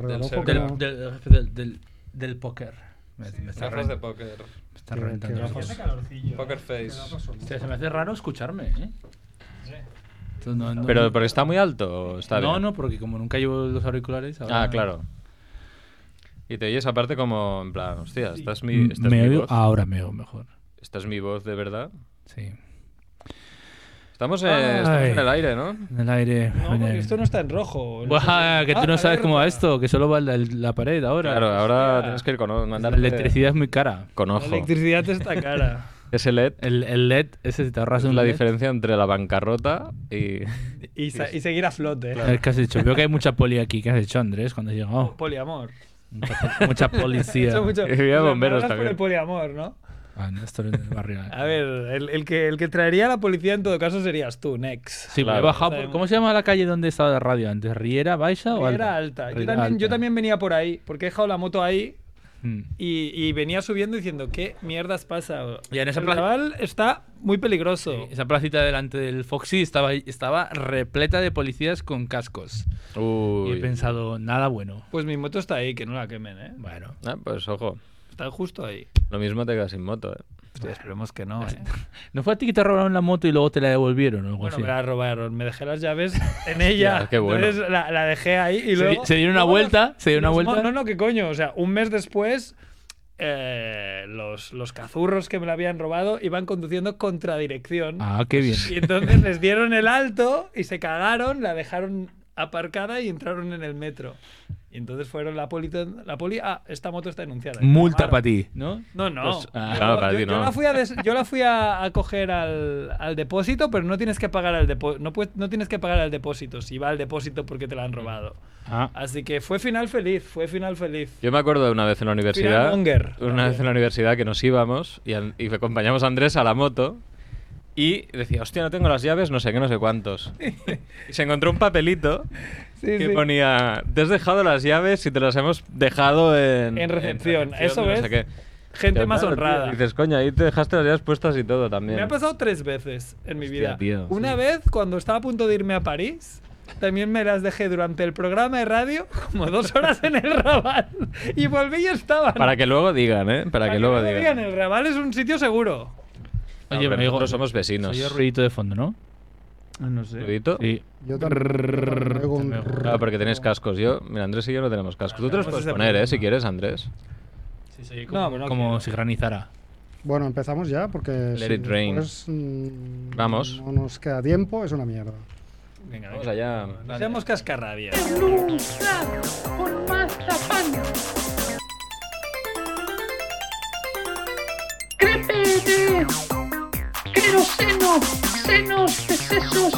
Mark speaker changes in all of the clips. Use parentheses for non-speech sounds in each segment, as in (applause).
Speaker 1: Del
Speaker 2: reloj,
Speaker 1: ser-
Speaker 2: que
Speaker 1: Claro.
Speaker 3: Del,
Speaker 2: no-
Speaker 3: del, jefe del, del, del póker. Me,
Speaker 4: Sí.
Speaker 3: me está
Speaker 1: Gafas de
Speaker 3: reventando.
Speaker 1: póker.
Speaker 3: Me está
Speaker 2: Qué-
Speaker 3: reventando
Speaker 2: qué
Speaker 3: los
Speaker 2: gafas.
Speaker 3: ojos.
Speaker 4: Hace calorcillo.
Speaker 1: Poker
Speaker 4: ¿eh?
Speaker 1: face.
Speaker 4: Te da paso, ¿no?
Speaker 3: Hostia, se me hace raro escucharme, ¿eh?
Speaker 4: Sí.
Speaker 3: Entonces, no- no-
Speaker 5: Pero porque está muy alto, o está
Speaker 3: no,
Speaker 5: bien?
Speaker 3: no, porque como nunca llevo los auriculares. ahora-
Speaker 5: Ah, claro. Y te oyes aparte como en plan, hostia, esta es mi,
Speaker 3: M-
Speaker 5: esta es
Speaker 3: Mm, me
Speaker 5: mi
Speaker 3: oigo- ah.
Speaker 5: voz.
Speaker 3: ahora me oigo mejor.
Speaker 5: Esta es mi voz de verdad.
Speaker 3: Sí.
Speaker 5: Estamos, eh, estamos
Speaker 3: Ay.
Speaker 5: en el aire, ¿no?
Speaker 3: En el aire.
Speaker 2: No,
Speaker 3: en
Speaker 2: porque
Speaker 3: el-
Speaker 2: esto no está en rojo.
Speaker 3: Buah, que tú no sabes cómo va esto, que solo va la, la pared ahora.
Speaker 5: Claro, ahora
Speaker 2: hostia.
Speaker 5: tienes que ir con o-
Speaker 3: La
Speaker 5: mandar
Speaker 3: electricidad es muy cara.
Speaker 5: con
Speaker 2: La
Speaker 5: ojo.
Speaker 2: electricidad está cara.
Speaker 5: Ese LED
Speaker 3: El, el LED, ese si te ahorras
Speaker 5: es
Speaker 3: un
Speaker 5: la
Speaker 3: LED,
Speaker 5: diferencia entre la bancarrota y
Speaker 2: Y, sa- y seguir a flote.
Speaker 3: A ver, ¿Qué has hecho? Veo que hay mucha poli aquí. ¿Qué has hecho, Andrés, cuando has
Speaker 2: (laughs)
Speaker 3: llegado?
Speaker 2: Poliamor.
Speaker 3: Mucha, pol- mucha policía.
Speaker 2: Eso mucho-
Speaker 5: Y había
Speaker 2: eso me
Speaker 5: bomberos
Speaker 2: hablas por
Speaker 5: también.
Speaker 2: el poliamor, ¿no?
Speaker 3: Ah, no, esto es del barrio.
Speaker 2: (laughs) A ver, el, el que, el que traería a la policía en todo caso serías tú, Nex.
Speaker 3: Sí, me he
Speaker 5: Claro.
Speaker 3: bajado. por- ¿Cómo se llama la calle donde estaba la radio antes? ¿Riera, Baixa o
Speaker 2: Era
Speaker 3: Alta?
Speaker 2: alta. Yo
Speaker 3: Riera
Speaker 2: también, yo
Speaker 3: Alta.
Speaker 2: también venía por ahí, porque he dejado la moto ahí
Speaker 3: Mm.
Speaker 2: y, y venía subiendo diciendo, ¿qué mierdas pasa?
Speaker 3: Y en esa
Speaker 2: el
Speaker 3: plaza-
Speaker 2: chaval está muy peligroso.
Speaker 3: Esa placita delante del Foxy estaba, estaba repleta de policías con cascos. Y he
Speaker 5: Uy.
Speaker 3: pensado, nada bueno.
Speaker 2: Pues mi moto está ahí, que no la quemen, ¿eh?
Speaker 3: Bueno.
Speaker 5: Ah, pues ojo,
Speaker 2: Está justo ahí.
Speaker 5: lo mismo te quedas sin moto, ¿eh?
Speaker 2: Hostia, esperemos que
Speaker 3: (laughs)
Speaker 2: no, ¿eh?
Speaker 3: ¿No fue a ti que te robaron la moto y luego te la devolvieron o algo
Speaker 2: Bueno,
Speaker 3: así?
Speaker 2: me la robaron. Me dejé
Speaker 3: (laughs)
Speaker 2: las llaves en ella.
Speaker 5: Hostia, qué bueno.
Speaker 2: Entonces la, la dejé ahí y
Speaker 3: Se di-
Speaker 2: luego.
Speaker 3: se dieron una
Speaker 2: luego
Speaker 3: vuelta,
Speaker 2: nos-
Speaker 3: se dieron una
Speaker 2: nos-
Speaker 3: vuelta.
Speaker 2: No, no, qué coño. O sea, un mes después. eh, los, los cazurros que me la habían robado iban conduciendo contra dirección.
Speaker 3: Ah, qué bien.
Speaker 2: Y entonces les dieron el alto y se cagaron, la dejaron aparcada y entraron en el metro. Y entonces fueron la poli. La poli ah, esta moto está denunciada.
Speaker 3: (laughs) Multa
Speaker 2: Llamaron.
Speaker 3: para ti, ¿no?
Speaker 2: No, no.
Speaker 3: Pues, ah,
Speaker 2: Yo-
Speaker 5: claro,
Speaker 2: yo,
Speaker 5: para ti
Speaker 2: yo
Speaker 5: no.
Speaker 2: la fui a, des- yo la fui a, a coger al, al depósito, pero no tienes que pagar al depósito. No, puedes- no tienes que pagar al depósito si va al depósito porque te la han robado.
Speaker 3: Ah,
Speaker 2: Así que fue final feliz, fue final feliz.
Speaker 5: Yo me acuerdo de una vez en la universidad.
Speaker 2: Monger.
Speaker 5: Una vez en la universidad que nos íbamos y, an- y acompañamos a Andrés a la moto y decía, hostia, no tengo las llaves, no sé qué, no sé
Speaker 2: (laughs)
Speaker 5: cuántos. Y se encontró un papelito
Speaker 2: Sí,
Speaker 5: que
Speaker 2: sí.
Speaker 5: ponía, te has dejado las llaves y te las hemos dejado en,
Speaker 2: En recepción. Eso
Speaker 5: de
Speaker 2: ves.
Speaker 5: qué".
Speaker 2: Gente
Speaker 5: Pero
Speaker 2: más
Speaker 5: claro, tío,
Speaker 2: honrada.
Speaker 5: dices, coño, ahí te dejaste las llaves puestas y todo también.
Speaker 2: Me ha pasado tres veces en mi
Speaker 5: Hostia,
Speaker 2: vida.
Speaker 5: tío,
Speaker 2: Una
Speaker 5: sí.
Speaker 2: vez cuando estaba a punto de irme a París. También me las dejé durante el programa de radio, como dos horas en el Raval. Y volví y estaban.
Speaker 5: Para que luego digan, ¿eh? Para, que, luego
Speaker 2: me lo
Speaker 5: digan.
Speaker 2: digan, el Raval es un sitio seguro.
Speaker 5: No,
Speaker 3: Oye,
Speaker 5: pero
Speaker 3: me digo-
Speaker 5: nosotros somos vecinos.
Speaker 3: soy ruidito de fondo, ¿no?
Speaker 2: No sé.
Speaker 5: ¿Ruidito?
Speaker 3: Sí.
Speaker 2: Yo
Speaker 3: Rrrr,
Speaker 2: también.
Speaker 3: me
Speaker 2: Rrrr.
Speaker 3: acuerdo.
Speaker 5: Claro, porque tenéis cascos. Yo, mira, Andrés y yo no tenemos cascos. Tú te los
Speaker 2: tenemos
Speaker 5: puedes
Speaker 2: ese
Speaker 5: poner, ¿eh? Si
Speaker 2: problema.
Speaker 5: quieres, Andrés.
Speaker 2: No, pero no
Speaker 3: como
Speaker 2: quiero.
Speaker 3: si granizara.
Speaker 6: Bueno, empezamos ya porque
Speaker 5: Let
Speaker 6: si
Speaker 5: it rain.
Speaker 6: después, mm,
Speaker 5: Vamos.
Speaker 6: No nos queda tiempo, es una mierda.
Speaker 2: Venga,
Speaker 5: Vamos
Speaker 2: venga.
Speaker 5: allá.
Speaker 2: No Seamos cascarrabias.
Speaker 7: con mazapán. Crepe de queroseno, senos de sesos,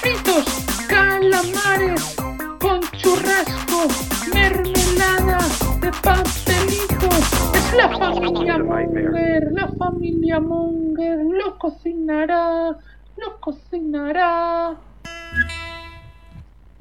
Speaker 7: fritos, calamares con churrasco, mermelada de pastelitos. Es la familia Munger, la familia Munger, lo cocinará, lo cocinará.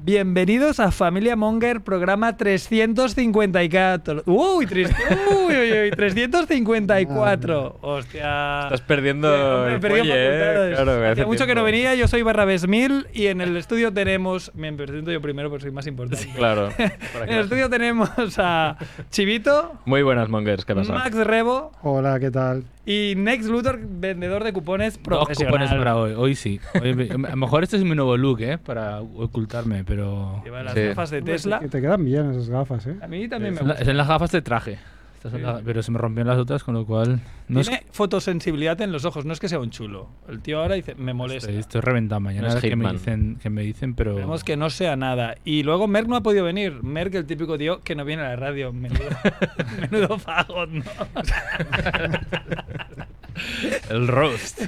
Speaker 2: Bienvenidos a Familia Monger, programa 354. Uy, tres- uy, uy,
Speaker 3: (laughs)
Speaker 2: uy, 354. Hostia.
Speaker 5: Estás perdiendo
Speaker 2: Hombre,
Speaker 5: el
Speaker 2: perdí
Speaker 5: fuelle, ¿eh?
Speaker 2: facultades.
Speaker 5: Claro,
Speaker 2: Hacía
Speaker 5: hace
Speaker 2: mucho que no
Speaker 5: tiempo.
Speaker 2: venía, yo soy Barrabés Mil y en el estudio tenemos. Me presento yo primero porque soy más importante. (laughs)
Speaker 5: Claro. para
Speaker 2: En
Speaker 5: que
Speaker 2: el
Speaker 5: no-
Speaker 2: estudio tenemos a Chivito,
Speaker 5: Muy buenas, Mongers, ¿qué pasa?
Speaker 2: Max Rebo
Speaker 6: Hola, ¿qué tal?
Speaker 2: y Next Luthor, vendedor de cupones
Speaker 3: Dos
Speaker 2: profesional.
Speaker 3: cupones para hoy. Hoy sí. Hoy me- a lo mejor este es mi nuevo look, ¿eh? Para ocultarme, pero...
Speaker 2: Lleva las
Speaker 5: Sí.
Speaker 2: gafas de Tesla.
Speaker 6: Que te quedan bien esas gafas, ¿eh?
Speaker 2: A mí también me
Speaker 3: Son la-
Speaker 2: gusta.
Speaker 3: son las gafas de traje. Estas son
Speaker 2: Sí.
Speaker 3: las- pero se me rompieron las otras, con lo cual... No es-
Speaker 2: Tiene fotosensibilidad en los ojos, no es que sea un chulo. El tío ahora dice, me molesta.
Speaker 3: estoy, estoy reventado mañana.
Speaker 5: No es
Speaker 3: a ver qué me
Speaker 5: Hitman.
Speaker 3: dicen, que me dicen, pero...
Speaker 2: Esperemos que no sea nada. Y luego Merck no ha podido venir. Merck, el típico tío que no viene a la
Speaker 5: (laughs)
Speaker 2: radio. Menudo, menudo fagot, ¿no?
Speaker 3: (laughs) El roast.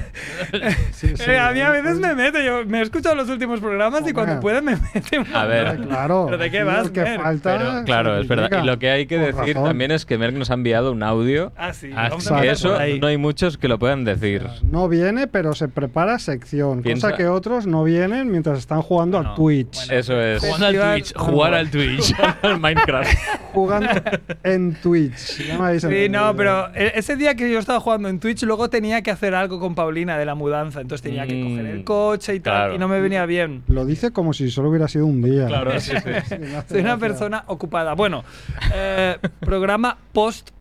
Speaker 6: Sí, sí,
Speaker 2: Eh, a mí a
Speaker 6: (laughs) eh,
Speaker 2: veces
Speaker 6: eh,
Speaker 2: me meto. Yo me he escuchado los últimos programas y
Speaker 6: Hombre.
Speaker 2: cuando pueda me mete un
Speaker 5: A ver.
Speaker 2: montón.
Speaker 6: Claro.
Speaker 2: ¿Pero de qué
Speaker 6: aquí
Speaker 2: vas,
Speaker 6: el que
Speaker 2: Mer?
Speaker 6: falta,
Speaker 5: Pero, claro,
Speaker 6: se
Speaker 5: es verdad.
Speaker 6: critica.
Speaker 5: Y lo que hay que
Speaker 6: Con
Speaker 5: decir
Speaker 6: razón.
Speaker 5: también es que Merck nos ha enviado un audio.
Speaker 2: Ah, sí.
Speaker 3: Ah,
Speaker 2: vamos
Speaker 6: sí,
Speaker 5: Que
Speaker 2: a empezar
Speaker 5: eso
Speaker 2: por ahí.
Speaker 5: no hay muchos que lo puedan decir.
Speaker 6: No viene, pero se prepara sección.
Speaker 5: Piensa-
Speaker 6: Cosa que otros no vienen mientras están jugando
Speaker 2: No,
Speaker 6: al Twitch.
Speaker 5: Eso es. (laughs)
Speaker 3: Jugar al
Speaker 2: Festival-
Speaker 3: Twitch. Jugar al Twitch.
Speaker 5: El Minecraft. (laughs)
Speaker 6: Jugando en Twitch. ya me habéis
Speaker 2: Sí,
Speaker 6: entendido.
Speaker 2: no, pero e- ese día que yo estaba jugando en Twitch, luego luego tenía que hacer algo con Paulina de la mudanza, entonces tenía que
Speaker 5: Mm,
Speaker 2: coger el coche y tal,
Speaker 5: claro.
Speaker 2: y no me venía bien.
Speaker 6: Lo dice como si solo hubiera sido un día. (laughs)
Speaker 2: (laughs)
Speaker 5: Claro, sí, sí.
Speaker 6: Sí, me hace
Speaker 2: Soy una
Speaker 6: gracia.
Speaker 2: persona ocupada. Bueno, eh, programa post.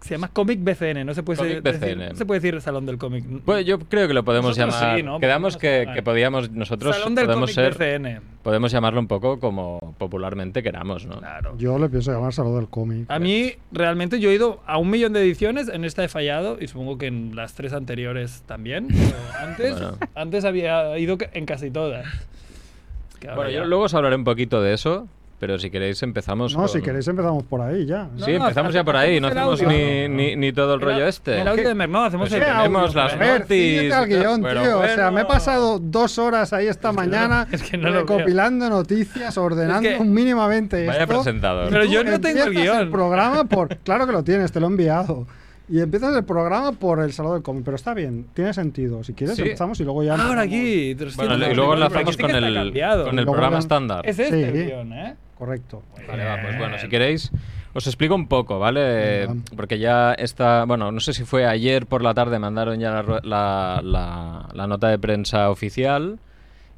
Speaker 2: Se llama Comic BCN, no se puede,
Speaker 5: Comic
Speaker 2: decir,
Speaker 5: BCN.
Speaker 2: no se puede decir Salón del Cómic.
Speaker 5: Bueno, yo creo que lo podemos
Speaker 2: Nosotros
Speaker 5: llamar.
Speaker 2: sí, ¿no?
Speaker 5: Quedamos
Speaker 2: Podemos
Speaker 5: que,
Speaker 2: llamar.
Speaker 5: que podíamos nosotros
Speaker 2: Salón del
Speaker 5: podemos
Speaker 2: Cómic
Speaker 5: ser,
Speaker 2: BCN.
Speaker 5: podemos llamarlo un poco como popularmente queramos, ¿no?
Speaker 2: Claro.
Speaker 6: Yo le pienso llamar Salud del cómic.
Speaker 2: A mí, realmente, yo he ido a un millón de ediciones, en esta he fallado, y supongo que en las tres anteriores también. pero antes,
Speaker 5: Bueno.
Speaker 2: antes había ido ca- en casi todas. Es que ahora
Speaker 5: Bueno, yo
Speaker 2: ya-
Speaker 5: luego os hablaré un poquito de eso, pero si queréis empezamos.
Speaker 6: No,
Speaker 5: con-
Speaker 6: si queréis empezamos por ahí ya.
Speaker 2: No,
Speaker 5: sí,
Speaker 2: no,
Speaker 5: empezamos ya por ahí, no
Speaker 2: hacemos
Speaker 5: hacemos
Speaker 2: el
Speaker 5: ni, ni, ni todo el
Speaker 2: El au-
Speaker 5: rollo este.
Speaker 2: El audio de Merno, hacemos
Speaker 5: Pues
Speaker 2: el.
Speaker 5: sí, tenemos
Speaker 2: audio,
Speaker 5: las
Speaker 2: ¿eh?
Speaker 5: notas.
Speaker 6: ver, síguete al
Speaker 5: notis,
Speaker 6: guión,
Speaker 5: pero
Speaker 6: tío. O sea, me he
Speaker 5: bueno.
Speaker 6: pasado dos horas ahí esta mañana
Speaker 2: (laughs) es que no lo
Speaker 6: recopilando noticias, ordenando
Speaker 2: Es que-
Speaker 6: mínimamente
Speaker 5: Vaya
Speaker 6: esto.
Speaker 5: presentador.
Speaker 6: Y
Speaker 2: Pero
Speaker 6: tú
Speaker 2: yo no tengo el
Speaker 6: empiezas
Speaker 2: guión.
Speaker 6: programa
Speaker 2: (laughs)
Speaker 6: por... Claro que lo tienes, te lo he enviado. Y empiezas el programa por el Salón del Cómic. Pero está bien, tiene sentido. Si quieres
Speaker 5: Sí.
Speaker 6: empezamos y luego ya...
Speaker 2: Ahora
Speaker 6: empezamos.
Speaker 2: aquí, 300
Speaker 5: Bueno, y luego
Speaker 2: artículos,
Speaker 5: enlazamos
Speaker 2: pero
Speaker 5: con
Speaker 2: aquí sí que
Speaker 5: el,
Speaker 2: está cambiado.
Speaker 5: con el
Speaker 6: Luego
Speaker 5: programa
Speaker 6: ya-
Speaker 5: estándar.
Speaker 2: Es este el
Speaker 6: Sí.
Speaker 2: guión, ¿eh?
Speaker 6: Correcto.
Speaker 5: Vale, va, pues bueno, si queréis, os explico un poco, ¿vale?
Speaker 6: Venga.
Speaker 5: Porque ya está, bueno, no sé si fue ayer por la tarde, mandaron ya la, rue- la- la- la nota de prensa oficial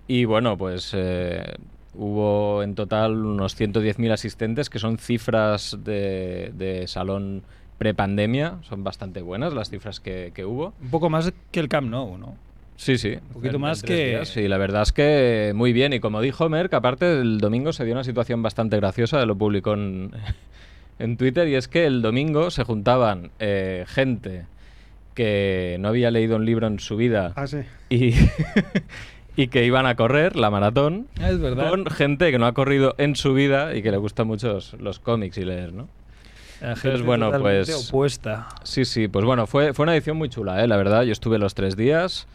Speaker 5: y bueno, pues eh, hubo en total unos 110.000 asistentes, que son cifras de, de salón prepandemia, son bastante buenas las cifras que, que hubo.
Speaker 2: Un poco más que el Camp Nou, ¿no?
Speaker 5: Sí, sí. Un
Speaker 2: poquito más que-
Speaker 5: Sí, la verdad es que muy bien. Y como dijo Merck, aparte el domingo se dio una situación bastante graciosa, lo publicó
Speaker 2: (laughs)
Speaker 5: en, en Twitter, y es que el domingo se juntaban eh, gente que no había leído un libro en su vida
Speaker 6: Ah, sí.
Speaker 5: y, (laughs) y que iban a correr la maratón
Speaker 2: Ah, Es verdad.
Speaker 5: con gente que no ha corrido en su vida y que le gustan mucho los, los cómics y leer, ¿no?
Speaker 2: La
Speaker 5: entonces,
Speaker 2: gente
Speaker 5: bueno,
Speaker 2: totalmente
Speaker 5: pues-
Speaker 2: Opuesta.
Speaker 5: Sí, sí, pues bueno, fue, fue una edición muy chula, ¿eh? la verdad. Yo estuve los tres días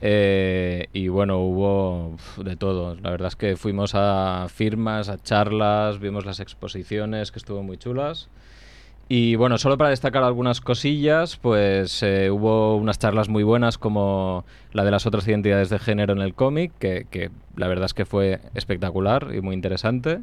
Speaker 5: eh, y bueno, hubo uf, de todo. La verdad es que fuimos a firmas, a charlas, vimos las exposiciones que estuvo muy chulas. Y bueno, solo para destacar algunas cosillas, pues eh, hubo unas charlas muy buenas como la de las otras identidades de género en el cómic, que, que la verdad es que fue espectacular y muy interesante.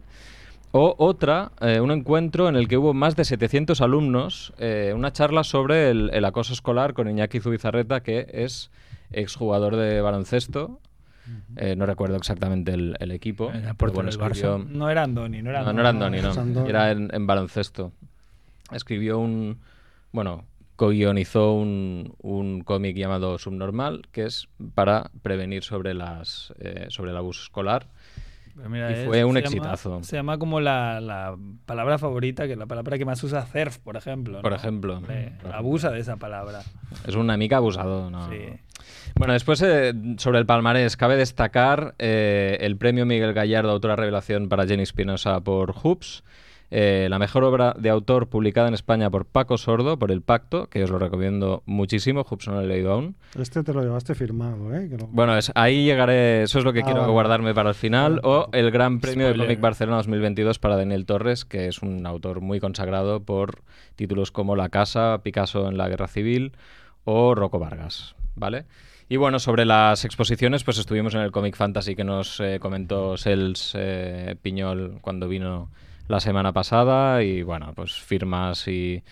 Speaker 5: O otra, eh, un encuentro en el que hubo más de 700 alumnos, eh, una charla sobre el, el acoso escolar con Iñaki Zubizarreta, que es exjugador de baloncesto. Eh, no recuerdo exactamente el, el equipo.
Speaker 3: Era
Speaker 5: pero
Speaker 3: portero del
Speaker 5: escribió-
Speaker 3: Barça.
Speaker 2: No era Andoni, no era
Speaker 5: no,
Speaker 2: Andoni.
Speaker 5: no era Andoni,
Speaker 6: no, es
Speaker 5: no.
Speaker 6: Andoni.
Speaker 5: Era en, en baloncesto. Escribió un. Bueno, co-guionizó un, un cómic llamado Subnormal, que es para prevenir sobre, las, eh, sobre el abuso escolar.
Speaker 2: Pero mira,
Speaker 5: Y
Speaker 2: es-
Speaker 5: fue un
Speaker 2: se
Speaker 5: exitazo.
Speaker 2: llama- se llama como la, la palabra favorita, que es la palabra que más usa CERF, por ejemplo.
Speaker 5: Por
Speaker 2: ¿no?
Speaker 5: ejemplo.
Speaker 2: Hombre,
Speaker 5: Por ejemplo.
Speaker 2: Abusa de esa palabra.
Speaker 5: Es una mica abusado, ¿no?
Speaker 2: Sí. (laughs)
Speaker 5: Bueno, después eh, sobre el palmarés, cabe destacar eh, el premio Miguel Gallardo, autora revelación para Jenny Espinosa por Hoops. eh, la mejor obra de autor publicada en España por Paco Sordo, por El Pacto, que os lo recomiendo muchísimo. Hoops no lo he leído aún.
Speaker 6: Este te lo llevaste firmado, ¿eh? Que lo-
Speaker 5: Bueno, es- ahí llegaré, eso es lo que
Speaker 6: Ah,
Speaker 5: quiero
Speaker 6: vale. pues,
Speaker 5: guardarme para el final. O el Gran Premio de
Speaker 3: Spoiler.
Speaker 6: ¿eh?
Speaker 5: Comic Barcelona 2022 para Daniel Torres, que es un autor muy consagrado por títulos como La Casa, Picasso en la Guerra Civil o Rocco Vargas, ¿vale? Y bueno, sobre las exposiciones, pues estuvimos en el Comic Fantasy que nos eh, comentó Sels eh, Piñol cuando vino la semana pasada y bueno, pues firmas y,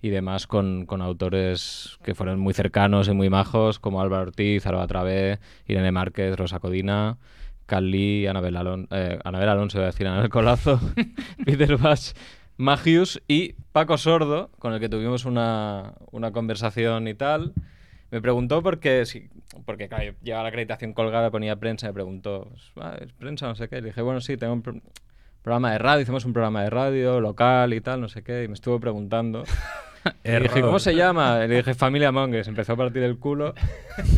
Speaker 5: y demás con, con autores que fueron muy cercanos y muy majos como Álvaro Ortiz, Alba Travé, Irene Márquez, Rosa Codina, Cali, Anabel, Alon eh, Anabel Alonso, iba a decir Anabel Colazo, Peter Bash, Magius y Paco Sordo, con el que tuvimos una, una conversación y tal. Me preguntó porque, si, porque claro, yo llevaba la acreditación colgada, ponía prensa, me preguntó, "Ah, ¿es prensa? No sé qué. Le dije, bueno, sí, tengo un pro- programa de radio, hicimos un programa de radio local y tal, no sé qué, y me estuvo preguntando. Y dije,
Speaker 3: Error.
Speaker 5: ¿cómo se llama? Y Le dije, Familia Monges. Empezó a partir el culo.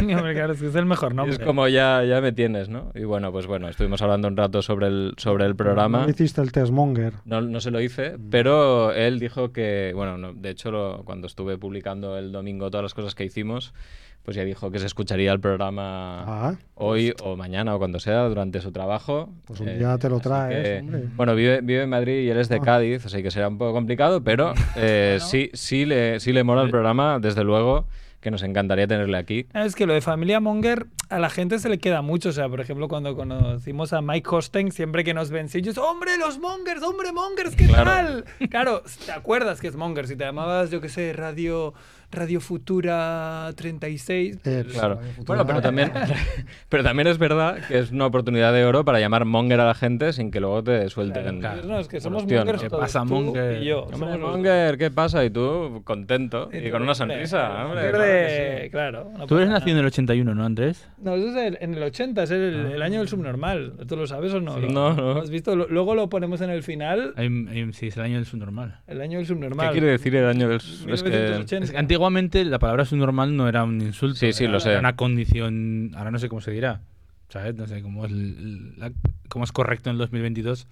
Speaker 2: Hombre, claro, es que es el
Speaker 5: (laughs)
Speaker 2: mejor nombre.
Speaker 5: es como ya, ya me tienes, ¿no? Y bueno, pues bueno, estuvimos hablando un rato sobre el, sobre el programa.
Speaker 6: No hiciste el test monger.
Speaker 5: No, no se lo hice,
Speaker 6: Mm.
Speaker 5: pero él dijo que, bueno, no, de hecho, lo- cuando estuve publicando el domingo todas las cosas que hicimos, pues ya dijo que se escucharía el programa
Speaker 6: Ah,
Speaker 5: hoy o mañana o cuando sea durante su trabajo. Eh,
Speaker 6: Pues un día te lo
Speaker 5: así
Speaker 6: traes,
Speaker 5: que-
Speaker 6: hombre.
Speaker 5: Bueno, vive, vive en Madrid y él es de
Speaker 6: Ah.
Speaker 5: Cádiz, así que será un poco complicado, pero
Speaker 6: (laughs)
Speaker 5: eh, sí,
Speaker 6: Eh.
Speaker 5: sí,
Speaker 2: Ah,
Speaker 5: le, sí le mola el programa, desde luego, que nos encantaría tenerle aquí.
Speaker 2: Es que lo de Familia Monger, a la gente se le queda mucho. O sea, por ejemplo, cuando conocimos a Mike Hosteng, siempre que nos ven, sí, ellos, hombre, los Mongers, hombre, Mongers, ¿qué
Speaker 5: Claro.
Speaker 2: tal? Claro, te acuerdas que es Mongers y te llamabas, yo qué sé, Radio, Radio Futura 36.
Speaker 6: Eh,
Speaker 5: Claro.
Speaker 6: pues,
Speaker 5: Bueno,
Speaker 6: futuro.
Speaker 5: pero también, (laughs) pero también es verdad que es una oportunidad de oro para llamar monger a la gente sin que luego te suelten.
Speaker 3: Claro.
Speaker 2: No, es que somos
Speaker 5: Hostia,
Speaker 2: Mongers.
Speaker 5: ¿qué
Speaker 2: todos,
Speaker 3: pasa,
Speaker 2: tú
Speaker 3: Monger?
Speaker 2: Y yo.
Speaker 5: Hombre,
Speaker 2: somos los-
Speaker 5: monger, ¿qué pasa? Y tú contento
Speaker 2: Y
Speaker 5: y
Speaker 2: tú,
Speaker 5: con una
Speaker 2: Pues hombre,
Speaker 5: sonrisa. hombre,
Speaker 2: eh, pierde-
Speaker 5: claro que sí.
Speaker 2: claro, no
Speaker 3: Tú
Speaker 2: pasa
Speaker 3: eres
Speaker 2: nada.
Speaker 3: nacido en el 81, ¿no, Andrés?
Speaker 2: No, eso es el- en el 80, es el, el año del subnormal. ¿Tú lo sabes o no?
Speaker 5: Ah. Sí.
Speaker 2: Lo-
Speaker 5: No, no.
Speaker 2: ¿lo ¿Has visto? Lo- Luego lo ponemos en el final,
Speaker 3: Hay- hay- sí, es el año del subnormal.
Speaker 2: el año del
Speaker 5: ¿Qué
Speaker 2: subnormal.
Speaker 5: quiere decir el año del sur? Es que-
Speaker 2: 1980.
Speaker 3: Es que antiguamente la palabra subnormal no era un insulto.
Speaker 5: Sí, sí,
Speaker 3: era-
Speaker 5: lo sé.
Speaker 3: Era una condición. Ahora no sé cómo se dirá. ¿Sabes? No sé cómo es, el- la- cómo es correcto en el 2022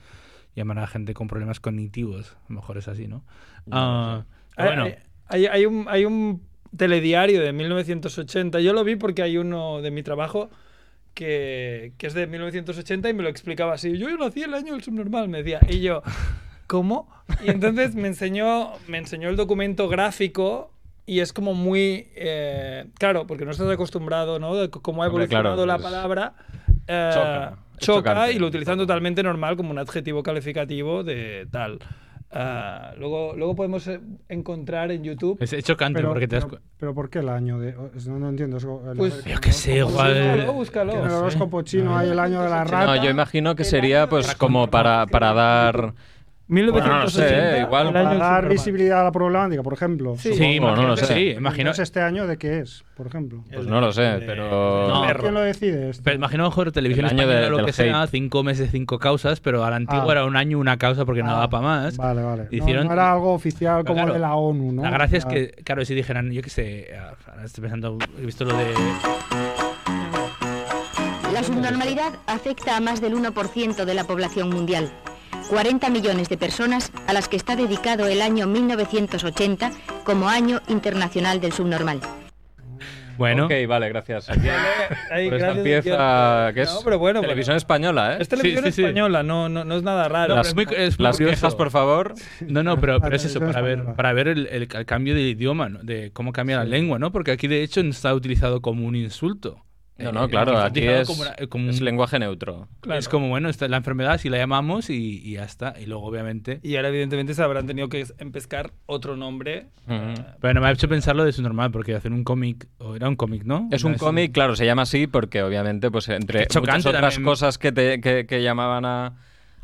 Speaker 3: llamar a gente con problemas cognitivos. A lo mejor es así, ¿no? Ah, pero
Speaker 2: Hay-
Speaker 3: bueno,
Speaker 6: eh,
Speaker 2: eh, hay, hay un, hay un telediario de 1980. Yo lo vi porque hay uno de mi trabajo que, que es de 1980 y me lo explicaba así. Yo nací el año del subnormal, me decía. Y yo, ¿cómo? Y entonces me enseñó, me enseñó el documento gráfico. Y es como muy... eh, claro, porque no estás acostumbrado, ¿no? De c- cómo ha
Speaker 5: Hombre, claro,
Speaker 2: evolucionado la
Speaker 5: es-
Speaker 2: palabra. eh,
Speaker 5: Choca, es
Speaker 2: choca
Speaker 5: chocante.
Speaker 2: y lo utilizan totalmente normal como un adjetivo calificativo de tal. Ah, luego, luego podemos eh, encontrar en YouTube.
Speaker 5: Pues
Speaker 3: es, es chocante
Speaker 6: Pero,
Speaker 3: porque te das
Speaker 6: pero-
Speaker 3: cu-
Speaker 6: pero ¿por qué el año de.? No, no entiendo. es- el-
Speaker 2: Pues-
Speaker 3: Yo qué sé, igual.
Speaker 2: Búscalo, búscalo.
Speaker 6: En
Speaker 3: no
Speaker 6: el
Speaker 3: sé.
Speaker 6: horóscopo chino hay el año de la
Speaker 2: No,
Speaker 6: rata.
Speaker 5: No, yo imagino que sería pues como para, para dar... Bueno, no lo sé,
Speaker 2: 1980,
Speaker 5: eh, igual
Speaker 2: el año
Speaker 6: para
Speaker 2: del
Speaker 6: dar
Speaker 2: Superman.
Speaker 6: visibilidad a la problemática, por ejemplo.
Speaker 3: Sí,
Speaker 2: Sí.
Speaker 5: Supongo,
Speaker 3: imagino
Speaker 5: no lo
Speaker 3: que
Speaker 5: sé.
Speaker 3: sí, imagino.
Speaker 6: Entonces, ¿Este año de qué es, por ejemplo?
Speaker 5: Pues no lo sé, pero...
Speaker 3: No.
Speaker 2: perro.
Speaker 6: ¿Quién lo decide? este? esto?
Speaker 3: Pero imagino mejor televisión
Speaker 5: El año
Speaker 3: española,
Speaker 5: de-
Speaker 3: lo
Speaker 5: del
Speaker 3: que sea, cinco meses, cinco causas, pero al antiguo
Speaker 6: Ah.
Speaker 3: era un año, una causa porque no
Speaker 6: Ah,
Speaker 3: daba para más.
Speaker 6: Vale, vale. No-
Speaker 3: Hicieron-
Speaker 6: No, era algo oficial
Speaker 3: Pero
Speaker 6: como
Speaker 3: claro,
Speaker 6: el de la ONU, ¿no?
Speaker 3: La gracia es
Speaker 6: Ah,
Speaker 3: que, claro, si dijeran, yo qué sé, ahora estoy pensando, he visto lo de.
Speaker 1: La subnormalidad afecta a más del 1% de la población mundial. 40 millones de personas a las que está dedicado el año 1980 como Año Internacional del Subnormal.
Speaker 3: Bueno,
Speaker 5: Ok, vale, gracias. Aquí
Speaker 2: Ahí,
Speaker 5: por esta
Speaker 2: gracias,
Speaker 5: pieza
Speaker 2: Dios.
Speaker 5: que es
Speaker 2: No, pero bueno,
Speaker 5: televisión
Speaker 2: pero-
Speaker 5: española, ¿eh?
Speaker 2: es televisión
Speaker 3: Sí, sí, sí.
Speaker 2: española, no, no, no es nada raro.
Speaker 5: Las,
Speaker 3: es muy- es muy
Speaker 5: las
Speaker 3: curioso.
Speaker 5: piezas, por favor.
Speaker 3: no, no, pero, pero es eso,
Speaker 6: televisión
Speaker 3: para ver,
Speaker 6: española.
Speaker 3: para ver el, el- el cambio de idioma, ¿no? de cómo cambia la lengua, ¿no? Porque aquí, de hecho, no está utilizado como un insulto.
Speaker 5: No,
Speaker 3: Eh,
Speaker 5: no, claro,
Speaker 3: está
Speaker 5: aquí
Speaker 3: utilizado
Speaker 5: es,
Speaker 3: como una- eh, como
Speaker 5: es
Speaker 3: un-
Speaker 5: lenguaje neutro.
Speaker 3: Es como, bueno, esta es la enfermedad, si la llamamos y, y ya está. Y luego, obviamente.
Speaker 2: Y ahora, evidentemente, se habrán tenido que empezar otro nombre.
Speaker 5: Ujú.
Speaker 3: Bueno, me ha hecho pensar lo de su normal, porque hacer un cómic, o era un cómic, ¿no?
Speaker 5: Es
Speaker 3: Una
Speaker 5: un
Speaker 3: vez-
Speaker 5: cómic, claro, se llama así porque obviamente, pues entre
Speaker 3: Qué chocante
Speaker 5: muchas otras
Speaker 3: también.
Speaker 5: cosas que, te- que, que llamaban a,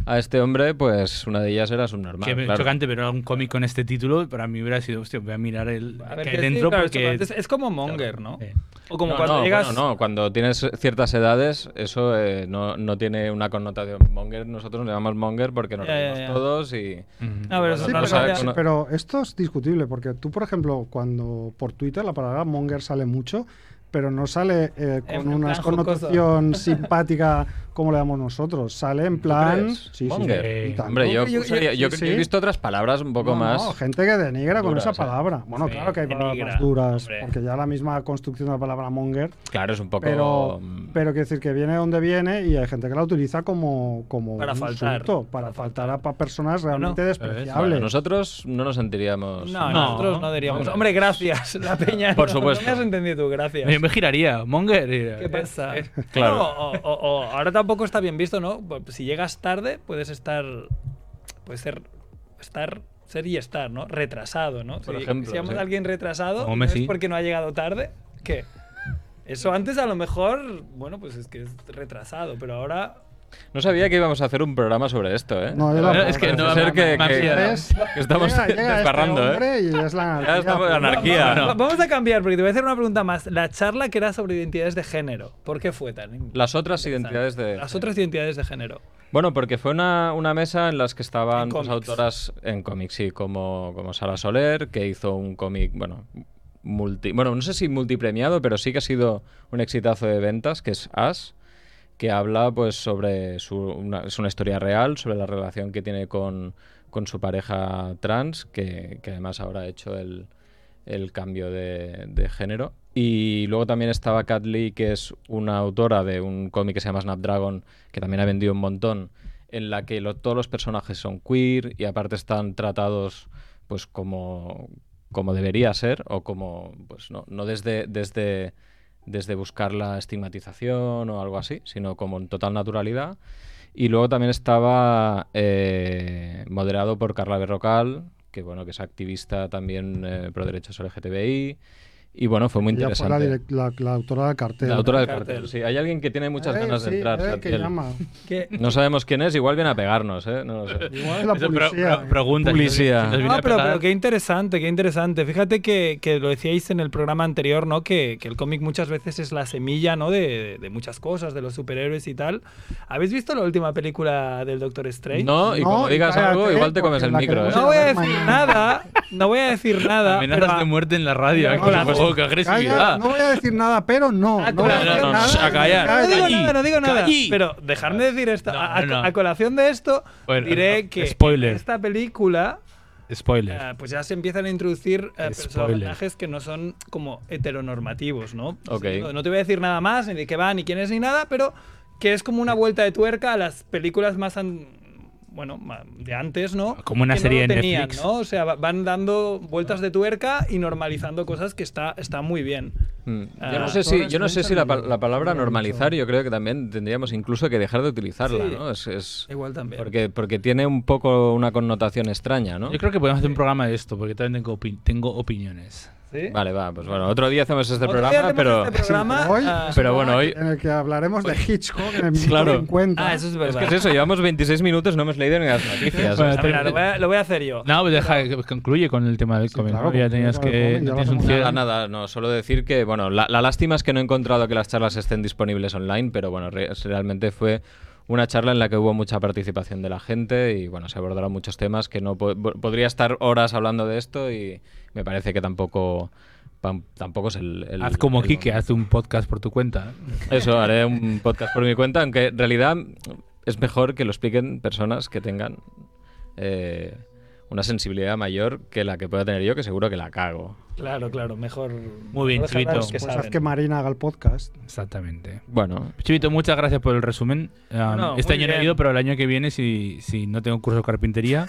Speaker 5: a este hombre, pues una de ellas era subnormal.
Speaker 3: Que me-
Speaker 5: claro.
Speaker 3: chocante, pero era un cómic con este título, para mí hubiera sido, hostia, voy a mirar el
Speaker 2: A ver,
Speaker 3: que
Speaker 2: ¿qué
Speaker 3: hay dentro
Speaker 2: decir? Claro,
Speaker 3: porque.
Speaker 2: es, es como Monger, ¿no?
Speaker 3: Eh.
Speaker 2: O como
Speaker 5: No,
Speaker 2: cuando
Speaker 5: no,
Speaker 2: llegas...
Speaker 5: bueno, no, cuando tienes ciertas edades, eso eh, no, no tiene una connotación. Monger, nosotros nos llamamos Monger porque nos
Speaker 2: Ya, ya,
Speaker 5: reímos
Speaker 2: ya.
Speaker 5: todos y.
Speaker 3: Ujú.
Speaker 2: A ver,
Speaker 5: Sí,
Speaker 2: eso
Speaker 6: Sí,
Speaker 2: no
Speaker 6: pero,
Speaker 2: lo
Speaker 5: o sea,
Speaker 2: sabía.
Speaker 5: con-
Speaker 6: pero esto es discutible, porque tú, por ejemplo, cuando por Twitter la palabra monger sale mucho, pero no sale eh,
Speaker 2: En
Speaker 6: con
Speaker 2: plan
Speaker 6: una
Speaker 2: jocoso. (laughs)
Speaker 6: connotación simpática como le damos nosotros, sale en plan...
Speaker 5: crees? Monger.
Speaker 6: y tanto.
Speaker 5: Hombre, yo,
Speaker 2: Yo- yo-
Speaker 5: usaría- yo
Speaker 6: sí,
Speaker 5: creo que he
Speaker 6: sí.
Speaker 5: visto otras palabras un poco
Speaker 6: No,
Speaker 5: más.
Speaker 6: no, gente que denigra con
Speaker 5: duras,
Speaker 6: esa
Speaker 5: o sea.
Speaker 6: palabra. Bueno,
Speaker 2: Sí,
Speaker 6: claro que hay palabras
Speaker 2: denigra,
Speaker 6: más duras,
Speaker 2: hombre.
Speaker 6: porque ya la misma construcción de la palabra monger,
Speaker 5: Claro, es un poco.
Speaker 6: pero,
Speaker 5: mm,
Speaker 6: pero quiere decir que viene donde viene y hay gente que la utiliza como, como
Speaker 2: Para
Speaker 6: un
Speaker 2: faltar.
Speaker 6: insulto, para faltar a pa- personas realmente despreciables.
Speaker 5: bueno, nosotros no nos sentiríamos.
Speaker 2: No,
Speaker 3: No,
Speaker 2: nosotros no diríamos.
Speaker 5: Monger.
Speaker 2: Hombre, gracias, la peña.
Speaker 5: Por
Speaker 2: no-
Speaker 5: supuesto.
Speaker 2: No me has entendido tú, gracias.
Speaker 3: Yo me giraría, Monger. y-
Speaker 2: ¿Qué pasa? (laughs)
Speaker 5: claro.
Speaker 2: No, o- o- o ahora tampoco está bien visto, ¿no? Pues, Si llegas tarde, puedes estar. Puedes ser. Estar. Ser y estar, ¿no? Retrasado, ¿no?
Speaker 5: Por
Speaker 2: si,
Speaker 5: llama
Speaker 2: si llamas a alguien retrasado,
Speaker 3: Como
Speaker 2: ¿no es
Speaker 3: Messi.
Speaker 2: porque no ha llegado tarde, ¿qué? Eso antes a lo mejor, bueno, pues es que es retrasado, pero ahora.
Speaker 5: No sabía que íbamos a hacer un programa sobre esto, ¿eh?
Speaker 6: No, yo
Speaker 5: Parece
Speaker 6: tampoco.
Speaker 5: es que no
Speaker 3: Parece
Speaker 5: ser que,
Speaker 3: me ha
Speaker 5: que-
Speaker 3: pillado.
Speaker 6: Ves,
Speaker 5: que estamos
Speaker 6: llega- llega
Speaker 5: desbarrando,
Speaker 6: este
Speaker 5: ¿eh?
Speaker 6: hombre y es la
Speaker 5: Ya
Speaker 6: anarquía.
Speaker 2: pues,
Speaker 5: estamos anarquía.
Speaker 2: Va- Vamos a cambiar, porque te voy a hacer una pregunta más. La charla que era sobre identidades de género, ¿por qué fue tan.?
Speaker 5: Las otras identidades de.
Speaker 2: Las otras identidades de género.
Speaker 5: Bueno, porque fue una, una mesa en las que estaban
Speaker 2: En
Speaker 5: pues,
Speaker 2: cómics.
Speaker 5: autoras en cómics, sí, como, como Sara Soler, que hizo un cómic, bueno, multi, bueno, no sé si multipremiado, pero sí que ha sido un exitazo de ventas, que es As, que habla pues sobre su, una, es una historia real, sobre la relación que tiene con, con su pareja trans, que, que además ahora ha hecho el, el cambio de, de género. Y luego también estaba Kat Lee, que es una autora de un cómic que se llama Snapdragon, que también ha vendido un montón, en la que lo- todos los personajes son queer y aparte están tratados pues como, como debería ser o como, pues no, no desde, desde, desde buscar la estigmatización o algo así, sino como en total naturalidad. Y luego también estaba eh, moderado por Carla Berrocal, que bueno, que es activista también eh, pro derechos LGTBI. Y bueno, fue muy
Speaker 6: Ella fue
Speaker 5: interesante.
Speaker 6: la, direct- la- la autora del cartel.
Speaker 5: La autora del
Speaker 2: Cartel.
Speaker 5: cartel. Sí, hay alguien que tiene muchas
Speaker 6: Eh,
Speaker 5: ganas
Speaker 6: sí,
Speaker 5: de entrar.
Speaker 6: eh, que
Speaker 5: Satiel. (laughs)
Speaker 6: llama.
Speaker 2: Que-
Speaker 5: No sabemos quién es, igual viene a pegarnos, ¿eh? No lo sé.
Speaker 6: Es la
Speaker 3: Eso, pero-
Speaker 6: policía. eh.
Speaker 3: pero- pregunta, si nos-
Speaker 5: Publicidad.
Speaker 3: si nos viene
Speaker 2: Ah,
Speaker 3: a
Speaker 2: pero,
Speaker 3: pegar-
Speaker 2: pero qué interesante, qué interesante. Fíjate que, que lo decíais en el programa anterior, ¿no? Que, que el cómic muchas veces es la semilla, ¿no? De, de muchas cosas, de los superhéroes y tal. ¿Habéis visto la última película del Doctor Strange?
Speaker 5: No, y como
Speaker 6: No, y
Speaker 5: digas
Speaker 6: cállate,
Speaker 5: algo, igual te comes
Speaker 6: porque
Speaker 5: el
Speaker 6: la
Speaker 5: micro, ¿eh?
Speaker 6: queremos
Speaker 2: No voy a
Speaker 6: Mañana.
Speaker 2: decir nada, no voy a decir nada. pero
Speaker 3: Amenazas
Speaker 2: a-
Speaker 3: de muerte en la radio. ¿eh?
Speaker 6: No,
Speaker 3: Qué
Speaker 6: la-
Speaker 3: poco, qué
Speaker 6: Calla,
Speaker 3: agresividad.
Speaker 6: no voy a decir nada, pero no.
Speaker 2: Ah,
Speaker 6: no voy a
Speaker 2: claro,
Speaker 6: decir
Speaker 2: no, no,
Speaker 6: nada.
Speaker 2: shh,
Speaker 3: a callar.
Speaker 2: No
Speaker 6: Calla.
Speaker 2: digo
Speaker 3: Callí,
Speaker 2: nada, no digo nada.
Speaker 3: callí.
Speaker 2: Pero dejarme decir esto.
Speaker 3: No,
Speaker 2: a, a-
Speaker 3: no.
Speaker 2: a colación de esto,
Speaker 3: Bueno,
Speaker 2: diré
Speaker 3: no,
Speaker 2: que
Speaker 3: spoiler.
Speaker 2: en esta película
Speaker 3: Spoiler.
Speaker 2: Ah, pues ya se empiezan a introducir eh,
Speaker 3: Spoiler.
Speaker 2: personajes que no son como heteronormativos, ¿no?
Speaker 5: Ok.
Speaker 2: No, no te voy a decir nada más, ni de qué va, ni quién es, ni nada, pero que es como una vuelta de tuerca a las películas más... an- Bueno, ma- de antes, ¿no?
Speaker 3: Como una
Speaker 2: Que no
Speaker 3: serie de
Speaker 2: lo tenían,
Speaker 3: Netflix.
Speaker 2: ¿no? O sea, va- van dando vueltas de tuerca y normalizando cosas que está, está muy bien.
Speaker 5: Mm.
Speaker 2: Ah.
Speaker 5: Yo no sé si, yo no
Speaker 6: Torres
Speaker 5: sé si la, pa-
Speaker 6: Trenton
Speaker 5: la palabra
Speaker 6: lo ha dicho.
Speaker 5: normalizar, yo creo que también tendríamos incluso que dejar de utilizarla,
Speaker 2: Sí.
Speaker 5: ¿no? Es, es-
Speaker 2: Igual también.
Speaker 5: porque, porque tiene un poco una connotación extraña, ¿no?
Speaker 3: Yo creo que podemos hacer un programa de esto, porque también tengo, opi- tengo opiniones.
Speaker 2: ¿Sí?
Speaker 5: Vale, va, pues bueno, otro día hacemos este
Speaker 2: Otro día
Speaker 5: programa,
Speaker 2: hacemos
Speaker 5: pero...
Speaker 2: este programa,
Speaker 6: (laughs) Hoy,
Speaker 2: ah,
Speaker 5: Pero bueno, hoy...
Speaker 6: En el que hablaremos de Hitchcock en el minuto
Speaker 5: Claro.
Speaker 6: 50.
Speaker 2: Ah, eso es
Speaker 5: Es
Speaker 2: verdad.
Speaker 5: que es eso, llevamos 26 minutos, no hemos leído ni las
Speaker 2: (laughs)
Speaker 5: noticias.
Speaker 3: Bueno,
Speaker 2: Ah, mira, lo, voy a, lo voy a hacer yo.
Speaker 3: No, pues deja que concluye con el tema del
Speaker 6: Sí,
Speaker 3: cómic.
Speaker 6: claro,
Speaker 3: ¿no? Ya
Speaker 6: concluye
Speaker 3: tenías
Speaker 6: con el
Speaker 3: que.
Speaker 6: cómic, ya
Speaker 3: no
Speaker 6: lo
Speaker 3: tienes un
Speaker 6: hacemos.
Speaker 3: cierre.
Speaker 5: Nada, nada, no, solo decir que, bueno, la, la lástima es que no he encontrado que las charlas estén disponibles online, pero bueno, re- realmente fue una charla en la que hubo mucha participación de la gente y bueno, se abordaron muchos temas que no po- po- podría estar horas hablando de esto y me parece que tampoco pam- tampoco es el, el-
Speaker 3: Haz como
Speaker 5: el
Speaker 3: Quique,
Speaker 5: momento.
Speaker 3: haz un podcast por tu cuenta.
Speaker 5: Eso, haré un podcast por mi cuenta, aunque en realidad es mejor que lo expliquen personas que tengan eh, una sensibilidad mayor que la que pueda tener yo, que seguro que la cago.
Speaker 2: Claro, claro, mejor...
Speaker 3: Muy bien,
Speaker 2: mejor
Speaker 3: Chivito.
Speaker 2: dejar a los que
Speaker 6: Pues haz
Speaker 2: saben.
Speaker 6: que Marina haga el podcast.
Speaker 3: Exactamente.
Speaker 5: Bueno,
Speaker 3: Chivito, muchas gracias por el resumen. Um,
Speaker 2: No,
Speaker 3: este
Speaker 2: muy
Speaker 3: año no he
Speaker 2: bien.
Speaker 3: ido, pero el año que viene, si, si no tengo curso de
Speaker 2: (laughs)
Speaker 3: carpintería.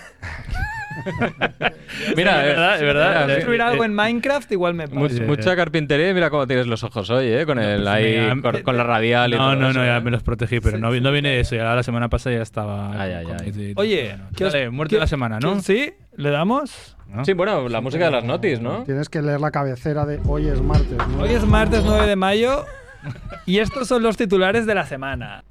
Speaker 5: mira,
Speaker 2: es
Speaker 3: eh,
Speaker 2: verdad, es verdad.
Speaker 5: mira, eh,
Speaker 2: Construir algo en Minecraft igual me
Speaker 5: Mu-
Speaker 2: pasa.
Speaker 3: Sí.
Speaker 5: mucha carpintería y mira cómo tienes los ojos hoy, ¿eh? Con, el,
Speaker 3: pues
Speaker 5: ahí,
Speaker 3: mira,
Speaker 5: con, con la radial y todo
Speaker 3: No, no,
Speaker 5: eso,
Speaker 3: no, ya
Speaker 5: ¿eh?
Speaker 3: me los protegí, pero no, vi- no viene de eso. Ya la semana pasada ya estaba.
Speaker 5: Ay, ay,
Speaker 3: con-
Speaker 5: ay.
Speaker 3: de- de-
Speaker 2: Oye, ¿qué os-
Speaker 3: Dale, muerte
Speaker 2: qué-
Speaker 3: de la semana, ¿no?
Speaker 2: ¿quién Sí, le damos.
Speaker 3: ¿No?
Speaker 5: Sí, bueno, la música de las notis, ¿no?
Speaker 6: Tienes que leer la cabecera de hoy es martes, ¿no?
Speaker 2: Hoy es martes 9 de mayo y estos son los titulares de la semana.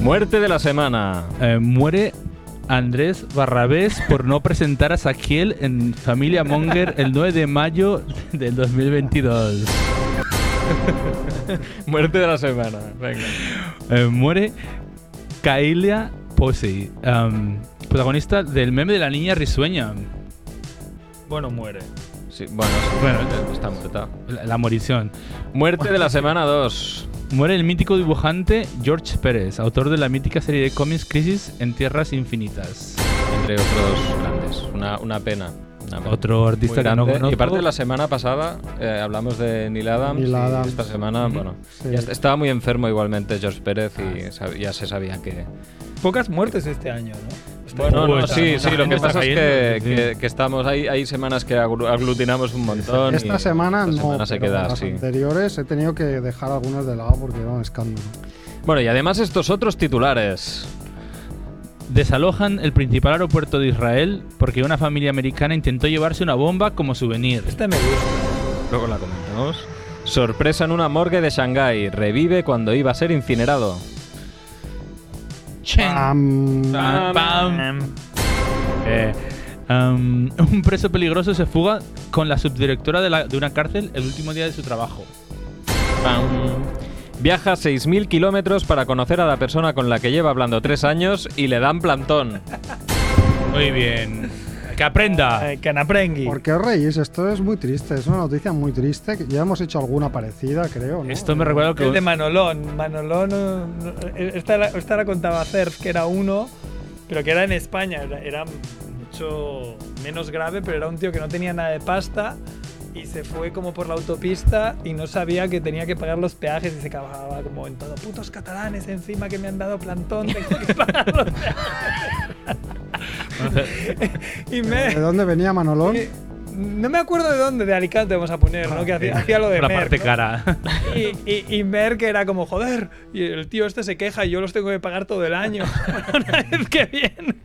Speaker 5: Muerte de la semana.
Speaker 3: Eh, muere Andrés Barrabés por no presentar a Saquiel en Familia Monger el 9 de mayo del 2022.
Speaker 5: Muerte de la semana. Venga.
Speaker 3: Eh, muere Kaelia Posey, um, protagonista del meme de la niña risueña.
Speaker 2: Bueno, muere.
Speaker 5: Sí, bueno, sí,
Speaker 3: Bueno,
Speaker 5: está muerta.
Speaker 3: La, la morición.
Speaker 5: Muerte de la semana 2.
Speaker 3: Muere el mítico dibujante George Pérez, autor de la mítica serie de cómics Crisis en Tierras Infinitas.
Speaker 5: Entre otros grandes. Una, una pena. Una pena.
Speaker 3: Otro
Speaker 5: Muy
Speaker 3: artista que no
Speaker 5: grande.
Speaker 3: conozco.
Speaker 5: Y aparte la semana pasada eh, hablamos de Neil Adams.
Speaker 6: Neil
Speaker 5: y
Speaker 6: Adams.
Speaker 5: esta semana, bueno,
Speaker 6: Sí.
Speaker 5: ya est- estaba muy enfermo igualmente George Pérez
Speaker 3: Ah.
Speaker 5: y sab- ya se sabía que,
Speaker 2: Pocas muertes este año, ¿no? Está-
Speaker 5: Bueno, no,
Speaker 3: Pues,
Speaker 5: sí,
Speaker 3: la
Speaker 5: sí, lo
Speaker 2: (laughs)
Speaker 3: gente
Speaker 5: que
Speaker 3: está
Speaker 5: pasa es
Speaker 3: cayendo,
Speaker 5: que,
Speaker 3: sí.
Speaker 5: que- que estamos, hay, hay semanas que aglu- aglutinamos un montón.
Speaker 6: Esta
Speaker 5: y
Speaker 6: semana
Speaker 5: esta
Speaker 6: no,
Speaker 5: semana se
Speaker 6: pero
Speaker 5: queda
Speaker 6: las
Speaker 5: así.
Speaker 6: anteriores he tenido que dejar algunas de lado porque era un escándalo.
Speaker 5: Bueno, y además estos otros titulares.
Speaker 3: Desalojan el principal aeropuerto de Israel porque una familia americana intentó llevarse una bomba como souvenir.
Speaker 2: Este me gusta.
Speaker 5: Luego la comentamos. Sorpresa en una morgue de Shanghái. Revive cuando iba a ser incinerado.
Speaker 3: Chen.
Speaker 6: Am,
Speaker 3: Pam, pam. Eh, um, un preso peligroso se fuga con la subdirectora de, la- de una cárcel el último día de su trabajo.
Speaker 5: Pam. Viaja 6.000 kilómetros para conocer a la persona con la que lleva hablando tres años y le dan plantón.
Speaker 3: Muy bien. Que aprenda.
Speaker 2: Eh, Canaprengui.
Speaker 6: ¿Por qué os reís? Esto es muy triste, es una noticia muy triste. que Ya hemos hecho alguna parecida, creo. ¿no?
Speaker 3: Esto me recuerda
Speaker 2: El de
Speaker 3: que
Speaker 2: Manolón. Manolón. eh, no, eh, Esta la, esta la contaba Cerf, que era uno, pero que era en España. Era, era mucho menos grave, pero era un tío que no tenía nada de pasta y se fue como por la autopista y no sabía que tenía que pagar los peajes y se cagaba como en todo. Putos catalanes encima que me han dado plantón, tengo que (laughs) pagar los peajes". (laughs) y
Speaker 6: ¿De
Speaker 2: me...
Speaker 6: dónde Ah, venía Manolón?
Speaker 2: y- no me acuerdo de dónde, de Alicante vamos a poner, ¿no? Que hacía, hacía lo de
Speaker 3: la
Speaker 2: Merck,
Speaker 3: parte
Speaker 2: ¿no?
Speaker 3: cara.
Speaker 2: Y, y, y Merck era como, joder, y el tío este se queja y yo los tengo que pagar todo el año. (laughs) Una vez que viene.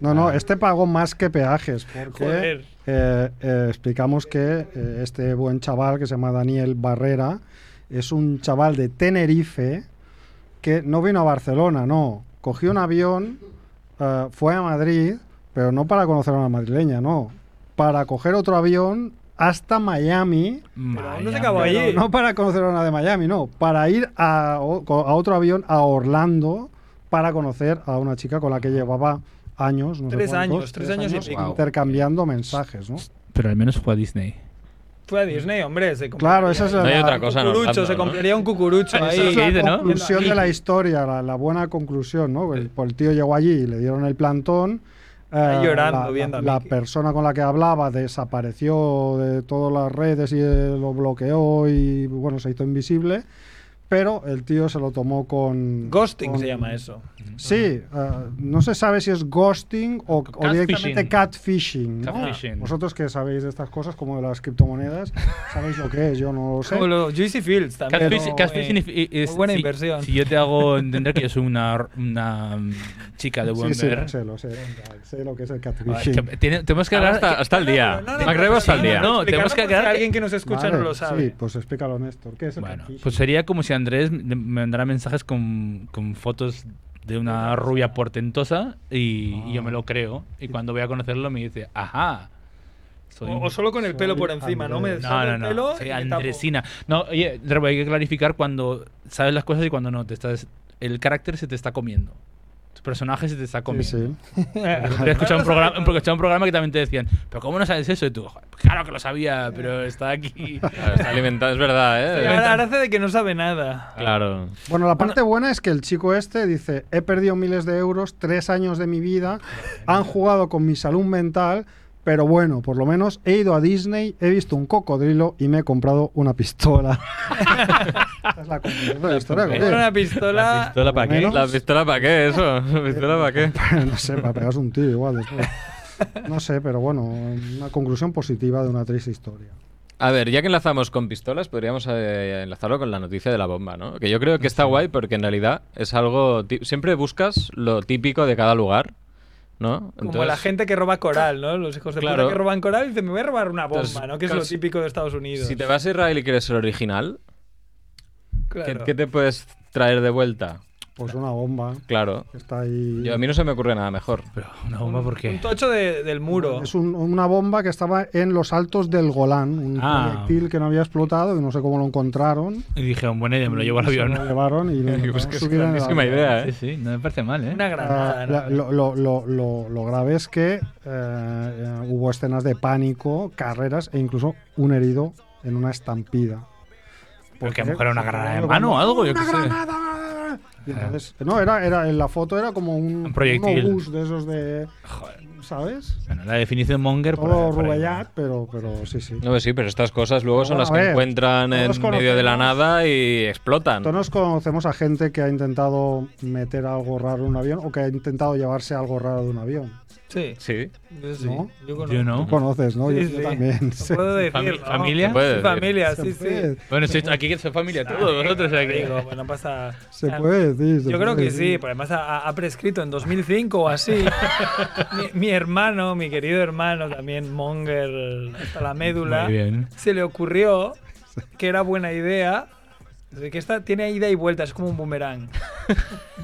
Speaker 6: No, no, este pagó más que peajes, porque
Speaker 2: Joder.
Speaker 6: eh, eh, explicamos que eh, este buen chaval que se llama Daniel Barrera es un chaval de Tenerife que no vino a Barcelona, no. Cogió un avión, eh, fue a Madrid, pero no para conocer a una madrileña, no. Para coger otro avión hasta Miami,
Speaker 2: Pero aún no
Speaker 3: Miami.
Speaker 2: se acabó ahí.
Speaker 6: pero
Speaker 2: Sí.
Speaker 6: no para conocer a una de Miami, no. Para ir a, o- co- a otro avión a Orlando para conocer a una chica con la que llevaba años, no sé
Speaker 2: Tres
Speaker 6: cuántos,
Speaker 2: años, tres años y pico.
Speaker 6: intercambiando mensajes, ¿no?
Speaker 3: Pero al menos fue a Disney.
Speaker 2: Fue a Disney, hombre. Se
Speaker 6: Claro, esa es la,
Speaker 5: No hay otra cosa. en
Speaker 2: cucurucho,
Speaker 5: Orlando,
Speaker 2: se
Speaker 5: ¿no?
Speaker 2: compraría un cucurucho
Speaker 3: Eso
Speaker 6: esa es
Speaker 2: ahí.
Speaker 3: que
Speaker 6: la
Speaker 3: dice, ¿no?
Speaker 6: conclusión de la historia, la, la buena conclusión, ¿no? El, pues el tío llegó allí y le dieron el plantón. eh,
Speaker 2: Ahí llorando,
Speaker 6: la,
Speaker 2: viendo a
Speaker 6: la
Speaker 2: Mickey.
Speaker 6: persona con la que hablaba desapareció de todas las redes y eh, lo bloqueó y bueno, se hizo invisible. Pero el tío se lo tomó con.
Speaker 2: Ghosting
Speaker 6: con-
Speaker 2: se llama eso.
Speaker 6: Sí, eh, no se sabe si es ghosting o, o directamente catfishing.
Speaker 3: Catfishing.
Speaker 6: ¿no?
Speaker 3: Catfishing.
Speaker 6: Vosotros que sabéis de estas cosas, como de las criptomonedas, sabéis lo que es, yo no lo sé.
Speaker 2: Como los Juicy Fields también.
Speaker 3: Catfish-
Speaker 2: ¿no?
Speaker 3: catfishing
Speaker 2: Eh,
Speaker 3: if- i- is-
Speaker 2: muy buena
Speaker 3: si-
Speaker 2: inversión.
Speaker 3: Si yo te hago entender que yo soy una, una mm, chica de
Speaker 6: Sí, sí,
Speaker 3: Wonder.
Speaker 6: sé, lo sé, sé lo que es el
Speaker 3: Ah, es
Speaker 6: catfishing.
Speaker 3: que tiene- tenemos que
Speaker 5: Ahora
Speaker 3: hablar
Speaker 5: está, está el día.
Speaker 2: No, no,
Speaker 5: Me agrego hasta el
Speaker 2: no,
Speaker 5: día.
Speaker 2: No,
Speaker 3: No, tenemos que
Speaker 2: que
Speaker 3: aclarar que-
Speaker 2: alguien que nos escucha
Speaker 6: Vale,
Speaker 2: no lo
Speaker 6: Sí,
Speaker 2: sabe.
Speaker 6: pues explícalo, Néstor. ¿Qué es el
Speaker 3: Bueno,
Speaker 6: catfishing?
Speaker 3: pues sería como si Andrés me me mandara mensajes con, con fotos de una rubia portentosa y, y yo me lo creo. Y
Speaker 6: Ah.
Speaker 3: cuando voy a conocerlo me dice, ajá. soy
Speaker 2: o,
Speaker 3: un-
Speaker 2: o solo con el pelo por
Speaker 6: Soy
Speaker 2: encima, ¿no? Me
Speaker 6: Andrés.
Speaker 2: saco
Speaker 3: pues, no, no,
Speaker 2: el pelo
Speaker 3: no.
Speaker 2: y
Speaker 3: Soy
Speaker 2: me tapo.
Speaker 3: Andresina. No, oye, Rebo, hay que clarificar cuando sabes las cosas y cuando no. Te estás, el carácter se te está comiendo. Tu personaje se te está
Speaker 6: Sí,
Speaker 3: comiendo.
Speaker 6: sí.
Speaker 3: (laughs) He escuchado,
Speaker 2: Claro,
Speaker 3: un programa,
Speaker 2: sabe
Speaker 3: he
Speaker 2: todo.
Speaker 3: escuchado un programa que también te decían, pero ¿cómo no sabes eso? Y tú, "Joder, pues claro que lo sabía, pero está (laughs) aquí.
Speaker 5: Claro, está alimentado, es verdad,
Speaker 2: Y
Speaker 5: ¿eh?
Speaker 2: ahora, ahora hace de que no sabe nada.
Speaker 5: Claro.
Speaker 6: Bueno, la parte buena es que el chico este dice, he perdido miles de euros, tres años de mi vida, han jugado con mi salud mental, pero bueno, por lo menos he ido a Disney, he visto un cocodrilo y me he comprado una
Speaker 3: (laughs)
Speaker 6: pistola. Esa es la conclusión de la historia.
Speaker 5: Eh,
Speaker 2: Con una
Speaker 6: ¿no?
Speaker 2: pistola.
Speaker 6: para qué?
Speaker 5: ¿La pistola para qué? Eso. ¿La pistola para qué?
Speaker 6: (laughs) no sé, para pegarse un tiro igual después. No sé, pero bueno, una conclusión positiva de una triste historia.
Speaker 5: A ver, ya que enlazamos con pistolas, podríamos eh, enlazarlo con la noticia de la bomba, ¿no? Que yo creo que está guay porque en realidad es algo. ti- Siempre buscas lo típico de cada lugar, ¿no?
Speaker 2: Como la gente que roba coral, ¿no? Los hijos de
Speaker 5: Claro.
Speaker 2: puta que roban coral y dicen, me voy a robar una bomba,
Speaker 5: Entonces,
Speaker 2: ¿no? Que es lo
Speaker 5: casi-
Speaker 2: típico de Estados Unidos.
Speaker 5: Si te vas a Israel y quieres ser original, ¿qué-
Speaker 2: Claro.
Speaker 5: ¿qué, te puedes traer de vuelta?
Speaker 6: Pues una bomba
Speaker 5: Claro.
Speaker 6: que está ahí...
Speaker 5: Yo, a mí no se me ocurre nada mejor.
Speaker 3: Pero una bomba, ¿por
Speaker 2: Un
Speaker 3: qué?
Speaker 2: tocho de- del muro.
Speaker 6: Es un- una bomba que estaba en los altos del Golán, un
Speaker 3: Ah.
Speaker 6: proyectil que no había explotado y no sé cómo lo encontraron.
Speaker 3: Y dije, buena idea, me lo llevo al
Speaker 6: Y se
Speaker 3: avión.
Speaker 6: Lo llevaron
Speaker 5: (laughs)
Speaker 6: y lo
Speaker 5: Pues
Speaker 6: intentaron
Speaker 5: que es
Speaker 6: subir en el
Speaker 5: grandísima
Speaker 6: avión.
Speaker 3: (laughs)
Speaker 5: idea,
Speaker 3: Sí,
Speaker 5: ¿eh?
Speaker 3: sí, no me parece mal, ¿eh?
Speaker 2: Una
Speaker 6: Ah,
Speaker 2: granada. ¿no?
Speaker 6: la- lo, lo- lo- lo- lo grave es que eh, eh, hubo escenas de pánico, carreras e incluso un herido en una estampida.
Speaker 3: Porque a lo mejor era una granada de
Speaker 6: Como,
Speaker 3: mano o algo, yo
Speaker 6: ¡Una
Speaker 3: qué sé.
Speaker 6: granada! Y entonces- no, era, era, en la foto era como un,
Speaker 3: Un proyectil.
Speaker 6: un obús de esos de.
Speaker 3: Joder.
Speaker 6: ¿Sabes?
Speaker 3: Bueno, la definición monger. por-
Speaker 6: Todo
Speaker 3: por ahí.
Speaker 6: Rubayat, pero, pero sí, sí.
Speaker 5: No, pues sí, pero estas cosas luego son
Speaker 6: Bueno,
Speaker 5: las
Speaker 6: a
Speaker 5: que
Speaker 6: ver,
Speaker 5: encuentran en
Speaker 6: todos
Speaker 5: medio de la
Speaker 6: conocemos-
Speaker 5: nada y explotan.
Speaker 6: Todos nos conocemos a gente que ha intentado meter algo raro en un avión o que ha intentado llevarse algo raro de un avión.
Speaker 2: Sí.
Speaker 5: Sí.
Speaker 2: Yo sí.
Speaker 6: ¿No?
Speaker 2: Yo conozco.
Speaker 3: Yo no.
Speaker 6: Tú conoces, ¿no? Yo,
Speaker 2: Sí,
Speaker 6: yo
Speaker 2: sí.
Speaker 6: también.
Speaker 2: No puedo decir,
Speaker 3: (laughs) Fami-
Speaker 2: ¿no?
Speaker 3: ¿Familia?
Speaker 5: Se puede
Speaker 2: Sí,
Speaker 5: decir.
Speaker 2: familia,
Speaker 6: Se
Speaker 2: sí,
Speaker 6: puede,
Speaker 2: sí.
Speaker 3: Bueno, sois- aquí sois familia, todos vosotros. o sea que-
Speaker 2: Digo, pues no pasa.
Speaker 6: (laughs) se puede decir. se
Speaker 2: Yo creo
Speaker 6: puede
Speaker 2: que sí,
Speaker 6: decir.
Speaker 2: pero además ha, ha prescrito en 2005
Speaker 3: (laughs)
Speaker 2: o así. mi, mi hermano, mi querido hermano, también Monger hasta la médula,
Speaker 3: Muy bien.
Speaker 2: se le ocurrió que era buena idea, de que esta tiene ida y vuelta, es como un boomerang,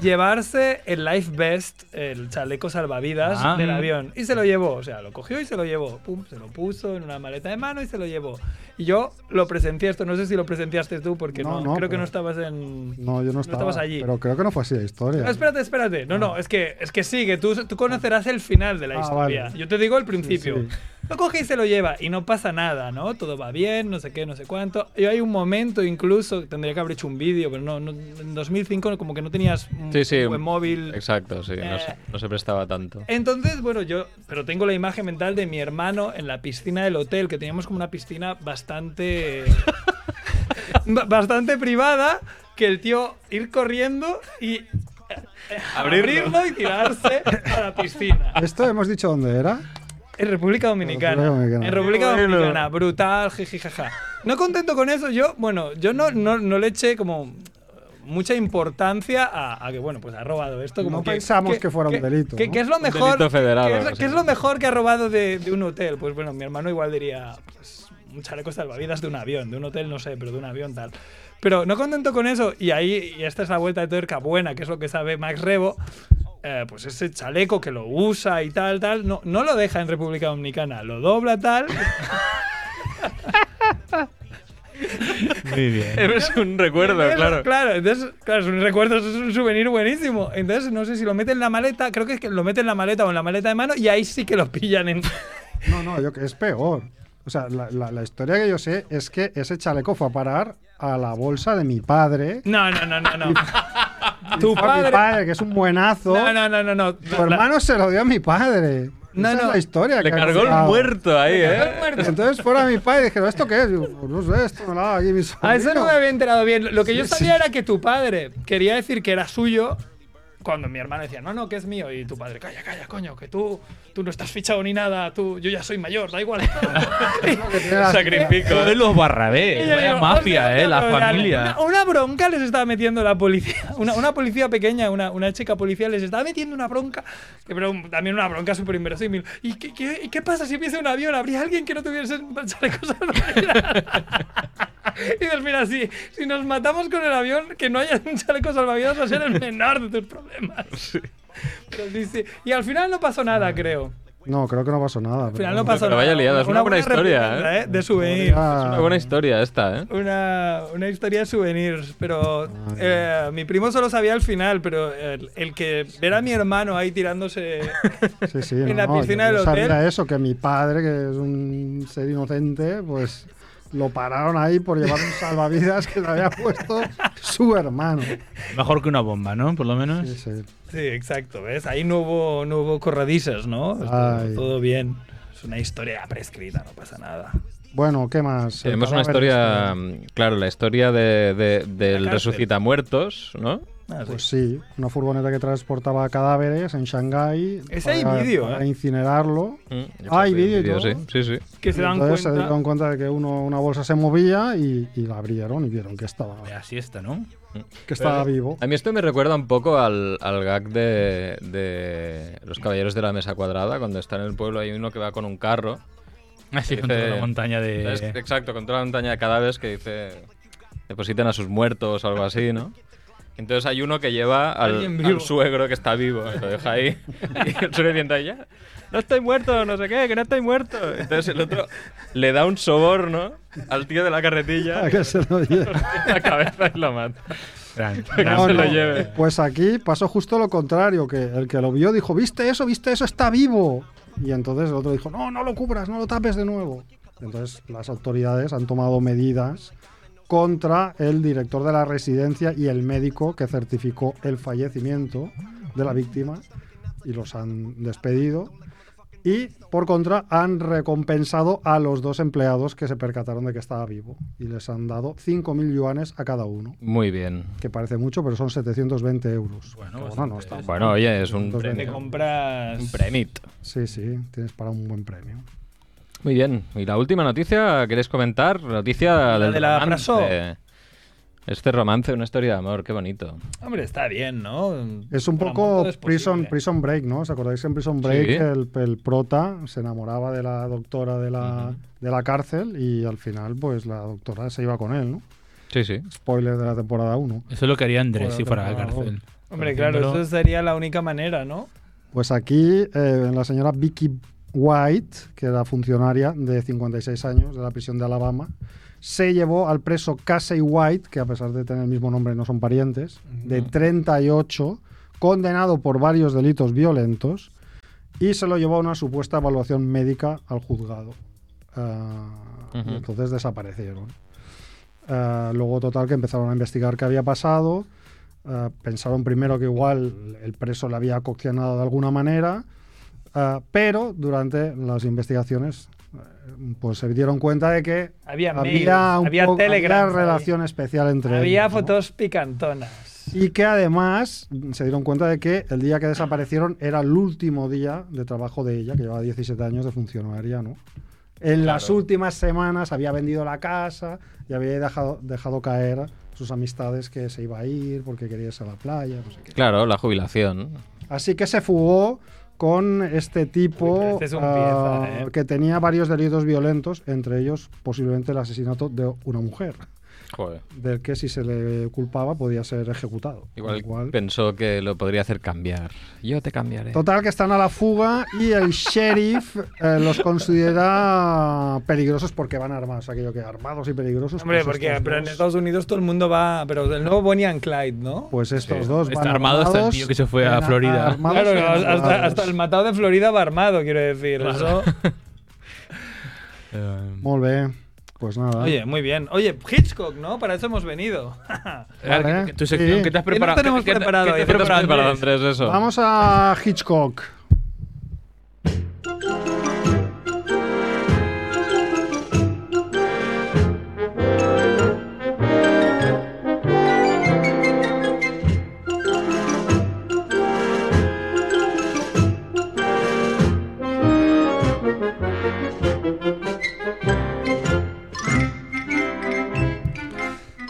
Speaker 2: llevarse el life vest, el chaleco salvavidas
Speaker 3: Ah.
Speaker 2: del avión. Y se lo llevó, o sea, lo cogió y se lo llevó. Pum, se lo puso en una maleta de mano y se lo llevó. Y yo lo presencié esto, no sé si lo presenciaste tú, porque
Speaker 6: No,
Speaker 2: no,
Speaker 6: no,
Speaker 2: creo que
Speaker 6: pero-
Speaker 2: no estabas en...
Speaker 6: No, yo no
Speaker 2: no
Speaker 6: estaba.
Speaker 2: estabas allí.
Speaker 6: Pero creo que no fue así la historia.
Speaker 2: No, espérate, espérate. No, no, es que, es que sí, que tú, tú conocerás el final de la
Speaker 6: Ah,
Speaker 2: historia.
Speaker 6: vale.
Speaker 2: Yo te digo el principio.
Speaker 6: Sí, sí.
Speaker 2: Lo coge y se lo lleva y no pasa nada, ¿no? Todo va bien, no sé qué, no sé cuánto. Y hay un momento incluso, tendría que haber hecho un vídeo, pero no, no- en 2005 como que no tenías un
Speaker 5: Sí, sí.
Speaker 2: buen móvil.
Speaker 5: Exacto, sí. No, se,
Speaker 2: Eh.
Speaker 5: no se prestaba tanto.
Speaker 2: Entonces, bueno, yo, pero tengo la imagen mental de mi hermano en la piscina del hotel, que teníamos como una piscina bastante, ba- bastante privada, que el tío ir corriendo y eh, abrirlo y tirarse a la piscina.
Speaker 6: Esto hemos dicho dónde era.
Speaker 2: En República Dominicana.
Speaker 6: República Dominicana.
Speaker 2: En República
Speaker 3: Bueno.
Speaker 2: Dominicana. Brutal, jijijaja. No contento con eso, yo, bueno, yo no, no, no le eché como mucha importancia a, a que, bueno, pues ha robado esto. Como
Speaker 6: No pensamos que fuera un delito,
Speaker 2: Que,
Speaker 6: ¿no?
Speaker 2: que es lo mejor.
Speaker 5: delito federado,
Speaker 2: que es,
Speaker 5: sí.
Speaker 2: que es lo mejor que ha robado de, de un hotel? Pues bueno, mi hermano igual diría. Pues, un chaleco salvavidas de un avión, de un hotel no sé, pero de un avión tal. Pero no contento con eso, y ahí, y esta es la vuelta de tuerca buena, que es lo que sabe Max Rebo, eh, pues ese chaleco que lo usa y tal, tal, no, no lo deja en República Dominicana, lo
Speaker 5: (laughs)
Speaker 2: dobla tal,
Speaker 3: Muy (laughs) bien.
Speaker 5: Es un recuerdo,
Speaker 2: Entonces,
Speaker 5: claro.
Speaker 2: entonces, claro, es un recuerdo, es un souvenir buenísimo. Entonces, no sé si lo mete en la maleta, creo que es que lo mete en la maleta o en la maleta de mano y ahí sí que lo pillan en...
Speaker 6: No, no, yo que es peor. O sea, la, la- la historia que yo sé es que ese chaleco fue a parar a la bolsa de mi padre.
Speaker 2: No, no, no, no, no. (laughs) tu
Speaker 6: Fue a Mi
Speaker 2: padre...
Speaker 6: padre, que es un buenazo.
Speaker 2: No, no, no, no, no.
Speaker 6: Tu hermano se lo dio a mi padre.
Speaker 2: No,
Speaker 6: Esa
Speaker 2: no.
Speaker 6: es la historia.
Speaker 5: Le
Speaker 6: que ha
Speaker 5: cargó el
Speaker 6: contado.
Speaker 5: muerto ahí, ¿eh?
Speaker 6: Entonces fueron a mi padre y dijeron, ¿esto qué es? Digo, pues no sé, esto me lo ha dado aquí mi
Speaker 2: (laughs) A eso no
Speaker 6: sobrino".
Speaker 2: me había enterado bien. Lo que yo
Speaker 6: Sí,
Speaker 2: sabía era que tu padre quería decir que era suyo cuando mi hermana decía, no, no, que es mío. Y tu padre, calla, calla, coño, que tú, tú no estás fichado ni nada, tú, yo ya soy mayor,
Speaker 6: (laughs)
Speaker 2: da igual.
Speaker 6: Que tiene las-
Speaker 5: Sacrifico.
Speaker 6: Ah.
Speaker 3: Joder, los
Speaker 2: Y
Speaker 3: barrabés.
Speaker 2: yo
Speaker 3: Vaya
Speaker 2: digo,
Speaker 3: mafia,
Speaker 2: hostia,
Speaker 3: eh, la
Speaker 2: pero la-
Speaker 3: familia.
Speaker 2: Una, una bronca les estaba metiendo la policía. (laughs) Una, una policía pequeña, una, una chica policía, les estaba metiendo una bronca. que Pero un- también una bronca súper inverosímil. ¿Y qué, qué- y qué pasa si empieza un avión? ¿Habría alguien que no tuviese chalecos salvavidas? (laughs) y dices, mira, si, si nos matamos con el avión, que no haya un chaleco salvavidas va a ser el menor de tus problemas. Pero sí, sí. Y al final no pasó nada, creo.
Speaker 6: No, creo que no pasó nada.
Speaker 2: Al
Speaker 6: pero
Speaker 2: final no
Speaker 6: bueno.
Speaker 2: pasó
Speaker 5: pero vaya
Speaker 2: nada.
Speaker 5: liada, es una buena historia,
Speaker 2: reprimenda,
Speaker 5: ¿eh?
Speaker 2: De souvenir.
Speaker 6: Ah,
Speaker 5: Es una buena historia esta, ¿eh?
Speaker 2: Una, una historia de souvenirs, pero eh, mi primo solo sabía el final, pero el, el que ver a mi hermano
Speaker 6: (laughs)
Speaker 2: ahí tirándose...
Speaker 6: Sí,
Speaker 2: (laughs)
Speaker 6: sí,
Speaker 2: en
Speaker 6: no,
Speaker 2: la
Speaker 6: no,
Speaker 2: piscina
Speaker 6: yo
Speaker 2: del
Speaker 6: no sabía
Speaker 2: hotel.
Speaker 6: eso, que mi padre, que es un ser inocente, pues lo pararon ahí por llevar un salvavidas que le había puesto su hermano.
Speaker 3: Mejor que una bomba, ¿no? Por lo menos.
Speaker 6: Sí, sí.
Speaker 2: sí, exacto, ¿ves? Ahí no hubo, no hubo corradizas, ¿no? Estuvo
Speaker 6: Ay.
Speaker 2: todo bien. Es una historia prescrita, no pasa nada.
Speaker 6: Bueno, ¿qué más?
Speaker 5: Tenemos una
Speaker 6: El cadáver este.
Speaker 5: historia, mm, claro, la historia de, de- del
Speaker 2: cárcel.
Speaker 5: resucita muertos, ¿no?
Speaker 2: Ah,
Speaker 6: este.
Speaker 2: sí.
Speaker 6: Pues sí, una furgoneta que transportaba cadáveres en Shanghái.
Speaker 2: Ese hay
Speaker 6: para-
Speaker 2: vídeo,
Speaker 6: Para
Speaker 2: ¿eh?
Speaker 6: incinerarlo.
Speaker 5: Mm, yo
Speaker 6: Ah, hay
Speaker 5: creo que
Speaker 6: vídeo y todo.
Speaker 5: sí, sí, sí.
Speaker 2: que se dan
Speaker 6: Entonces se
Speaker 2: cuenta...
Speaker 6: dieron cuenta de que uno, una bolsa se movía y, y la abrieron y vieron que estaba,
Speaker 3: Vaya siesta, ¿no?
Speaker 6: que estaba vivo.
Speaker 5: A mí esto me recuerda un poco al, al gag de, de los caballeros de la mesa cuadrada, cuando está en el pueblo hay uno que va con un carro.
Speaker 3: Así, con
Speaker 5: Dice-
Speaker 3: toda la montaña
Speaker 5: Es-
Speaker 2: Eh.
Speaker 3: de.
Speaker 5: exacto, con toda la montaña de cadáveres que dice depositan a sus muertos o algo así,
Speaker 2: (laughs)
Speaker 5: ¿no? Entonces hay uno que lleva
Speaker 2: Alguien
Speaker 5: al,
Speaker 2: vivo.
Speaker 5: al suegro que está vivo, lo deja
Speaker 2: (laughs)
Speaker 5: ahí. Y el suegro diciendo ya, no estoy muerto, no sé qué, que no estoy muerto. Entonces el otro le da un soborno al tío de la carretilla,
Speaker 2: (laughs)
Speaker 6: Ah, (laughs) que se lo lleve.
Speaker 5: la cabeza y lo mata.
Speaker 3: Gran-
Speaker 5: No,
Speaker 3: gran-
Speaker 5: se lo lleve.
Speaker 6: Pues aquí pasó justo lo contrario, que el que lo vio dijo, ¿viste eso? ¿Viste eso? Está vivo. Y entonces el otro dijo, no, no lo cubras, no lo tapes de nuevo. Entonces las autoridades han tomado medidas contra el director de la residencia y el médico que certificó el fallecimiento de la víctima y los han despedido. Y por contra han recompensado a los dos empleados que se percataron de que estaba vivo y les han dado 5.000 yuanes a cada uno
Speaker 5: Muy bien.
Speaker 6: que parece mucho, pero son 720 euros.
Speaker 3: Bueno,
Speaker 6: Que no
Speaker 3: bastante.
Speaker 6: está mal.
Speaker 5: Bueno, oye, es un
Speaker 6: Entonces,
Speaker 2: Te
Speaker 5: premio.
Speaker 2: compras...
Speaker 5: Un premit.
Speaker 6: Sí, sí, tienes para un buen premio.
Speaker 5: Muy bien. Y la última noticia, ¿queréis comentar? Noticia del
Speaker 2: de la
Speaker 5: romance.
Speaker 2: Brasó.
Speaker 5: Este romance, una historia de amor, qué bonito.
Speaker 2: Hombre, está bien, ¿no?
Speaker 6: Es un
Speaker 2: Por
Speaker 6: poco
Speaker 2: amor, todo es
Speaker 6: prison,
Speaker 2: posible.
Speaker 6: prison Break, ¿no? ¿Os acordáis que en Prison Break
Speaker 5: Sí.
Speaker 6: el, el prota se enamoraba de la doctora de la, de la cárcel y al final, pues la doctora se iba con él, ¿no?
Speaker 5: Sí, sí.
Speaker 6: Spoiler de la temporada 1.
Speaker 3: Eso es lo que haría Andrés
Speaker 6: Joder,
Speaker 3: si fuera a la
Speaker 6: por favor.
Speaker 3: cárcel.
Speaker 2: Hombre, claro,
Speaker 3: Haciéndolo-
Speaker 2: eso sería la única manera, ¿no?
Speaker 6: Pues aquí eh, la señora Vicky White, que era funcionaria de 56 años de la prisión de Alabama, se llevó al preso Casey White, que a pesar de tener el mismo nombre no son parientes, de 38, condenado por varios delitos violentos, y se lo llevó a una supuesta evaluación médica al juzgado. Ah, y
Speaker 5: Ujú.
Speaker 6: entonces desaparecieron. Ah, luego, total, que empezaron a investigar qué había pasado. Ah, pensaron primero que igual el preso le había coccionado de alguna manera, ah, pero durante las investigaciones eh, pues se dieron cuenta de que
Speaker 2: Había
Speaker 6: había,
Speaker 2: mails,
Speaker 6: un
Speaker 2: había
Speaker 6: po- había
Speaker 2: telegrams, había-
Speaker 6: relación especial entre
Speaker 2: Había
Speaker 6: ellos, ¿no?
Speaker 2: fotos picantonas.
Speaker 6: Y que además mm, se dieron cuenta de que el día que desaparecieron era el último día de trabajo de ella, que llevaba 17 años de funcionaria, ¿no? En las últimas semanas había vendido la casa y había dejado, dejado caer sus amistades que se iba a ir porque quería irse a la playa, no sé qué.
Speaker 5: Claro, la jubilación.
Speaker 6: Así que se fugó con este tipo
Speaker 2: Uy, pero este es un
Speaker 6: ah,
Speaker 2: pieza, ¿eh?
Speaker 6: que tenía varios delitos violentos, entre ellos posiblemente el asesinato de una mujer,
Speaker 5: Joder.
Speaker 6: del que si se le culpaba podía ser ejecutado.
Speaker 5: Igual,
Speaker 6: Con lo cual-
Speaker 5: pensó que lo podría hacer cambiar. Yo te cambiaré.
Speaker 6: Total, que están a la fuga y el sheriff eh, los considera peligrosos porque van armados. Aquello que armados y peligrosos.
Speaker 2: Hombre,
Speaker 6: pues
Speaker 2: porque
Speaker 6: estos
Speaker 2: pero en
Speaker 6: dos-
Speaker 2: Estados Unidos todo el mundo va. Pero del nuevo Bonnie and Clyde, ¿no?
Speaker 6: Pues estos
Speaker 3: Sí.
Speaker 6: dos
Speaker 3: Está
Speaker 6: van
Speaker 3: armado hasta el tío que se fue a
Speaker 6: Eran
Speaker 3: Florida.
Speaker 6: armados
Speaker 2: Claro,
Speaker 6: y
Speaker 2: hasta,
Speaker 6: armados.
Speaker 2: hasta el matado de Florida va armado, quiero
Speaker 3: (laughs)
Speaker 2: decir. Eso.
Speaker 3: Eh,
Speaker 6: Molt bé, pues nada.
Speaker 2: Oye, muy bien. Oye, Hitchcock, ¿no? Para eso hemos venido. (laughs)
Speaker 6: Vale.
Speaker 3: Tu sección,
Speaker 6: Sí.
Speaker 3: ¿qué te has
Speaker 2: ¿Qué nos
Speaker 3: preparado?
Speaker 2: tenemos
Speaker 3: ¿Qué- qué-
Speaker 2: preparado?
Speaker 3: qué te has
Speaker 2: ¿Qué te has
Speaker 3: preparado,
Speaker 5: Para
Speaker 3: Andrés?
Speaker 5: Andrés, eso.
Speaker 6: Vamos a Hitchcock.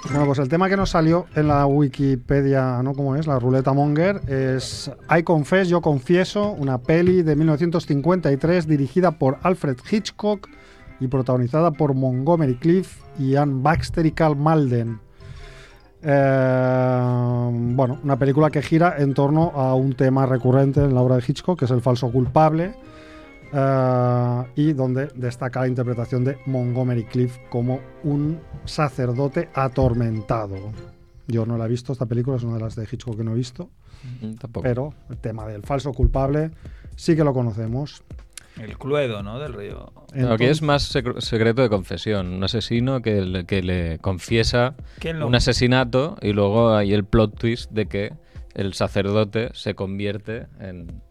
Speaker 6: Bueno, pues el tema que nos salió en la Wikipedia, ¿no? ¿Cómo es? La ruleta Monger es I Confess, Yo Confieso, una peli de 1953 dirigida por Alfred Hitchcock y protagonizada por Montgomery Cliff, Ian Baxter y Carl Malden. Eh, bueno, una película que gira en torno a un tema recurrente en la obra de Hitchcock, que es el falso culpable, eh, y donde destaca la interpretación de Montgomery Cliff como un sacerdote atormentado. Yo no la he visto, esta película es una de las de Hitchcock que no he visto,
Speaker 5: Mm, Tampoco.
Speaker 6: pero el tema del falso culpable sí que lo conocemos.
Speaker 2: El Cluedo, ¿no? Del río.
Speaker 5: Claro, que
Speaker 6: Entonces-
Speaker 5: es más secre- secreto de confesión. Un asesino que le, que le confiesa
Speaker 2: Que él no-
Speaker 5: un asesinato y luego hay el plot twist de que el sacerdote se convierte en,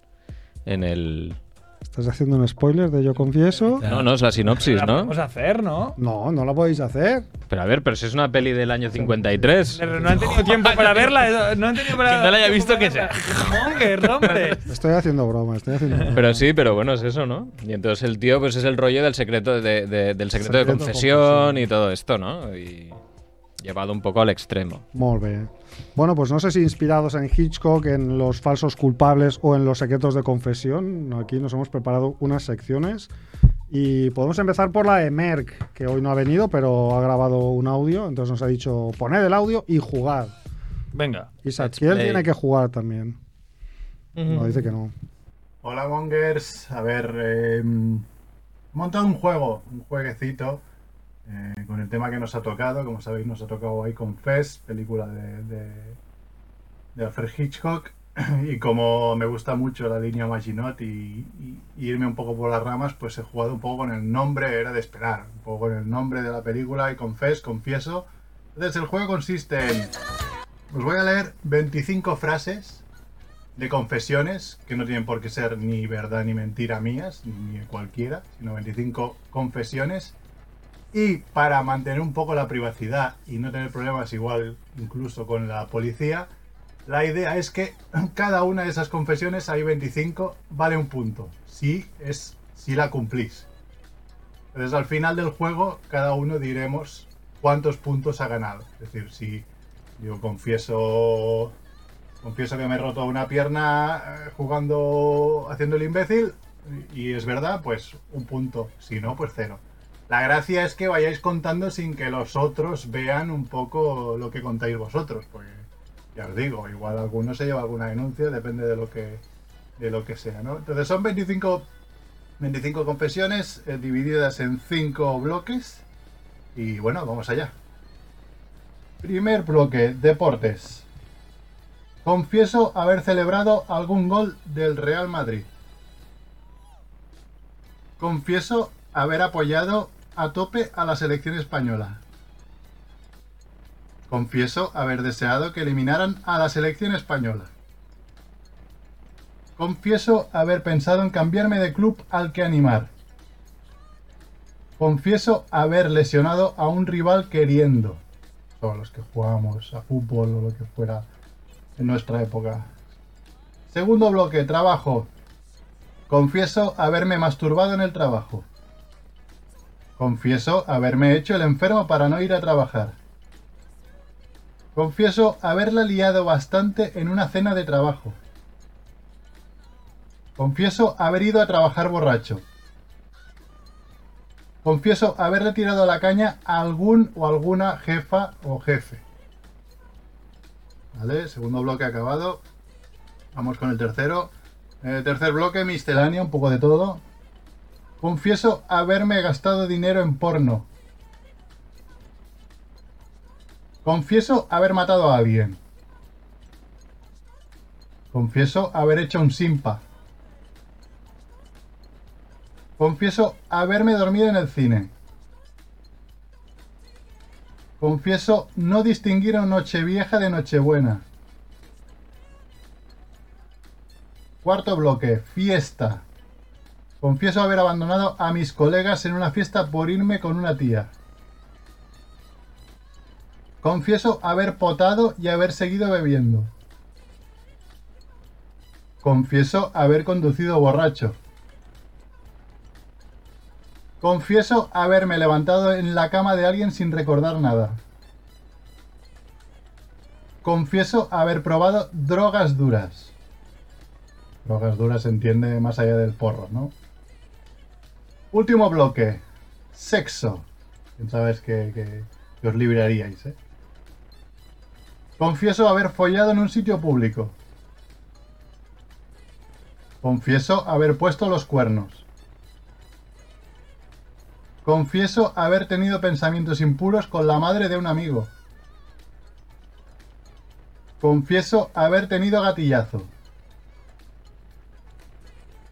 Speaker 5: en el...
Speaker 6: ¿Estás haciendo un spoiler de Yo Confieso?
Speaker 5: No, no, es Ah. la sinopsis,
Speaker 2: La
Speaker 5: ¿no?
Speaker 2: podemos hacer, ¿no?
Speaker 6: No, no lo podéis hacer.
Speaker 5: Pero a ver, pero si es una peli del año 53.
Speaker 2: Pero no han tenido tiempo
Speaker 3: (laughs)
Speaker 2: para verla. eh, No han tenido para
Speaker 3: Que no la haya
Speaker 2: tiempo
Speaker 3: visto,
Speaker 2: para
Speaker 3: que (laughs)
Speaker 2: verla. Monger, hombre.
Speaker 6: Estoy haciendo broma, estoy haciendo
Speaker 5: (laughs)
Speaker 6: broma.
Speaker 5: Pero sí, pero bueno, es eso, ¿no? Y entonces el tío pues es el rollo del secreto de, de- del secreto, de
Speaker 6: Secreto de
Speaker 5: confesión
Speaker 6: confesión.
Speaker 5: y todo esto, ¿no? Y llevado un poco al extremo.
Speaker 6: Molt bé. Bueno, pues no sé si inspirados en Hitchcock, en los falsos culpables o en los secretos de confesión, aquí nos hemos preparado unas secciones y podemos empezar por la de Merck, que hoy no ha venido, pero ha grabado un audio, entonces nos ha dicho poned el audio y jugad.
Speaker 2: Venga.
Speaker 6: Y
Speaker 5: Let's
Speaker 6: Sachiel
Speaker 5: play.
Speaker 6: tiene que jugar también. No, dice que no.
Speaker 4: Hola Gongers, a ver, eh, montado un juego, un jueguecito eh, con el tema que nos ha tocado, como sabéis nos ha tocado I Confess, película de, de, de Alfred Hitchcock, (clears throat) y como me gusta mucho la línea Maginot y, y- y irme un poco por las ramas, pues he jugado un poco con el nombre, era de esperar, un poco con el nombre de la película I Confess, confieso. Entonces el juego consiste en, os voy a leer 25 frases de confesiones, que no tienen por qué ser ni verdad ni mentira mías, ni de cualquiera, sino 25 confesiones. Y para mantener un poco la privacidad y no tener problemas igual incluso con la policía, la idea es que cada una de esas confesiones, hay 25, vale un punto, si, es, si la cumplís. Entonces al final del juego cada uno diremos cuántos puntos ha ganado. Es decir, si yo confieso confieso que me he roto una pierna eh, jugando, haciendo el imbécil, y y es verdad, pues un punto, si no, pues cero. La gracia es que vayáis contando sin que los otros vean un poco lo que contáis vosotros, porque ya os digo, igual alguno se lleva alguna denuncia, depende de lo que, de lo que sea, ¿no? Entonces son 25, 25 confesiones eh, divididas en 5 bloques, y bueno, vamos allá. Primer bloque, deportes. Confieso haber celebrado algún gol del Real Madrid. confieso haber apoyado a tope a la selección española. Confieso haber deseado que eliminaran a la selección española. Confieso haber pensado en cambiarme de club al que animar. Confieso haber lesionado a un rival queriendo. Todos los que jugamos a fútbol o lo que fuera en nuestra época. Segundo bloque, trabajo. Confieso haberme masturbado en el trabajo. Confieso haberme hecho el enfermo para no ir a trabajar. Confieso haberla liado bastante en una cena de trabajo. Confieso haber ido a trabajar borracho. Confieso haberle tirado la caña a algún o alguna jefa o jefe. ¿Vale? Segundo bloque acabado. Vamos con el tercero. Eh, tercer bloque, miscelánea, un poco de todo. Confieso haberme gastado dinero en porno. Confieso haber matado a alguien. Confieso haber hecho un simpa. Confieso haberme dormido en el cine. Confieso no distinguir a Nochevieja de Nochebuena. Cuarto bloque, fiesta. Confieso haber abandonado a mis colegas en una fiesta por irme con una tía. Confieso haber potado y haber seguido bebiendo. Confieso haber conducido borracho. Confieso haberme levantado en la cama de alguien sin recordar nada. Confieso haber probado drogas duras. Drogas duras se entiende más allá del porro, ¿no? Último bloque. Sexo. Pensabais que, que, que os libraríais, ¿eh? Confieso haber follado en un sitio público. Confieso haber puesto los cuernos. Confieso haber tenido pensamientos impuros con la madre de un amigo. Confieso haber tenido gatillazo.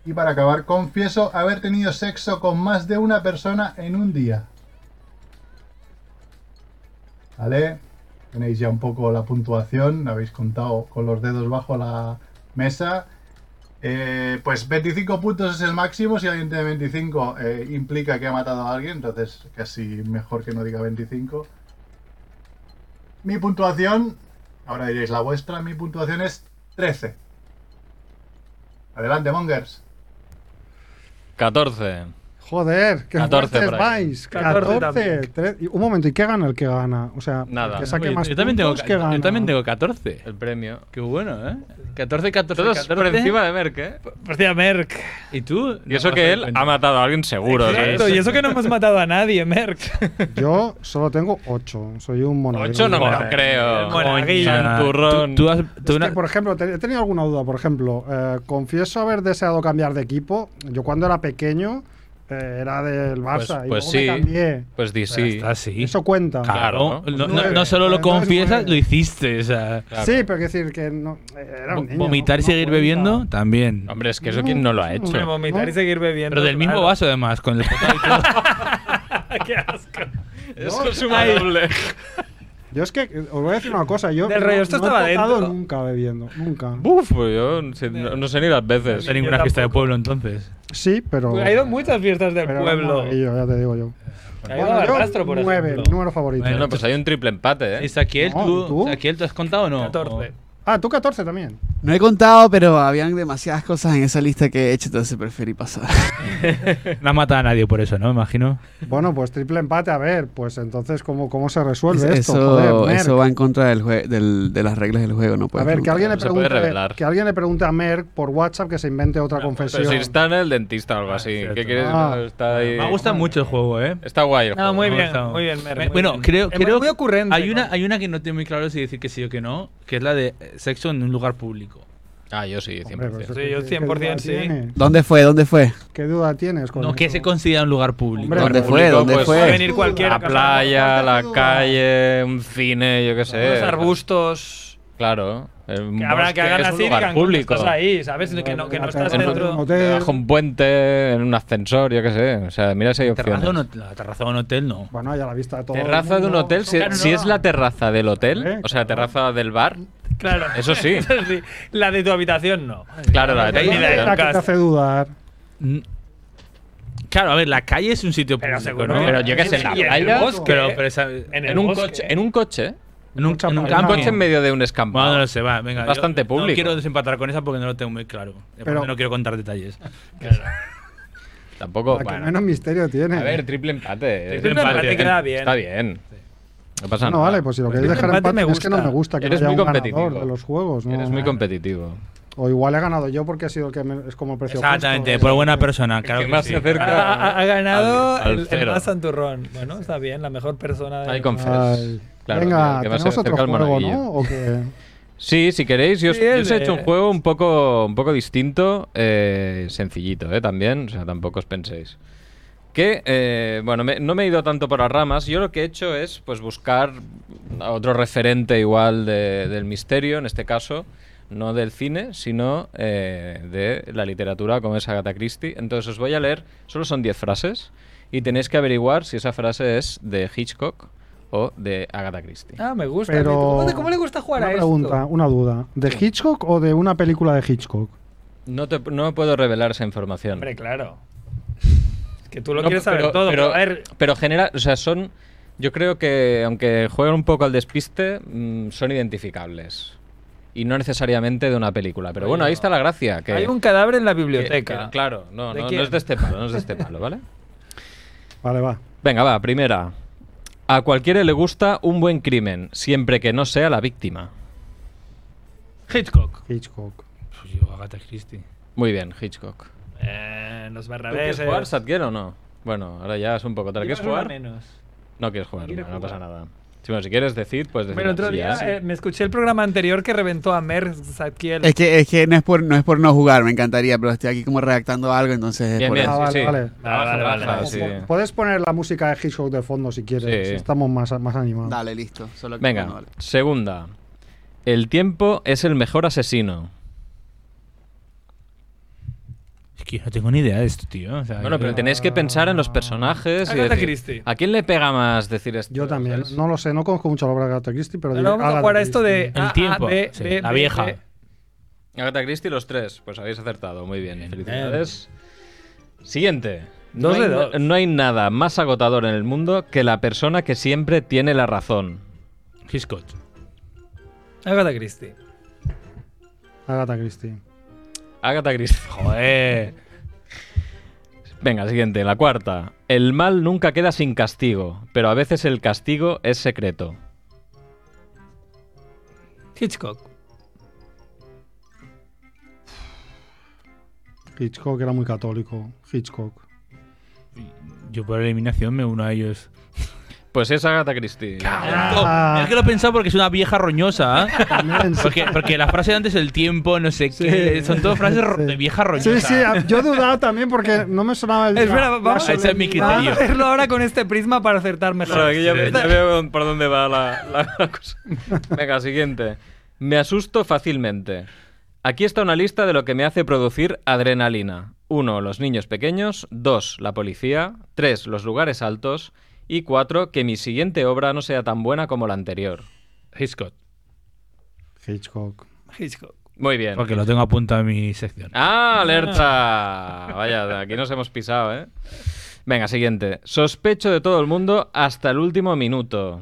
Speaker 4: Y para acabar, confieso haber tenido sexo con más de una persona en un día. ¿Vale? Tenéis ya un poco la puntuación, habéis contado con los dedos bajo la mesa. Eh, pues 25 puntos es el máximo, si alguien tiene 25 eh, implica que ha matado a alguien, entonces casi mejor que no diga 25. Mi puntuación, ahora diréis la vuestra, mi puntuación es 13. Adelante, Mongers.
Speaker 5: 14.
Speaker 6: Joder, qué
Speaker 5: 14
Speaker 6: fuertes
Speaker 5: por ahí.
Speaker 6: vais.
Speaker 2: 14
Speaker 6: 14,
Speaker 2: también.
Speaker 6: tres- y un momento, ¿y qué gana el que gana? O sea,
Speaker 5: Nada.
Speaker 6: el que saque
Speaker 3: Oye,
Speaker 6: más
Speaker 3: yo, también tengo,
Speaker 6: puntos, ¿qué
Speaker 3: ca-
Speaker 6: gana?
Speaker 3: yo también tengo 14.
Speaker 5: El premio.
Speaker 3: Qué bueno, ¿eh? 14, 14,
Speaker 5: Todos
Speaker 3: 14.
Speaker 5: por encima de Merck, ¿eh?
Speaker 3: Pues,
Speaker 2: Hostia, Merck.
Speaker 3: ¿Y tú?
Speaker 5: Y eso que él ha matado a alguien seguro.
Speaker 2: Exacto, y eso que no hemos matado a nadie, Merck.
Speaker 3: (laughs)
Speaker 6: Yo solo tengo 8. Soy un monaguillo.
Speaker 5: 8 no me lo
Speaker 2: Joder.
Speaker 5: creo.
Speaker 2: Monaguillo.
Speaker 5: Santurrón.
Speaker 3: Tú, tú has,
Speaker 6: Es
Speaker 3: tú
Speaker 6: que,
Speaker 3: una-
Speaker 6: por ejemplo, te- he tenido alguna duda. Por ejemplo, eh, confieso haber deseado cambiar de equipo. Yo cuando era pequeño eh, era del Barça
Speaker 5: Pues-
Speaker 6: y
Speaker 5: pues
Speaker 6: luego
Speaker 5: sí.
Speaker 6: me cambié.
Speaker 5: Pues di sí.
Speaker 3: Ah, sí.
Speaker 6: Eso cuenta.
Speaker 5: Claro,
Speaker 3: Claro.
Speaker 5: ¿no?
Speaker 3: No, no-
Speaker 6: Nueve.
Speaker 3: no solo lo
Speaker 6: Nueve, nueve.
Speaker 3: confiesas, lo hiciste. O sea,
Speaker 5: Claro.
Speaker 6: Sí, pero quiero decir que no, era un
Speaker 3: Vo-
Speaker 6: niño,
Speaker 3: vomitar y
Speaker 6: no- no
Speaker 3: seguir
Speaker 6: cuenta.
Speaker 3: bebiendo también.
Speaker 5: Hombre, es que eso quién no lo ha
Speaker 2: Hombre,
Speaker 5: hecho.
Speaker 2: vomitar y
Speaker 6: ¿No?
Speaker 2: seguir bebiendo.
Speaker 3: Pero del mismo
Speaker 2: claro.
Speaker 3: vaso, además, con el potado (laughs) y todo.
Speaker 2: (laughs) Qué asco.
Speaker 5: Eso es un doble.
Speaker 6: Yo es que eh, os voy a decir una cosa. Yo
Speaker 2: Del rollo, esto
Speaker 6: no
Speaker 2: estaba
Speaker 6: he estado
Speaker 2: dentro.
Speaker 6: nunca bebiendo. Nunca.
Speaker 5: Buf, pues yo no sé- no, no sé ni las
Speaker 3: No
Speaker 5: veces.
Speaker 3: sé ninguna
Speaker 2: Yo
Speaker 3: fiesta de
Speaker 2: tampoco.
Speaker 3: pueblo, entonces.
Speaker 6: Sí, pero.
Speaker 2: Pues Ha ido a muchas fiestas del
Speaker 6: pero era un
Speaker 2: pueblo.
Speaker 6: monaguillo, ya te digo yo.
Speaker 2: Ha ido a
Speaker 6: yo,
Speaker 2: Barbastro, por
Speaker 6: nueve,
Speaker 2: ejemplo.
Speaker 6: el número favorito.
Speaker 5: Bueno, pues hay un triple empate, ¿eh?
Speaker 3: Saquiel,
Speaker 6: No,
Speaker 3: tú,
Speaker 6: ¿tú?
Speaker 3: Saquiel, ¿tú has contado o no?
Speaker 2: 14.
Speaker 6: Ah, tú 14 también.
Speaker 8: No he contado, pero habían demasiadas cosas en esa lista que he hecho, entonces preferí pasar.
Speaker 3: No has matado a nadie por eso, ¿no? Me imagino.
Speaker 6: Bueno, pues triple empate, a ver, pues entonces, ¿cómo, cómo se resuelve esto? Joder,
Speaker 8: (laughs) Eso,
Speaker 6: Merck.
Speaker 8: eso va en contra del jue- del- de las reglas del juego, no
Speaker 6: A
Speaker 8: puedes
Speaker 6: ver, que alguien, le
Speaker 5: no se puede
Speaker 6: pregunte,
Speaker 5: revelar. Ah,
Speaker 6: que alguien le pregunte a Merck por WhatsApp que se invente otra confesión.
Speaker 5: Pero si está en el dentista o algo
Speaker 3: Ah,
Speaker 5: así.
Speaker 3: es cierto.
Speaker 5: ¿Qué quieres?
Speaker 6: Ah.
Speaker 5: No, está ahí.
Speaker 3: Me gusta mucho el juego, ¿eh?
Speaker 5: Está guay el
Speaker 2: No,
Speaker 5: juego.
Speaker 2: muy
Speaker 3: Me ha
Speaker 2: bien,
Speaker 3: gustado.
Speaker 2: muy bien, Merck,
Speaker 3: Me-
Speaker 2: muy
Speaker 3: bueno,
Speaker 2: bien.
Speaker 3: creo,
Speaker 2: Es
Speaker 3: creo
Speaker 2: muy ocurrente,
Speaker 3: Hay una,
Speaker 2: ¿no?
Speaker 3: hay una que no tengo muy claro si decir que sí o que no, que es la de eh, sexo en un lugar público.
Speaker 5: Ah, yo sí,
Speaker 6: Hombre, pues
Speaker 5: 100%.
Speaker 6: eso
Speaker 2: Sí,
Speaker 6: que-
Speaker 2: yo
Speaker 6: ¿qué
Speaker 2: 100%
Speaker 6: duda
Speaker 2: sí.
Speaker 6: tienes?
Speaker 8: ¿Dónde fue? ¿Dónde fue?
Speaker 6: ¿Qué duda tienes con
Speaker 3: No, que
Speaker 6: eso?
Speaker 3: se considera un lugar público.
Speaker 6: Hombre,
Speaker 8: ¿Dónde
Speaker 6: pero-
Speaker 8: fue? ¿Dónde
Speaker 5: pues,
Speaker 2: Puede
Speaker 8: fue?
Speaker 2: venir cualquiera.
Speaker 5: La
Speaker 2: casa,
Speaker 5: playa, la
Speaker 6: duda.
Speaker 5: calle, un cine, yo qué sé.
Speaker 2: Unos arbustos.
Speaker 5: Claro, Es un
Speaker 2: Que habrá
Speaker 5: bosque,
Speaker 2: que hagan
Speaker 5: es un
Speaker 2: así y
Speaker 5: lugar
Speaker 2: digan,
Speaker 5: público.
Speaker 2: Estás ahí, ¿sabes? Que no, que no estás
Speaker 5: en un
Speaker 2: dentro.
Speaker 6: hotel.
Speaker 5: Bajo un puente, en un ascensor, yo qué sé. O sea, mira si hay
Speaker 3: Terraza de un
Speaker 5: opciones.
Speaker 3: hotel, la terraza de un hotel no.
Speaker 6: Bueno, ya la vista de todo. el
Speaker 5: Terraza de un
Speaker 6: mundo.
Speaker 5: hotel, si,
Speaker 2: Claro,
Speaker 5: si
Speaker 2: no.
Speaker 5: es la terraza del hotel,
Speaker 6: Vale,
Speaker 5: o sea, la terraza del bar,
Speaker 2: Claro.
Speaker 5: Eso
Speaker 2: (laughs)
Speaker 5: sí.
Speaker 2: La de tu habitación no.
Speaker 5: claro, la de tu
Speaker 2: Ni de
Speaker 5: habitación.
Speaker 6: La que te hace dudar.
Speaker 3: Mm. Claro, a ver, la calle es un sitio
Speaker 2: Pero
Speaker 3: público,
Speaker 2: seguro
Speaker 3: ¿no?
Speaker 2: que-
Speaker 5: Pero yo qué sé, en la
Speaker 2: Y en el
Speaker 5: playa,
Speaker 2: bosque,
Speaker 3: Pero, pero esa- en,
Speaker 2: en el
Speaker 5: En un
Speaker 2: bosque.
Speaker 5: coche, en un coche,
Speaker 3: un, en un
Speaker 5: en un
Speaker 3: campo.
Speaker 5: coche en medio de un
Speaker 3: Bueno,
Speaker 5: escampado.
Speaker 3: no sé, va, venga. yo
Speaker 5: Bastante público.
Speaker 3: No quiero desempatar con esa porque no lo tengo muy claro. Aparte,
Speaker 6: Pero-
Speaker 3: no quiero contar detalles.
Speaker 5: Tampoco,
Speaker 6: la que
Speaker 5: bueno.
Speaker 6: menos misterio tiene.
Speaker 5: A ver, triple empate.
Speaker 3: Triple empate
Speaker 2: queda bien.
Speaker 5: Está bien. No pasa
Speaker 6: no,
Speaker 5: nada.
Speaker 6: vale, pues si lo
Speaker 5: Pues
Speaker 6: queréis
Speaker 2: triple
Speaker 6: dejar
Speaker 2: empate
Speaker 6: empate,
Speaker 2: me
Speaker 6: es que no
Speaker 2: gusta.
Speaker 6: me gusta que
Speaker 5: Eres
Speaker 6: no haya
Speaker 5: muy
Speaker 6: un
Speaker 5: competitivo.
Speaker 6: ganador de los juegos. ¿no?
Speaker 5: Eres muy competitivo.
Speaker 6: O igual he ganado yo porque he sido el que me- es como el precio justo.
Speaker 3: Exactamente, por buena persona. Claro
Speaker 5: que
Speaker 3: que
Speaker 5: más
Speaker 3: sí.
Speaker 5: se acerca-
Speaker 2: Ha, ha- ha ganado
Speaker 5: Al- al
Speaker 2: el, el
Speaker 5: cero.
Speaker 2: más santurrón. Bueno, está bien, la mejor persona. de-
Speaker 5: Hay confes.
Speaker 6: Ay.
Speaker 5: Claro,
Speaker 6: Venga,
Speaker 5: que va a ser
Speaker 6: tenemos otro
Speaker 5: cerca el
Speaker 6: juego,
Speaker 5: monaguillo.
Speaker 6: ¿no? ¿O qué?
Speaker 5: Sí, si queréis, yo, os-
Speaker 2: Sí,
Speaker 5: yo
Speaker 2: el
Speaker 5: os he hecho
Speaker 2: de-
Speaker 5: un juego un poco, un poco distinto, eh, sencillito, eh, también, o sea, tampoco os penséis. Que, eh, bueno, me- no me he ido tanto por las ramas, yo lo que he hecho es pues buscar a otro referente igual de- del misterio, en este caso, no del cine, sino eh, de la literatura, como es Agatha Christie. Entonces os voy a leer, solo son 10 frases, y tenéis que averiguar si esa frase es de Hitchcock o de Agatha Christie.
Speaker 2: Ah, me gusta.
Speaker 6: Pero
Speaker 2: ¿Cómo, te- cómo le gusta jugar
Speaker 6: una
Speaker 2: a
Speaker 6: pregunta,
Speaker 2: esto?
Speaker 6: una duda. ¿De Hitchcock o de una película de Hitchcock?
Speaker 5: No, te, no puedo revelar esa información.
Speaker 2: Hombre, claro. Es que tú lo
Speaker 5: No,
Speaker 2: quieres saber todo. Pero, a ver,
Speaker 5: pero genera, o sea, son, yo creo que aunque juegan un poco al despiste, mm, son identificables. Y no necesariamente de una película. Pero bueno, ahí está la gracia. Que,
Speaker 2: hay un cadáver en la
Speaker 5: que-
Speaker 2: biblioteca.
Speaker 5: que- claro, no,
Speaker 2: ¿De
Speaker 5: no, no
Speaker 2: quién?
Speaker 5: es de este palo, no es de este palo, ¿vale?
Speaker 6: Vale, va.
Speaker 5: Venga, va, primera. A cualquiera le gusta un buen crimen, siempre que no sea la víctima.
Speaker 2: Hitchcock.
Speaker 6: Hitchcock.
Speaker 3: Pues yo, Agatha Christie.
Speaker 5: Muy bien, Hitchcock.
Speaker 2: Eh, los
Speaker 5: ¿Tú quieres
Speaker 2: barrabeses.
Speaker 5: jugar, Sadkiel, o no? Bueno, ahora ya es un poco tarde.
Speaker 2: Yo
Speaker 5: ¿Quieres
Speaker 2: creo que
Speaker 5: jugar?
Speaker 2: menos.
Speaker 5: No quieres jugar,
Speaker 2: Quiero
Speaker 5: no, no
Speaker 2: jugar.
Speaker 5: pasa nada. Si, bueno, si quieres decir, pues decir.
Speaker 2: Pero el otro
Speaker 5: así,
Speaker 2: día
Speaker 5: ¿eh?
Speaker 2: eh, me escuché el programa anterior que reventó a Mer Zadkiel.
Speaker 8: Es que, es que no, es por, no es por no jugar, me encantaría, pero estoy aquí como redactando algo, entonces es
Speaker 5: Bien,
Speaker 8: por
Speaker 5: bien,
Speaker 8: eso.
Speaker 6: Ah,
Speaker 5: sí,
Speaker 6: vale,
Speaker 5: sí.
Speaker 6: vale.
Speaker 5: Baja,
Speaker 2: Vale, vale,
Speaker 5: baja,
Speaker 2: vale.
Speaker 5: sí.
Speaker 6: Po- Puedes poner la música de Hitchcock de fondo si quieres.
Speaker 5: Sí.
Speaker 6: si estamos más, más animados.
Speaker 8: Dale, listo. Solo que- bueno,
Speaker 5: Venga,
Speaker 8: vale.
Speaker 5: segunda. El tiempo es el mejor asesino.
Speaker 3: Es que yo no tengo ni idea de esto, tío. o sea,
Speaker 5: Bueno,
Speaker 3: yo-
Speaker 5: pero tenéis que pensar en los personajes. y
Speaker 2: Agatha
Speaker 5: decir,
Speaker 2: Christie.
Speaker 5: ¿A quién le pega más decir esto?
Speaker 6: Yo también.
Speaker 5: ¿sabes?
Speaker 6: No lo sé, no conozco mucho la obra de Agatha Christie, pero
Speaker 2: Ahora vamos a
Speaker 6: Agatha
Speaker 2: jugar a esto de
Speaker 6: Christie.
Speaker 3: El
Speaker 2: A, A,
Speaker 3: tiempo,
Speaker 2: B,
Speaker 3: sí,
Speaker 2: B,
Speaker 3: la
Speaker 2: B,
Speaker 3: vieja.
Speaker 2: B.
Speaker 5: Agatha Christie, los tres. Pues habéis acertado. Muy bien. Felicidades. Siguiente.
Speaker 2: Dos
Speaker 5: no,
Speaker 2: de
Speaker 5: hay,
Speaker 2: dos.
Speaker 5: no hay nada más agotador en el mundo que la persona que siempre tiene la razón.
Speaker 3: Hitchcock.
Speaker 2: Agatha Christie.
Speaker 6: Agatha Christie.
Speaker 5: Agatha Christie. (laughs)
Speaker 3: Joder.
Speaker 5: Venga, siguiente. La cuarta. El mal nunca queda sin castigo, pero a veces el castigo es secreto.
Speaker 2: Hitchcock.
Speaker 6: Hitchcock era muy católico. Hitchcock.
Speaker 3: Yo por eliminación me uno a ellos.
Speaker 5: Pues es Agatha Christie.
Speaker 3: Oh.
Speaker 6: Ah.
Speaker 3: (laughs) Es que lo he pensado porque es una vieja
Speaker 6: (laughs)
Speaker 3: roñosa. ¿eh?
Speaker 6: También, sí.
Speaker 3: Porque, porque la frase de antes, el tiempo, no sé qué. Son todas frases ro-
Speaker 6: Sí.
Speaker 3: de vieja roñosa.
Speaker 6: Sí, sí, a- yo dudaba también
Speaker 3: (laughs)
Speaker 6: porque no me sonaba el.
Speaker 2: Espera,
Speaker 6: la- la
Speaker 2: vamos a-
Speaker 3: Ese es mi
Speaker 2: Vamos a
Speaker 3: criterio.
Speaker 2: hacerlo ahora con este prisma para acertar mejor.
Speaker 5: Claro, aquí ya, ve- ya veo por dónde va la, la- la cosa. Venga, siguiente. Me asusto fácilmente. Aquí está una lista de lo que me hace producir adrenalina. 1. Los niños pequeños. 2. La policía. 3. Los lugares altos. Y 4. Que mi siguiente obra no sea tan buena como la anterior.
Speaker 3: Hitchcock.
Speaker 6: Hitchcock.
Speaker 2: Hitchcock.
Speaker 5: Muy bien.
Speaker 3: Porque lo tengo apuntado en mi sección.
Speaker 5: ¡Ah, alerta! Vaya, aquí nos hemos pisado, ¿eh? Venga, siguiente. Sospecho de todo el mundo hasta el último minuto.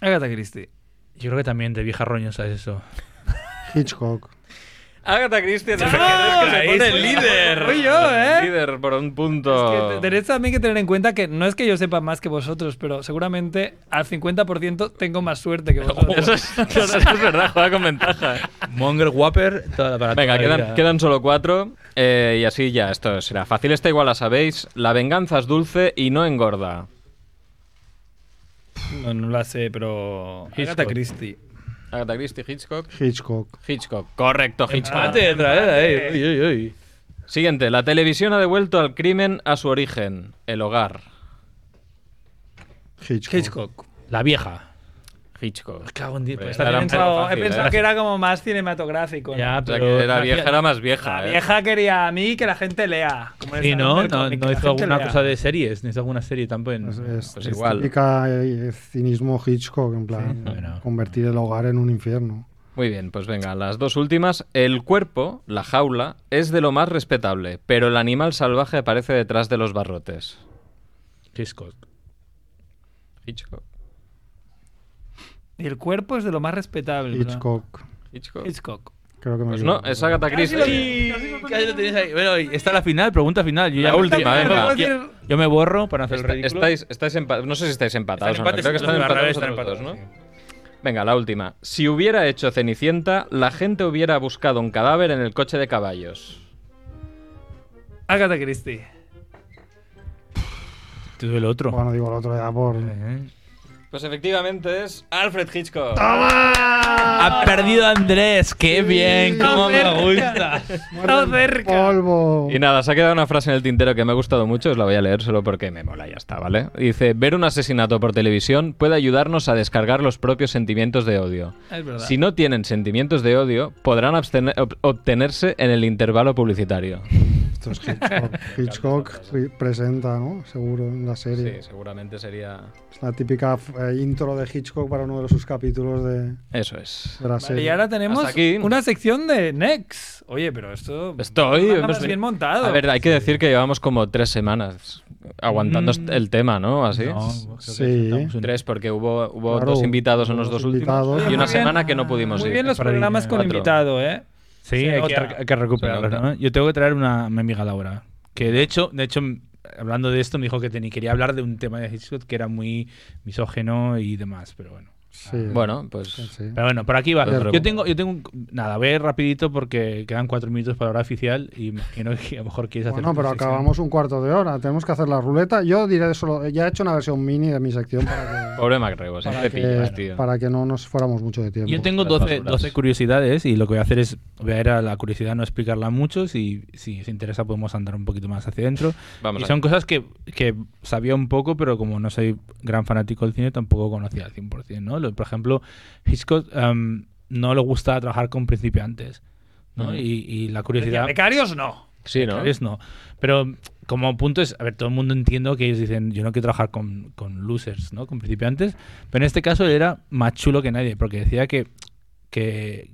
Speaker 2: Agatha Christie.
Speaker 3: Yo creo que también de vieja roñosa es eso.
Speaker 6: Hitchcock.
Speaker 5: Agatha Christie se
Speaker 2: clarísimo.
Speaker 5: pone el líder.
Speaker 2: Fui yo, ¿eh?
Speaker 5: Líder por un
Speaker 2: Es
Speaker 5: punto.
Speaker 2: que
Speaker 5: (laughs)
Speaker 2: te- tenéis también que tener en cuenta que no es que yo sepa más que vosotros, pero seguramente al 50% tengo
Speaker 5: (laughs)
Speaker 2: más suerte que vosotros.
Speaker 5: Eso es, eso es verdad, juega con ventaja.
Speaker 3: Monger Whopper, toda para
Speaker 5: Venga,
Speaker 3: toda la
Speaker 5: quedan,
Speaker 3: vida.
Speaker 5: quedan solo cuatro eh, y así ya, esto será fácil. Esta igual la sabéis. La venganza es dulce y no engorda.
Speaker 2: No, no la sé, pero. Agatha
Speaker 5: Hitchcock.
Speaker 2: Christie.
Speaker 5: Agatha Christie, Hitchcock.
Speaker 6: Hitchcock.
Speaker 5: Hitchcock, correcto, Hitchcock.
Speaker 3: Mate, otra vez, ahí, uy, uy, uy.
Speaker 5: Siguiente, la televisión ha devuelto al crimen a su origen, el hogar.
Speaker 6: Hitchcock.
Speaker 2: Hitchcock.
Speaker 3: La vieja.
Speaker 5: Hitchcock.
Speaker 3: Cago en diez,
Speaker 5: Hombre,
Speaker 3: pues,
Speaker 5: era
Speaker 2: He
Speaker 5: la
Speaker 3: también-
Speaker 5: más
Speaker 2: pensado, he
Speaker 5: fácil,
Speaker 2: pensado
Speaker 5: ¿eh?
Speaker 2: que era como más cinematográfico. ¿no?
Speaker 3: Ya,
Speaker 5: O sea,
Speaker 3: pero
Speaker 5: que era
Speaker 3: la
Speaker 5: vieja, era más vieja.
Speaker 2: La
Speaker 5: ¿eh?
Speaker 2: vieja quería a mí que la gente lea. como en
Speaker 3: Sí,
Speaker 2: el
Speaker 3: no,
Speaker 2: Salón del
Speaker 3: no,
Speaker 2: Cómic,
Speaker 3: no
Speaker 2: que la
Speaker 3: hizo
Speaker 2: gente
Speaker 3: alguna
Speaker 2: lea.
Speaker 3: cosa de series, no hizo alguna serie tampoco.
Speaker 6: Es, es-
Speaker 5: pues
Speaker 6: es
Speaker 5: igual.
Speaker 6: típica, eh, eh, cinismo Hitchcock, en plan,
Speaker 3: Sí, bueno.
Speaker 6: convertir el hogar en un infierno.
Speaker 5: Muy bien, pues venga, las dos últimas. El cuerpo, la jaula, es de lo más respetable, pero el animal salvaje aparece detrás de los barrotes.
Speaker 3: Hitchcock.
Speaker 5: Hitchcock.
Speaker 2: Y el cuerpo es de lo más respetable. ¿verdad?
Speaker 6: Hitchcock.
Speaker 5: Hitchcock.
Speaker 2: Hitchcock.
Speaker 6: Creo que me
Speaker 5: Pues
Speaker 6: equivoco.
Speaker 5: no, es
Speaker 3: Ah,
Speaker 5: Agatha Christie.
Speaker 3: Ahí lo tenéis ahí. Bueno, y está la final, pregunta final. Yo
Speaker 5: La
Speaker 3: ya-
Speaker 5: última,
Speaker 3: yo-
Speaker 5: venga.
Speaker 3: yo- Yo me borro para no hacer el
Speaker 5: Está-
Speaker 3: ridículo.
Speaker 5: estáis, estáis empa- no sé si estáis empatados o no, Creo que están
Speaker 3: Los
Speaker 5: empatados
Speaker 3: barrales
Speaker 5: otros
Speaker 3: están
Speaker 5: dos, ¿no?
Speaker 3: empatados, sí.
Speaker 5: Venga, la última. Si hubiera hecho Cenicienta, la gente hubiera buscado un cadáver en el coche de caballos.
Speaker 2: Agatha Christie.
Speaker 3: Te doy el otro.
Speaker 6: Bueno, digo el otro ya por.
Speaker 3: Eh.
Speaker 5: Pues efectivamente es Alfred Hitchcock.
Speaker 3: ¡Ah!
Speaker 5: Ah.
Speaker 3: Ha perdido Andrés, qué bien, cómo me gusta.
Speaker 2: Está cerca.
Speaker 6: Polvo.
Speaker 5: Y nada, se ha quedado una frase en el tintero que me ha gustado mucho, os la voy a leer solo porque me mola, ya está, ¿vale? Dice, ver un asesinato por televisión puede ayudarnos a descargar los propios sentimientos de odio.
Speaker 2: Es verdad.
Speaker 5: Si no tienen sentimientos de odio, podrán abstene- ob- obtenerse en el intervalo publicitario.
Speaker 6: Esto es
Speaker 5: (laughs)
Speaker 6: Hitchcock. Hitchcock pre- presenta, ¿no? Seguro en la serie.
Speaker 5: seguramente sería...
Speaker 6: Es la típica eh, intro de Hitchcock para uno de sus capítulos de, de
Speaker 5: Eso es.
Speaker 6: la
Speaker 2: Vale, y
Speaker 6: serie.
Speaker 2: ahora tenemos
Speaker 5: Hasta aquí.
Speaker 2: una sección de Next. Oye, pero esto.
Speaker 6: Pues
Speaker 5: Estoy...
Speaker 2: está
Speaker 5: hemos-
Speaker 2: más bien montado.
Speaker 5: A ver, hay que decir que llevamos como tres semanas aguantando
Speaker 3: Mm.
Speaker 5: el tema, ¿no? Así.
Speaker 3: No, creo que
Speaker 6: Sí.
Speaker 3: saltamos un-
Speaker 5: Tres, porque hubo, hubo
Speaker 6: Claro,
Speaker 5: dos invitados en
Speaker 6: hubo
Speaker 5: los
Speaker 6: dos
Speaker 5: dos últimos
Speaker 6: invitados.
Speaker 5: y una
Speaker 2: Muy bien.
Speaker 5: semana que no pudimos
Speaker 2: Muy
Speaker 5: ir.
Speaker 2: bien los
Speaker 3: Para
Speaker 2: programas con
Speaker 5: cuatro.
Speaker 2: invitado, ¿eh?
Speaker 3: Sí,
Speaker 2: Se
Speaker 3: hay que,
Speaker 2: nota.
Speaker 3: hay que recuperarlo,
Speaker 5: Se nota.
Speaker 3: ¿no? Yo tengo que traer una, mi amiga Laura, que de hecho, de hecho, m- hablando de esto, me dijo que tenía, quería hablar de un tema de Hitchcock que era muy misógeno y demás, pero bueno.
Speaker 6: Sí.
Speaker 5: Bueno, pues
Speaker 6: Sí.
Speaker 3: Pero bueno, por aquí va.
Speaker 5: Pues
Speaker 3: Yo
Speaker 5: pregunta.
Speaker 3: tengo, yo tengo, un- nada, voy a ir rapidito porque quedan cuatro minutos para la hora oficial y imagino que a lo mejor quieres hacer.
Speaker 6: Bueno,
Speaker 3: tu
Speaker 6: pero
Speaker 3: sección.
Speaker 6: acabamos un cuarto de hora. Tenemos que hacer la ruleta. Yo diré solo. Ya he hecho una versión mini de mi sección para
Speaker 5: pobre MacRebo,
Speaker 6: que,
Speaker 5: siempre
Speaker 6: para
Speaker 5: pillas,
Speaker 6: que,
Speaker 5: tío.
Speaker 6: para que no nos fuéramos mucho de tiempo.
Speaker 3: Yo tengo
Speaker 5: Las
Speaker 3: 12,
Speaker 5: basuras.
Speaker 3: 12 curiosidades y lo que voy a hacer es, voy a ir a la curiosidad, no explicarla mucho, si, si os interesa podemos andar un poquito más hacia adentro.
Speaker 5: Vamos
Speaker 3: y
Speaker 5: a-
Speaker 3: son cosas que, que sabía un poco, pero como no soy gran fanático del cine, tampoco conocía al 100%, ¿no? Lo- Por ejemplo, Hitchcock em, no le gusta trabajar con principiantes, ¿no?
Speaker 5: Ujú.
Speaker 3: y, y la
Speaker 2: Decía,
Speaker 3: curiosidad...
Speaker 2: Becarios no.
Speaker 5: Sí, ¿no?
Speaker 3: ¿Sabes? No. Pero como punto es, a ver, todo el mundo entiendo que ellos dicen, yo no quiero trabajar con, con losers, ¿no? Con principiantes. Pero en este caso él era más chulo que nadie, porque decía que, que,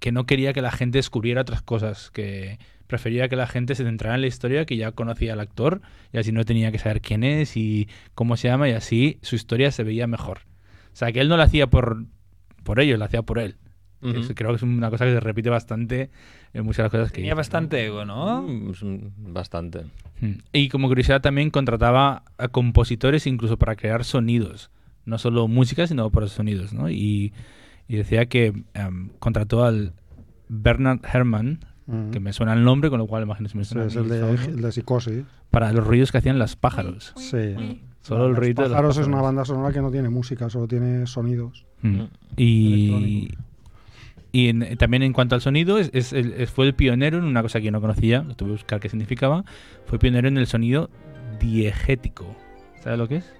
Speaker 3: que no quería que la gente descubriera otras cosas, que prefería que la gente se centrara en la historia, que ya conocía al actor, y así no tenía que saber quién es y cómo se llama, y así su historia se veía mejor. O sea, que él no lo hacía por, por ellos, lo hacía por él.
Speaker 5: Ujú.
Speaker 3: Es- Creo que es una cosa que se repite bastante en muchas de las cosas que
Speaker 2: Tenía
Speaker 3: hizo, ¿no?
Speaker 2: bastante ego, ¿no?
Speaker 5: Mm, es un- Bastante.
Speaker 3: Mm. Y como curiosidad también contrataba a compositores incluso para crear sonidos, no solo música, sino para sonidos, ¿no? Y, y decía que em, contrató al Bernard Herrmann,
Speaker 6: Mm.
Speaker 3: que me suena el nombre, con lo cual imagino que me
Speaker 6: Sí,
Speaker 3: suena
Speaker 6: es
Speaker 3: a mí,
Speaker 6: el de,
Speaker 3: ¿sabes?
Speaker 6: el de Psicosis.
Speaker 3: para los ruidos que hacían los pájaros.
Speaker 6: Sí.
Speaker 3: Solo el
Speaker 6: Los
Speaker 3: ruido de los
Speaker 6: pájaros es una banda sonora que no tiene música, solo tiene sonidos.
Speaker 3: Mm. Y, y en- también en cuanto al sonido, es, es el- es- fue el pionero en una cosa que yo no conocía, tuve que buscar qué significaba, fue pionero en el sonido diegético. ¿Sabes lo que es?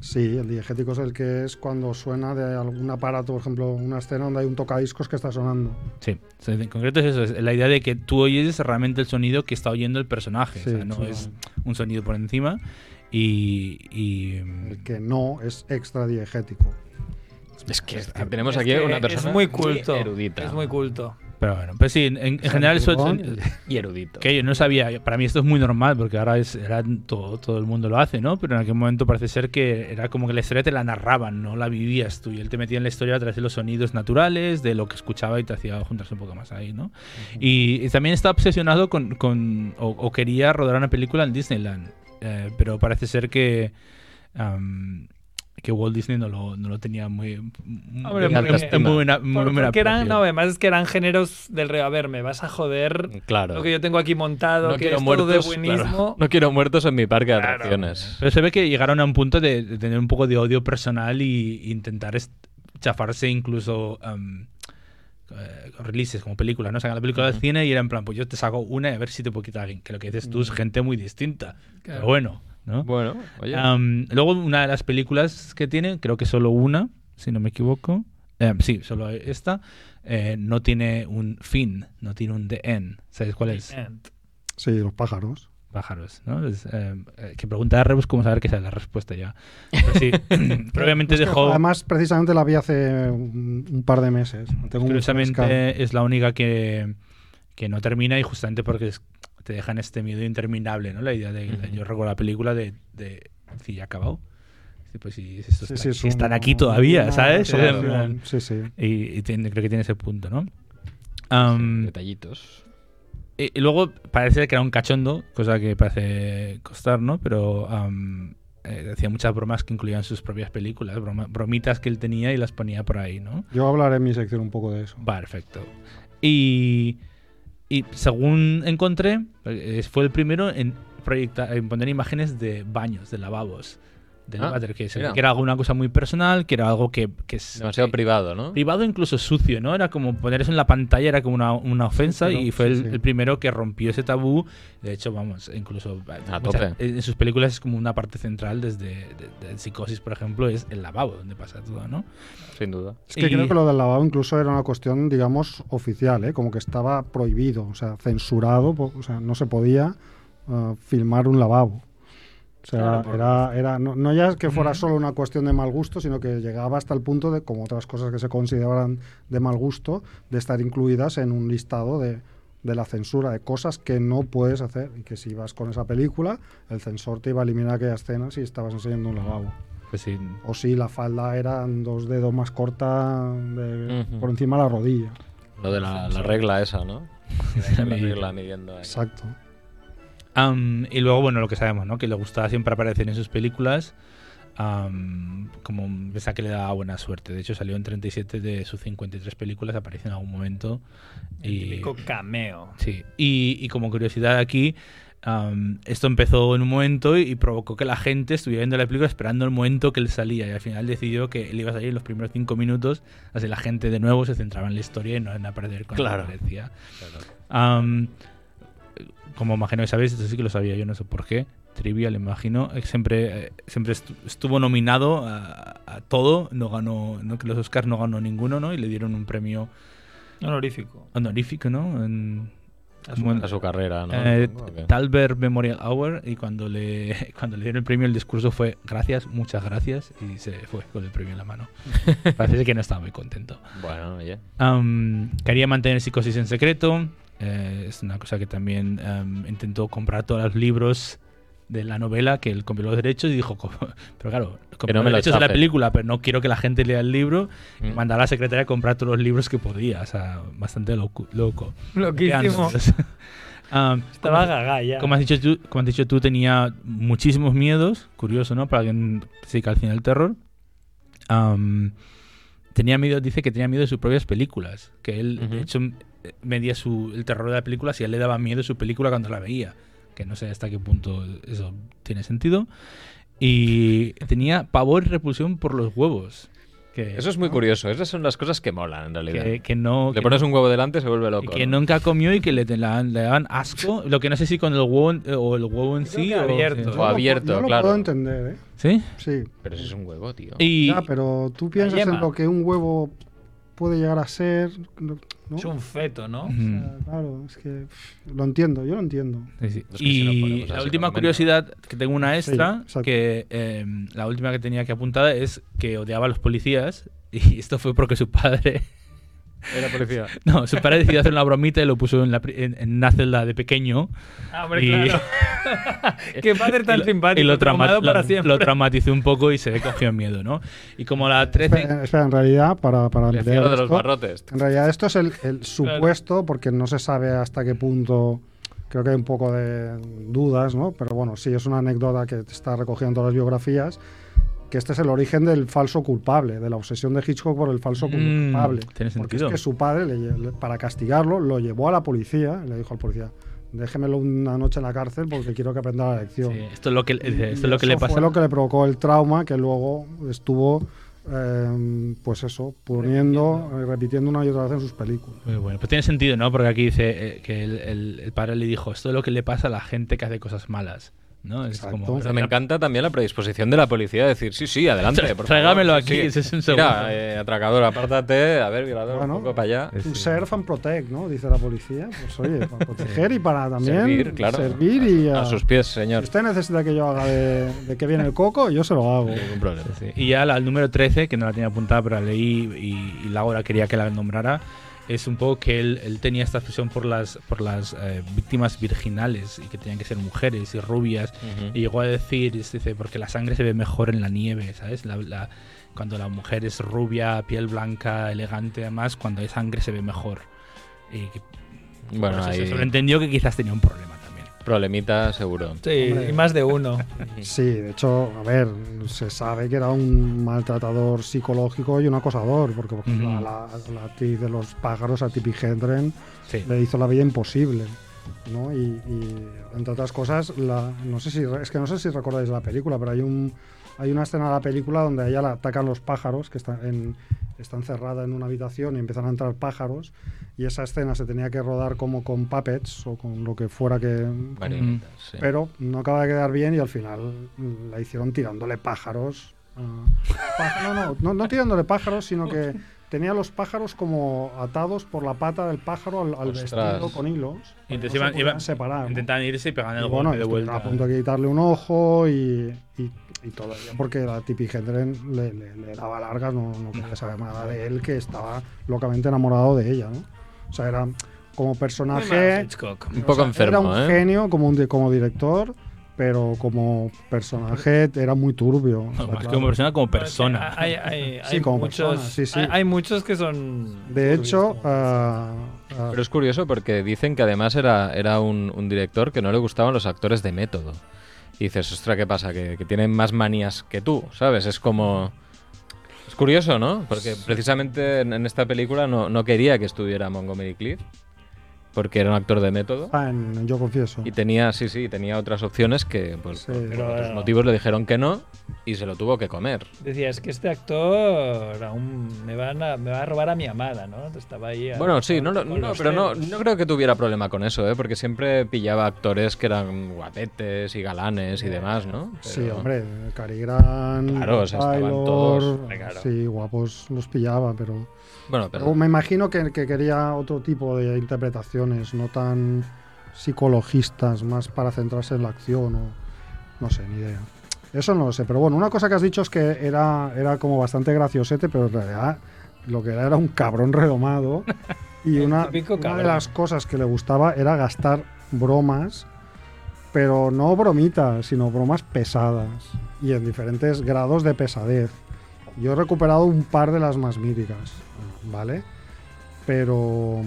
Speaker 6: Sí, el diegético es el que es cuando suena de algún aparato, por ejemplo, una escena donde hay un tocadiscos que está sonando.
Speaker 3: Sí, o sea, en concreto es eso, es la idea de que tú oyes realmente el sonido que está oyendo el personaje, o
Speaker 6: Sí,
Speaker 3: sea, no
Speaker 6: sí.
Speaker 3: es un sonido por encima y... y, mm,
Speaker 6: El que no es extra diegético.
Speaker 5: Es que, tenemos aquí
Speaker 2: Es que
Speaker 5: una persona
Speaker 2: es muy culto.
Speaker 5: erudita.
Speaker 2: Es muy culto.
Speaker 3: pero bueno, pues sí, en, en general eso...
Speaker 6: Perdón.
Speaker 5: Y erudito.
Speaker 3: Que yo no sabía, para mí esto es muy normal porque ahora es, era todo, todo el mundo lo hace, ¿no? Pero en aquel momento parece ser que era como que la historia te la narraban, no la vivías tú y él te metía en la historia a través de los sonidos naturales, de lo que escuchaba y te hacía juntarse un poco más ahí, ¿no? y, y también estaba obsesionado con, con- o, o quería rodar una película en Disneyland, eh, pero parece ser que... am, que Walt Disney no lo, no lo tenía muy...
Speaker 2: Hombre,
Speaker 3: muy,
Speaker 5: porque-
Speaker 3: en muy buena- muy
Speaker 2: Por-
Speaker 3: buena
Speaker 2: porque eran, no,
Speaker 3: aprecio.
Speaker 2: además es que eran géneros del rey. A ver, me vas a joder
Speaker 5: Claro.
Speaker 2: lo que yo tengo aquí montado,
Speaker 5: no
Speaker 2: que es
Speaker 5: quiero
Speaker 2: todo
Speaker 5: muertos.
Speaker 2: de
Speaker 5: claro.
Speaker 2: buenismo.
Speaker 5: No quiero muertos en mi parque de atracciones.
Speaker 3: Pero se ve que llegaron a un punto de, de tener un poco de odio personal y y intentar est- chafarse incluso em, eh, releases como películas, ¿no? Sacan la película del cine y era en plan, pues yo te saco una y a ver si te puedo quitar a alguien. Que lo que dices tú es gente muy distinta. Pero bueno, ¿no?
Speaker 5: Bueno, oye.
Speaker 3: Em, luego, una de las películas que tiene, creo que solo una, si no me equivoco. Eh, sí, solo esta. eh, no tiene un fin, no tiene un the end. ¿Sabes cuál es?
Speaker 2: Ant.
Speaker 6: Sí, los pájaros.
Speaker 3: pájaros, ¿no? Es, eh, eh, que preguntar a Rebus cómo saber que sea la respuesta ya. Pero sí, pero obviamente
Speaker 6: Es que,
Speaker 3: dejó...
Speaker 6: Además, precisamente la vi hace un, un par de meses. La Tengo muy fresca.
Speaker 3: Curiosamente es la única que, que no termina y justamente porque es- te dejan este miedo interminable, ¿no? La idea de...
Speaker 5: Ujú.
Speaker 3: Yo recuerdo la película de... de si ya ha acabado. Sí, Pues si, esto
Speaker 6: Sí,
Speaker 3: está-
Speaker 6: sí, es
Speaker 3: si están
Speaker 6: una-
Speaker 3: aquí todavía,
Speaker 6: una
Speaker 3: ¿sabes?
Speaker 6: solución.
Speaker 3: En plan-
Speaker 6: Sí, sí.
Speaker 3: (laughs) Y, y tiene- creo que tiene ese punto, ¿no? Am,
Speaker 5: Detallitos.
Speaker 3: Eh, y, y luego parece que era un cachondo, cosa que parece costar, ¿no? Pero am, eh, hacía muchas bromas que incluían sus propias películas, broma- bromitas que él tenía y las ponía por ahí, ¿no?
Speaker 6: Yo hablaré en mi sección un poco de eso.
Speaker 3: Va, Perfecto. Y, y según encontré, eh, fue el primero en, proyectar, en poner imágenes de baños, de lavabos, del
Speaker 5: Ah,
Speaker 3: váter, que, se-
Speaker 5: mira.
Speaker 3: que era alguna cosa muy personal, que era algo que, que es
Speaker 5: Demasiado privado, ¿no?
Speaker 3: privado incluso sucio, ¿no? Era como poner eso en la pantalla, era como una, una ofensa
Speaker 6: Sí, claro,
Speaker 3: y fue
Speaker 6: sí,
Speaker 3: el,
Speaker 6: sí.
Speaker 3: el primero que rompió ese tabú. De hecho, vamos, incluso eh,
Speaker 5: A tope.
Speaker 3: en sus películas es como una parte central desde de- de Psicosis, por ejemplo, es el lavabo donde pasa todo, ¿no?
Speaker 5: Sin duda.
Speaker 6: Es que
Speaker 3: Y-
Speaker 6: creo que lo del lavado incluso era una cuestión, digamos, oficial, ¿eh? como que estaba prohibido, o sea, censurado, po- o sea, no se podía ah, filmar un lavabo. O sea,
Speaker 3: Claro, por-
Speaker 6: era, era no, no ya es que fuera solo una cuestión de mal gusto, sino que llegaba hasta el punto de, como otras cosas que se consideraban de mal gusto, de estar incluidas en un listado de, de la censura, de cosas que no puedes hacer y que si ibas con esa película, el censor te iba a eliminar aquellas escenas si estabas enseñando un lavabo.
Speaker 3: Pues sí,
Speaker 6: O si la falda eran dos dedos más corta de-
Speaker 5: Ujú.
Speaker 6: por encima de la rodilla.
Speaker 5: Lo de la, la regla esa, ¿no? (laughs) La regla midiendo. ahí.
Speaker 6: Exacto.
Speaker 3: Am, y luego, bueno, lo que sabemos, ¿no? Que le gustaba siempre aparecer en sus películas. am, como un- pensaba que le daba buena suerte. De hecho, salió en 37 de sus 53 películas, aparece en algún momento.
Speaker 2: El
Speaker 3: Y,
Speaker 2: típico
Speaker 3: (laughs)
Speaker 2: cameo.
Speaker 3: sí. y, y como curiosidad aquí, am, esto empezó en un momento y, y provocó que la gente estuviera viendo la película esperando el momento que él salía. Y al final decidió que él iba a salir en los primeros 5 minutos. Así la gente de nuevo se centraba en la historia y no en aparecer con
Speaker 5: Claro.
Speaker 3: la aparecía. Am, como imagino que sabéis, esto sí que lo sabía yo, no sé por qué. Trivial, imagino. eh, Siempre, eh, siempre estu- estuvo nominado a, a todo. No ganó, no, que los Oscars no ganó ninguno, ¿no? Y le dieron un premio
Speaker 2: Honorífico.
Speaker 3: honorífico, ¿no? En-
Speaker 2: A su-
Speaker 3: bueno,
Speaker 5: A su carrera, Ah, ¿no?
Speaker 3: eh,
Speaker 5: Supongo que-
Speaker 3: Talbert Memorial Hour. Y cuando le, (laughs) cuando le dieron el premio, el discurso fue gracias, muchas gracias. Y se fue con el premio en
Speaker 5: (laughs)
Speaker 3: la mano. Parece que no estaba muy contento.
Speaker 5: Bueno, oye.
Speaker 3: Am, quería mantener psicosis en secreto. eh, es una cosa que también am, intentó comprar todos los libros de la novela que él compró los derechos y dijo, "Co- (laughs) pero claro, compré
Speaker 5: no me
Speaker 3: los
Speaker 5: lo
Speaker 3: derechos de la
Speaker 5: chafen.
Speaker 3: película, pero no quiero que la gente lea el libro. Y
Speaker 5: Mm.
Speaker 3: mandó a la secretaria a comprar todos los libros que podía. O sea, bastante locu- loco.
Speaker 2: Loquísimo.
Speaker 3: (laughs) Am,
Speaker 2: Estaba gaga ya.
Speaker 3: como has dicho tú, como has dicho tú, tenía muchísimos miedos. Curioso, ¿no? Para alguien que se dedica al cine del terror. Am, tenía miedo, dice que tenía miedo de sus propias películas. Que él, de
Speaker 5: Ujú.
Speaker 3: hecho, eh, medía su, el terror de la película si a él le daba miedo su película cuando la veía. Que no sé hasta qué punto eso tiene sentido. Y tenía pavor y repulsión por los huevos. Que,
Speaker 5: Eso es muy curioso. Esas son las cosas que molan, en realidad.
Speaker 3: que, que no.
Speaker 5: Le
Speaker 3: que
Speaker 5: pones
Speaker 3: no-
Speaker 5: un huevo delante se vuelve
Speaker 3: y
Speaker 5: loco.
Speaker 3: que
Speaker 5: ¿no?
Speaker 3: nunca comió y que le, la- le daban asco. Lo que no sé si con el huevo en- o el huevo en sí.
Speaker 2: que
Speaker 3: o-
Speaker 2: abierto.
Speaker 3: sí.
Speaker 5: O abierto,
Speaker 6: yo lo
Speaker 5: claro.
Speaker 6: puedo entender, ¿eh?
Speaker 3: ¿Sí?
Speaker 6: Sí.
Speaker 5: Pero eso es un huevo, tío.
Speaker 3: Y,
Speaker 6: Ya, pero tú piensas
Speaker 3: yema.
Speaker 6: en lo que un huevo puede llegar a ser. ¿no?
Speaker 2: Es un
Speaker 3: (laughs)
Speaker 2: feto, ¿no?
Speaker 6: O
Speaker 3: Mm.
Speaker 6: sea, claro, es que pff, lo entiendo, yo lo entiendo.
Speaker 3: Sí, sí.
Speaker 5: Los que
Speaker 3: Y
Speaker 5: se nos ponemos
Speaker 3: la
Speaker 5: así
Speaker 3: última
Speaker 5: con la
Speaker 3: curiosidad que tengo una
Speaker 6: Sí,
Speaker 3: extra,
Speaker 6: exacto.
Speaker 3: que eh, la última que tenía que apuntar es que odiaba a los policías y (laughs) esto fue porque su padre, (laughs)
Speaker 5: Era policía.
Speaker 3: no, su padre decidió hacer una bromita y lo puso en, la, pri- en, en una celda
Speaker 6: (laughs)
Speaker 3: de pequeño
Speaker 2: Ah, hombre,
Speaker 3: Y-
Speaker 2: claro. Qué padre tan
Speaker 3: y, lo-
Speaker 2: simpático.
Speaker 3: y lo, trauma-
Speaker 2: traumado para
Speaker 3: lo-
Speaker 2: siempre.
Speaker 3: lo traumatizó un poco y se le cogió miedo, ¿no? Y como la 13...
Speaker 6: Espera, espera, en realidad, para, para
Speaker 5: Le hacía
Speaker 6: entender
Speaker 5: lo de los
Speaker 6: esto,
Speaker 5: barrotes.
Speaker 6: En realidad esto es el, el supuesto, porque no se sabe hasta qué punto, creo que hay un poco de dudas, ¿no? Pero bueno, sí, es una anécdota que está recogida en todas las biografías, que este es el origen del falso culpable, de la obsesión de Hitchcock por el falso
Speaker 3: Mm,
Speaker 6: culpable.
Speaker 3: tiene
Speaker 6: porque
Speaker 3: sentido.
Speaker 6: es que su padre, le lle- le- para castigarlo, lo llevó a la policía, le dijo al policía, déjemelo una noche en la cárcel porque quiero que aprenda la lección.
Speaker 3: sí, esto es lo que, Eh, esto es
Speaker 6: Y
Speaker 3: lo que le
Speaker 6: eso
Speaker 3: pasa.
Speaker 6: Fue lo que le provocó el trauma que luego estuvo, eh, pues eso, poniendo, eh, repitiendo una y otra vez en sus películas.
Speaker 3: Muy bueno, pues tiene sentido, ¿no? Porque aquí dice eh, que el, el- el padre le dijo, esto es lo que le pasa a la gente que hace cosas malas. ¿no? Es
Speaker 6: Exacto.
Speaker 3: como,
Speaker 5: Pero me encanta también la predisposición de la policía de decir, sí, sí, adelante, por favor.
Speaker 3: Tráigamelo
Speaker 5: Sí,
Speaker 3: aquí,
Speaker 5: sí.
Speaker 3: ese es un segundo.
Speaker 5: Mira, eh, atracador, apártate, a ver, violador,
Speaker 6: Bueno. eh,
Speaker 5: un poco para allá.
Speaker 3: Es-
Speaker 6: To
Speaker 3: Sí.
Speaker 6: serve and protect, ¿no? Dice la policía. Pues oye,
Speaker 5: (laughs)
Speaker 6: para proteger y para también
Speaker 5: Servir, claro.
Speaker 6: servir y
Speaker 5: a,
Speaker 6: ah,
Speaker 5: sus pies,
Speaker 6: Si
Speaker 5: señor.
Speaker 6: usted necesita que yo haga de, de que viene el coco, yo se lo hago.
Speaker 5: Ningún problema.
Speaker 3: Sí, Y ya la- el número 13, que no la tenía apuntada, pero la leí y, y Laura quería que la nombrara, es un poco que él, él tenía esta obsesión por las, por las eh, víctimas virginales y que tenían que ser mujeres y rubias.
Speaker 5: Ujú.
Speaker 3: Y llegó a decir, es- dice, porque la sangre se ve mejor en la nieve, ¿sabes? La- la- cuando la mujer es rubia, piel blanca, elegante, además, cuando hay sangre se ve mejor. Y que-
Speaker 5: Bueno,
Speaker 3: pues, se
Speaker 5: hay
Speaker 3: sobreentendió que quizás tenía un problema también.
Speaker 5: problemita seguro.
Speaker 3: Mm.
Speaker 2: Sí,
Speaker 6: Hombre.
Speaker 2: y más de (laughs) uno.
Speaker 6: Sí, de hecho, a ver, se sabe que era un maltratador psicológico y un acosador, porque por ejemplo,
Speaker 3: Ujú.
Speaker 6: a la, a la actriz de los pájaros, a Tippi Hedren,
Speaker 3: Sí.
Speaker 6: le hizo la vida imposible. ¿no? Y, y, entre otras cosas, la- no sé si, es que no sé si recordáis la película, pero hay, un, hay una escena de la película donde a ella la atacan los pájaros, que está, en, está encerrada en una habitación y empiezan a entrar pájaros, y esa escena se tenía que rodar como con puppets o con lo que fuera que...
Speaker 5: Marionetas, sí.
Speaker 6: Pero no acaba de quedar bien y al final mm, la hicieron tirándole pájaros. ah, pá- no, no, no, no tirándole pájaros, sino
Speaker 3: (laughs)
Speaker 6: que tenía los pájaros como atados por la pata del pájaro al, al
Speaker 5: Ostras.
Speaker 6: vestido con hilos. para
Speaker 3: Y
Speaker 6: que
Speaker 3: entonces
Speaker 6: no se
Speaker 3: iban-
Speaker 6: pudieran
Speaker 3: iban-
Speaker 6: separar. ¿no?
Speaker 3: Intentaban irse y pegaban el
Speaker 6: Y
Speaker 3: golpe
Speaker 6: bueno,
Speaker 3: de
Speaker 6: estuvieron
Speaker 3: vuelta.
Speaker 6: a punto de quitarle un ojo y, y, y todavía, porque la Tipi Hedren le, le- le daba largas, no, no quería saber nada de él, que estaba locamente enamorado de ella, ¿no? O sea, era como
Speaker 2: Muy mal,
Speaker 6: personaje
Speaker 2: Hitchcock.
Speaker 5: un poco
Speaker 6: sea, era
Speaker 5: enfermo,
Speaker 6: un
Speaker 5: ¿eh?
Speaker 6: genio como, un di- como director, pero como personaje era muy turbio. o sea,
Speaker 3: No, más que
Speaker 6: claro.
Speaker 3: como persona, como
Speaker 2: Bueno,
Speaker 3: persona.
Speaker 2: es que Hay, hay-
Speaker 6: Sí,
Speaker 2: hay
Speaker 6: como
Speaker 2: muchos,
Speaker 6: persona, sí, sí.
Speaker 2: Hay, hay muchos que son.
Speaker 6: De hecho,
Speaker 2: turbios, ¿no?
Speaker 6: ah, ah,
Speaker 5: Pero es curioso porque dicen que además era, era un, un director que no le gustaban los actores de método. Y dices, ostra, ¿qué pasa? Que, que tienen más manías que tú, ¿sabes? Es como... Es curioso, ¿no? Porque precisamente en, en esta película no, no quería que estuviera Montgomery Cliff, porque era un actor de método.
Speaker 6: ah, en yo confieso.
Speaker 5: Y tenía, sí, sí, tenía otras opciones que por,
Speaker 6: Sí. Ah.
Speaker 5: por- por
Speaker 2: Pero,
Speaker 5: otros
Speaker 2: eh,
Speaker 5: motivos le dijeron que no y se lo tuvo que comer.
Speaker 2: Decía, es que este actor aún me, van a, me va a robar a mi amada, ¿no? Estaba ahí. a-
Speaker 5: Bueno, sí,
Speaker 2: con-
Speaker 5: no, lo-
Speaker 2: con
Speaker 5: no,
Speaker 2: los
Speaker 5: pero no,
Speaker 2: celos.
Speaker 5: no creo que tuviera problema con eso, ¿eh? porque siempre pillaba actores que eran guapetes y galanes y demás, ¿no?
Speaker 6: Sí,
Speaker 5: Pero-
Speaker 6: hombre, Cary Grant,
Speaker 5: Claro, o sea, estaban
Speaker 6: Taylor,
Speaker 5: todos, hombre, claro.
Speaker 6: sí, guapos los pillaba, pero,
Speaker 5: Bueno,
Speaker 6: pero
Speaker 5: pero
Speaker 6: me imagino que, que quería otro tipo de interpretaciones, no tan psicologistas, más para centrarse en la acción o no sé, ni idea. Eso no lo sé, pero bueno, una cosa que has dicho es que era, era como bastante graciosete, pero en realidad lo que era era un cabrón
Speaker 2: (laughs)
Speaker 6: redomado y
Speaker 2: El
Speaker 6: una,
Speaker 2: típico
Speaker 6: una de
Speaker 2: cabrón.
Speaker 6: las cosas que le gustaba era gastar bromas, pero no bromitas, sino bromas pesadas y en diferentes grados de pesadez. Yo he recuperado un par de las más míticas, ¿vale? Pero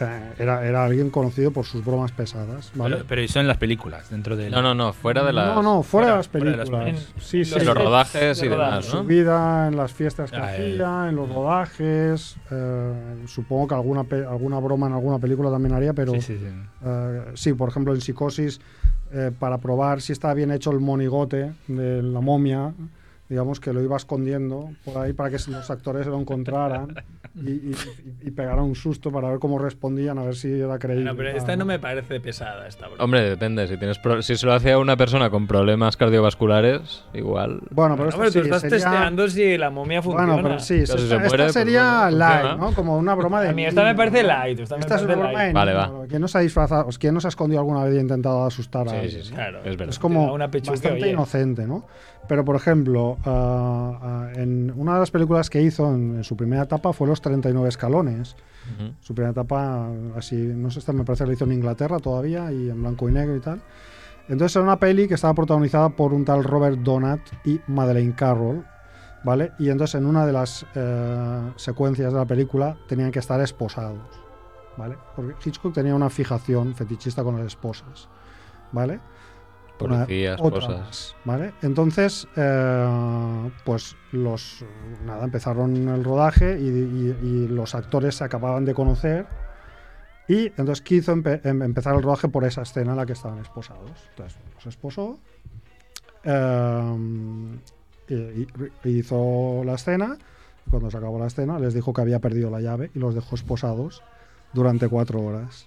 Speaker 6: eh, era, era alguien conocido por sus bromas pesadas, ¿vale?
Speaker 3: Pero, pero eso en las películas, dentro de...
Speaker 5: no, no, no, fuera de las
Speaker 6: No, no, fuera, de las
Speaker 3: fuera de las
Speaker 6: películas. sí, sí.
Speaker 5: de los
Speaker 2: sets
Speaker 5: rodajes
Speaker 2: de
Speaker 5: y
Speaker 2: rodaje.
Speaker 5: demás,
Speaker 6: Su
Speaker 5: ¿no?
Speaker 6: vida en las fiestas que
Speaker 3: Ah,
Speaker 6: hacía, en los rodajes. eh, supongo que alguna, pe- alguna broma en alguna película también haría, pero
Speaker 3: Sí, sí, sí.
Speaker 6: eh, sí, por ejemplo, en Psicosis, eh, para probar si estaba bien hecho el monigote de la momia, digamos que lo iba escondiendo por ahí para que los actores lo encontraran y, y, y pegaran un susto para ver cómo respondían, a ver si era creíble.
Speaker 2: No, pero
Speaker 6: Ah,
Speaker 2: esta no me parece pesada, esta broma.
Speaker 5: Hombre, depende, si tienes pro- si se lo hace a una persona con problemas cardiovasculares, igual.
Speaker 6: Bueno, pero
Speaker 2: No,
Speaker 6: esta
Speaker 2: pero tú
Speaker 6: sí,
Speaker 2: estás
Speaker 6: sería-
Speaker 2: testeando si la momia funciona.
Speaker 6: Bueno, pero sí,
Speaker 5: Pero si
Speaker 6: esta,
Speaker 5: se muere,
Speaker 6: esta
Speaker 5: pues
Speaker 6: sería
Speaker 5: bueno,
Speaker 6: light,
Speaker 5: funciona.
Speaker 6: ¿no? Como una broma de.
Speaker 2: A mí esta me
Speaker 6: niño,
Speaker 2: parece
Speaker 6: ¿no?
Speaker 2: light. Esta, me
Speaker 6: Esta es una
Speaker 2: parece
Speaker 6: broma de
Speaker 2: light.
Speaker 5: Vale,
Speaker 6: niño,
Speaker 5: va.
Speaker 6: ¿Quién no se ha disfrazado? ¿Quién no se ha escondido alguna vez intentado asustar a
Speaker 5: Sí,
Speaker 6: alguien?
Speaker 5: sí, sí.
Speaker 6: no?
Speaker 2: Claro.
Speaker 5: Es verdad.
Speaker 6: Es
Speaker 2: Te da
Speaker 6: como
Speaker 2: una pechuga,
Speaker 6: bastante
Speaker 2: oye.
Speaker 6: inocente, ¿no? Pero, por ejemplo, ah, ah, en una de las películas que hizo en, en su primera etapa fue Los 39 escalones.
Speaker 5: Ujú.
Speaker 6: Su primera etapa, así, no sé, esta me parece que la hizo en Inglaterra todavía y en blanco y negro y tal. Entonces era una peli que estaba protagonizada por un tal Robert Donat y Madeleine Carroll, ¿vale? Y entonces en una de las eh, secuencias de la película tenían que estar esposados, ¿vale? Porque Hitchcock tenía una fijación fetichista con las esposas, ¿vale? Una-
Speaker 5: Policías,
Speaker 6: otra
Speaker 5: cosas.
Speaker 6: más, ¿Vale? Entonces, eh, pues los. Nada, empezaron el rodaje y, y- y los actores se acababan de conocer. Y entonces quiso empe- em- empezar el rodaje por esa escena en la que estaban esposados. Entonces, los esposó. eh, y- y- hizo la escena. Cuando se acabó la escena, les dijo que había perdido la llave y los dejó esposados durante cuatro horas.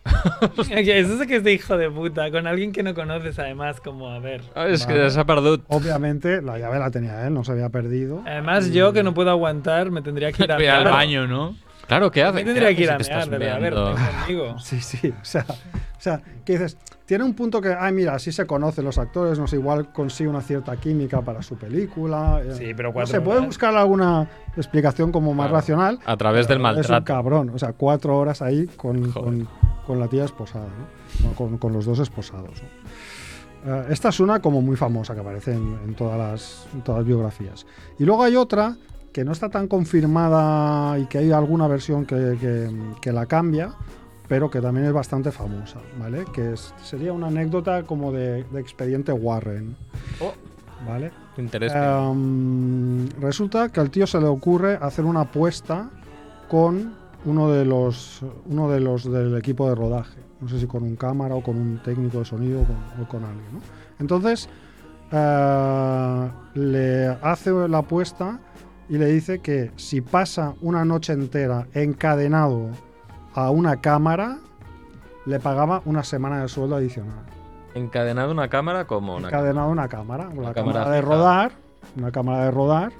Speaker 2: Eso es (laughs) que es de hijo de puta, con alguien que no conoces además, como a ver.
Speaker 5: Ah, És que
Speaker 6: Vale.
Speaker 5: s'ha perdut.
Speaker 6: Obviamente la llave la tenía él, no se había perdido.
Speaker 2: Además yo que no puedo aguantar me tendría que
Speaker 5: (laughs)
Speaker 2: ir a
Speaker 3: Ve al
Speaker 2: mear.
Speaker 3: baño, ¿no?
Speaker 5: Claro, ¿qué hace?
Speaker 2: Me tendría que ir a
Speaker 5: ¿Qué
Speaker 2: mear,
Speaker 5: haces?
Speaker 2: de
Speaker 5: Estás
Speaker 2: verdad,
Speaker 5: meando.
Speaker 6: (laughs)
Speaker 2: verte conmigo.
Speaker 6: Sí, sí, o sea, o sea, que dices, tiene un punto que, ay, mira, así se conocen los actores, no sé, igual consigue una cierta química para su película. eh,
Speaker 2: Sí, pero
Speaker 6: no
Speaker 2: cuatro
Speaker 6: sé, puede
Speaker 2: horas.
Speaker 6: buscar alguna explicación como más
Speaker 5: Claro.
Speaker 6: racional.
Speaker 5: A través del
Speaker 6: Es un
Speaker 5: maltrato.
Speaker 6: cabrón, o sea, cuatro horas ahí con,
Speaker 5: Joder.
Speaker 6: con, con la tía esposada, ¿no? Bueno, con, con los dos esposados. ¿no? Eh, esta es una como muy famosa que aparece en, en todas las, en todas las biografías. Y luego hay otra que no está tan confirmada y que hay alguna versión que, que- que la cambia, pero que también es bastante famosa, ¿vale? Que es- sería una anécdota como de, de expediente Warren,
Speaker 5: Oh,
Speaker 6: ¿vale?
Speaker 5: qué interés.
Speaker 6: eh, Em, resulta que al tío se le ocurre hacer una apuesta con uno de los uno de los del equipo de rodaje. No sé si con un cámara o con un técnico de sonido o con, o con alguien. ¿no? Entonces eh, le hace la apuesta y le dice que si pasa una noche entera encadenado a una cámara, le pagaba una semana de sueldo adicional
Speaker 5: Encadenado una cámara como una
Speaker 6: encadenado a una cámara. Una,
Speaker 5: cámara
Speaker 6: cámara, de
Speaker 5: fija.
Speaker 6: rodar. Una cámara de rodar.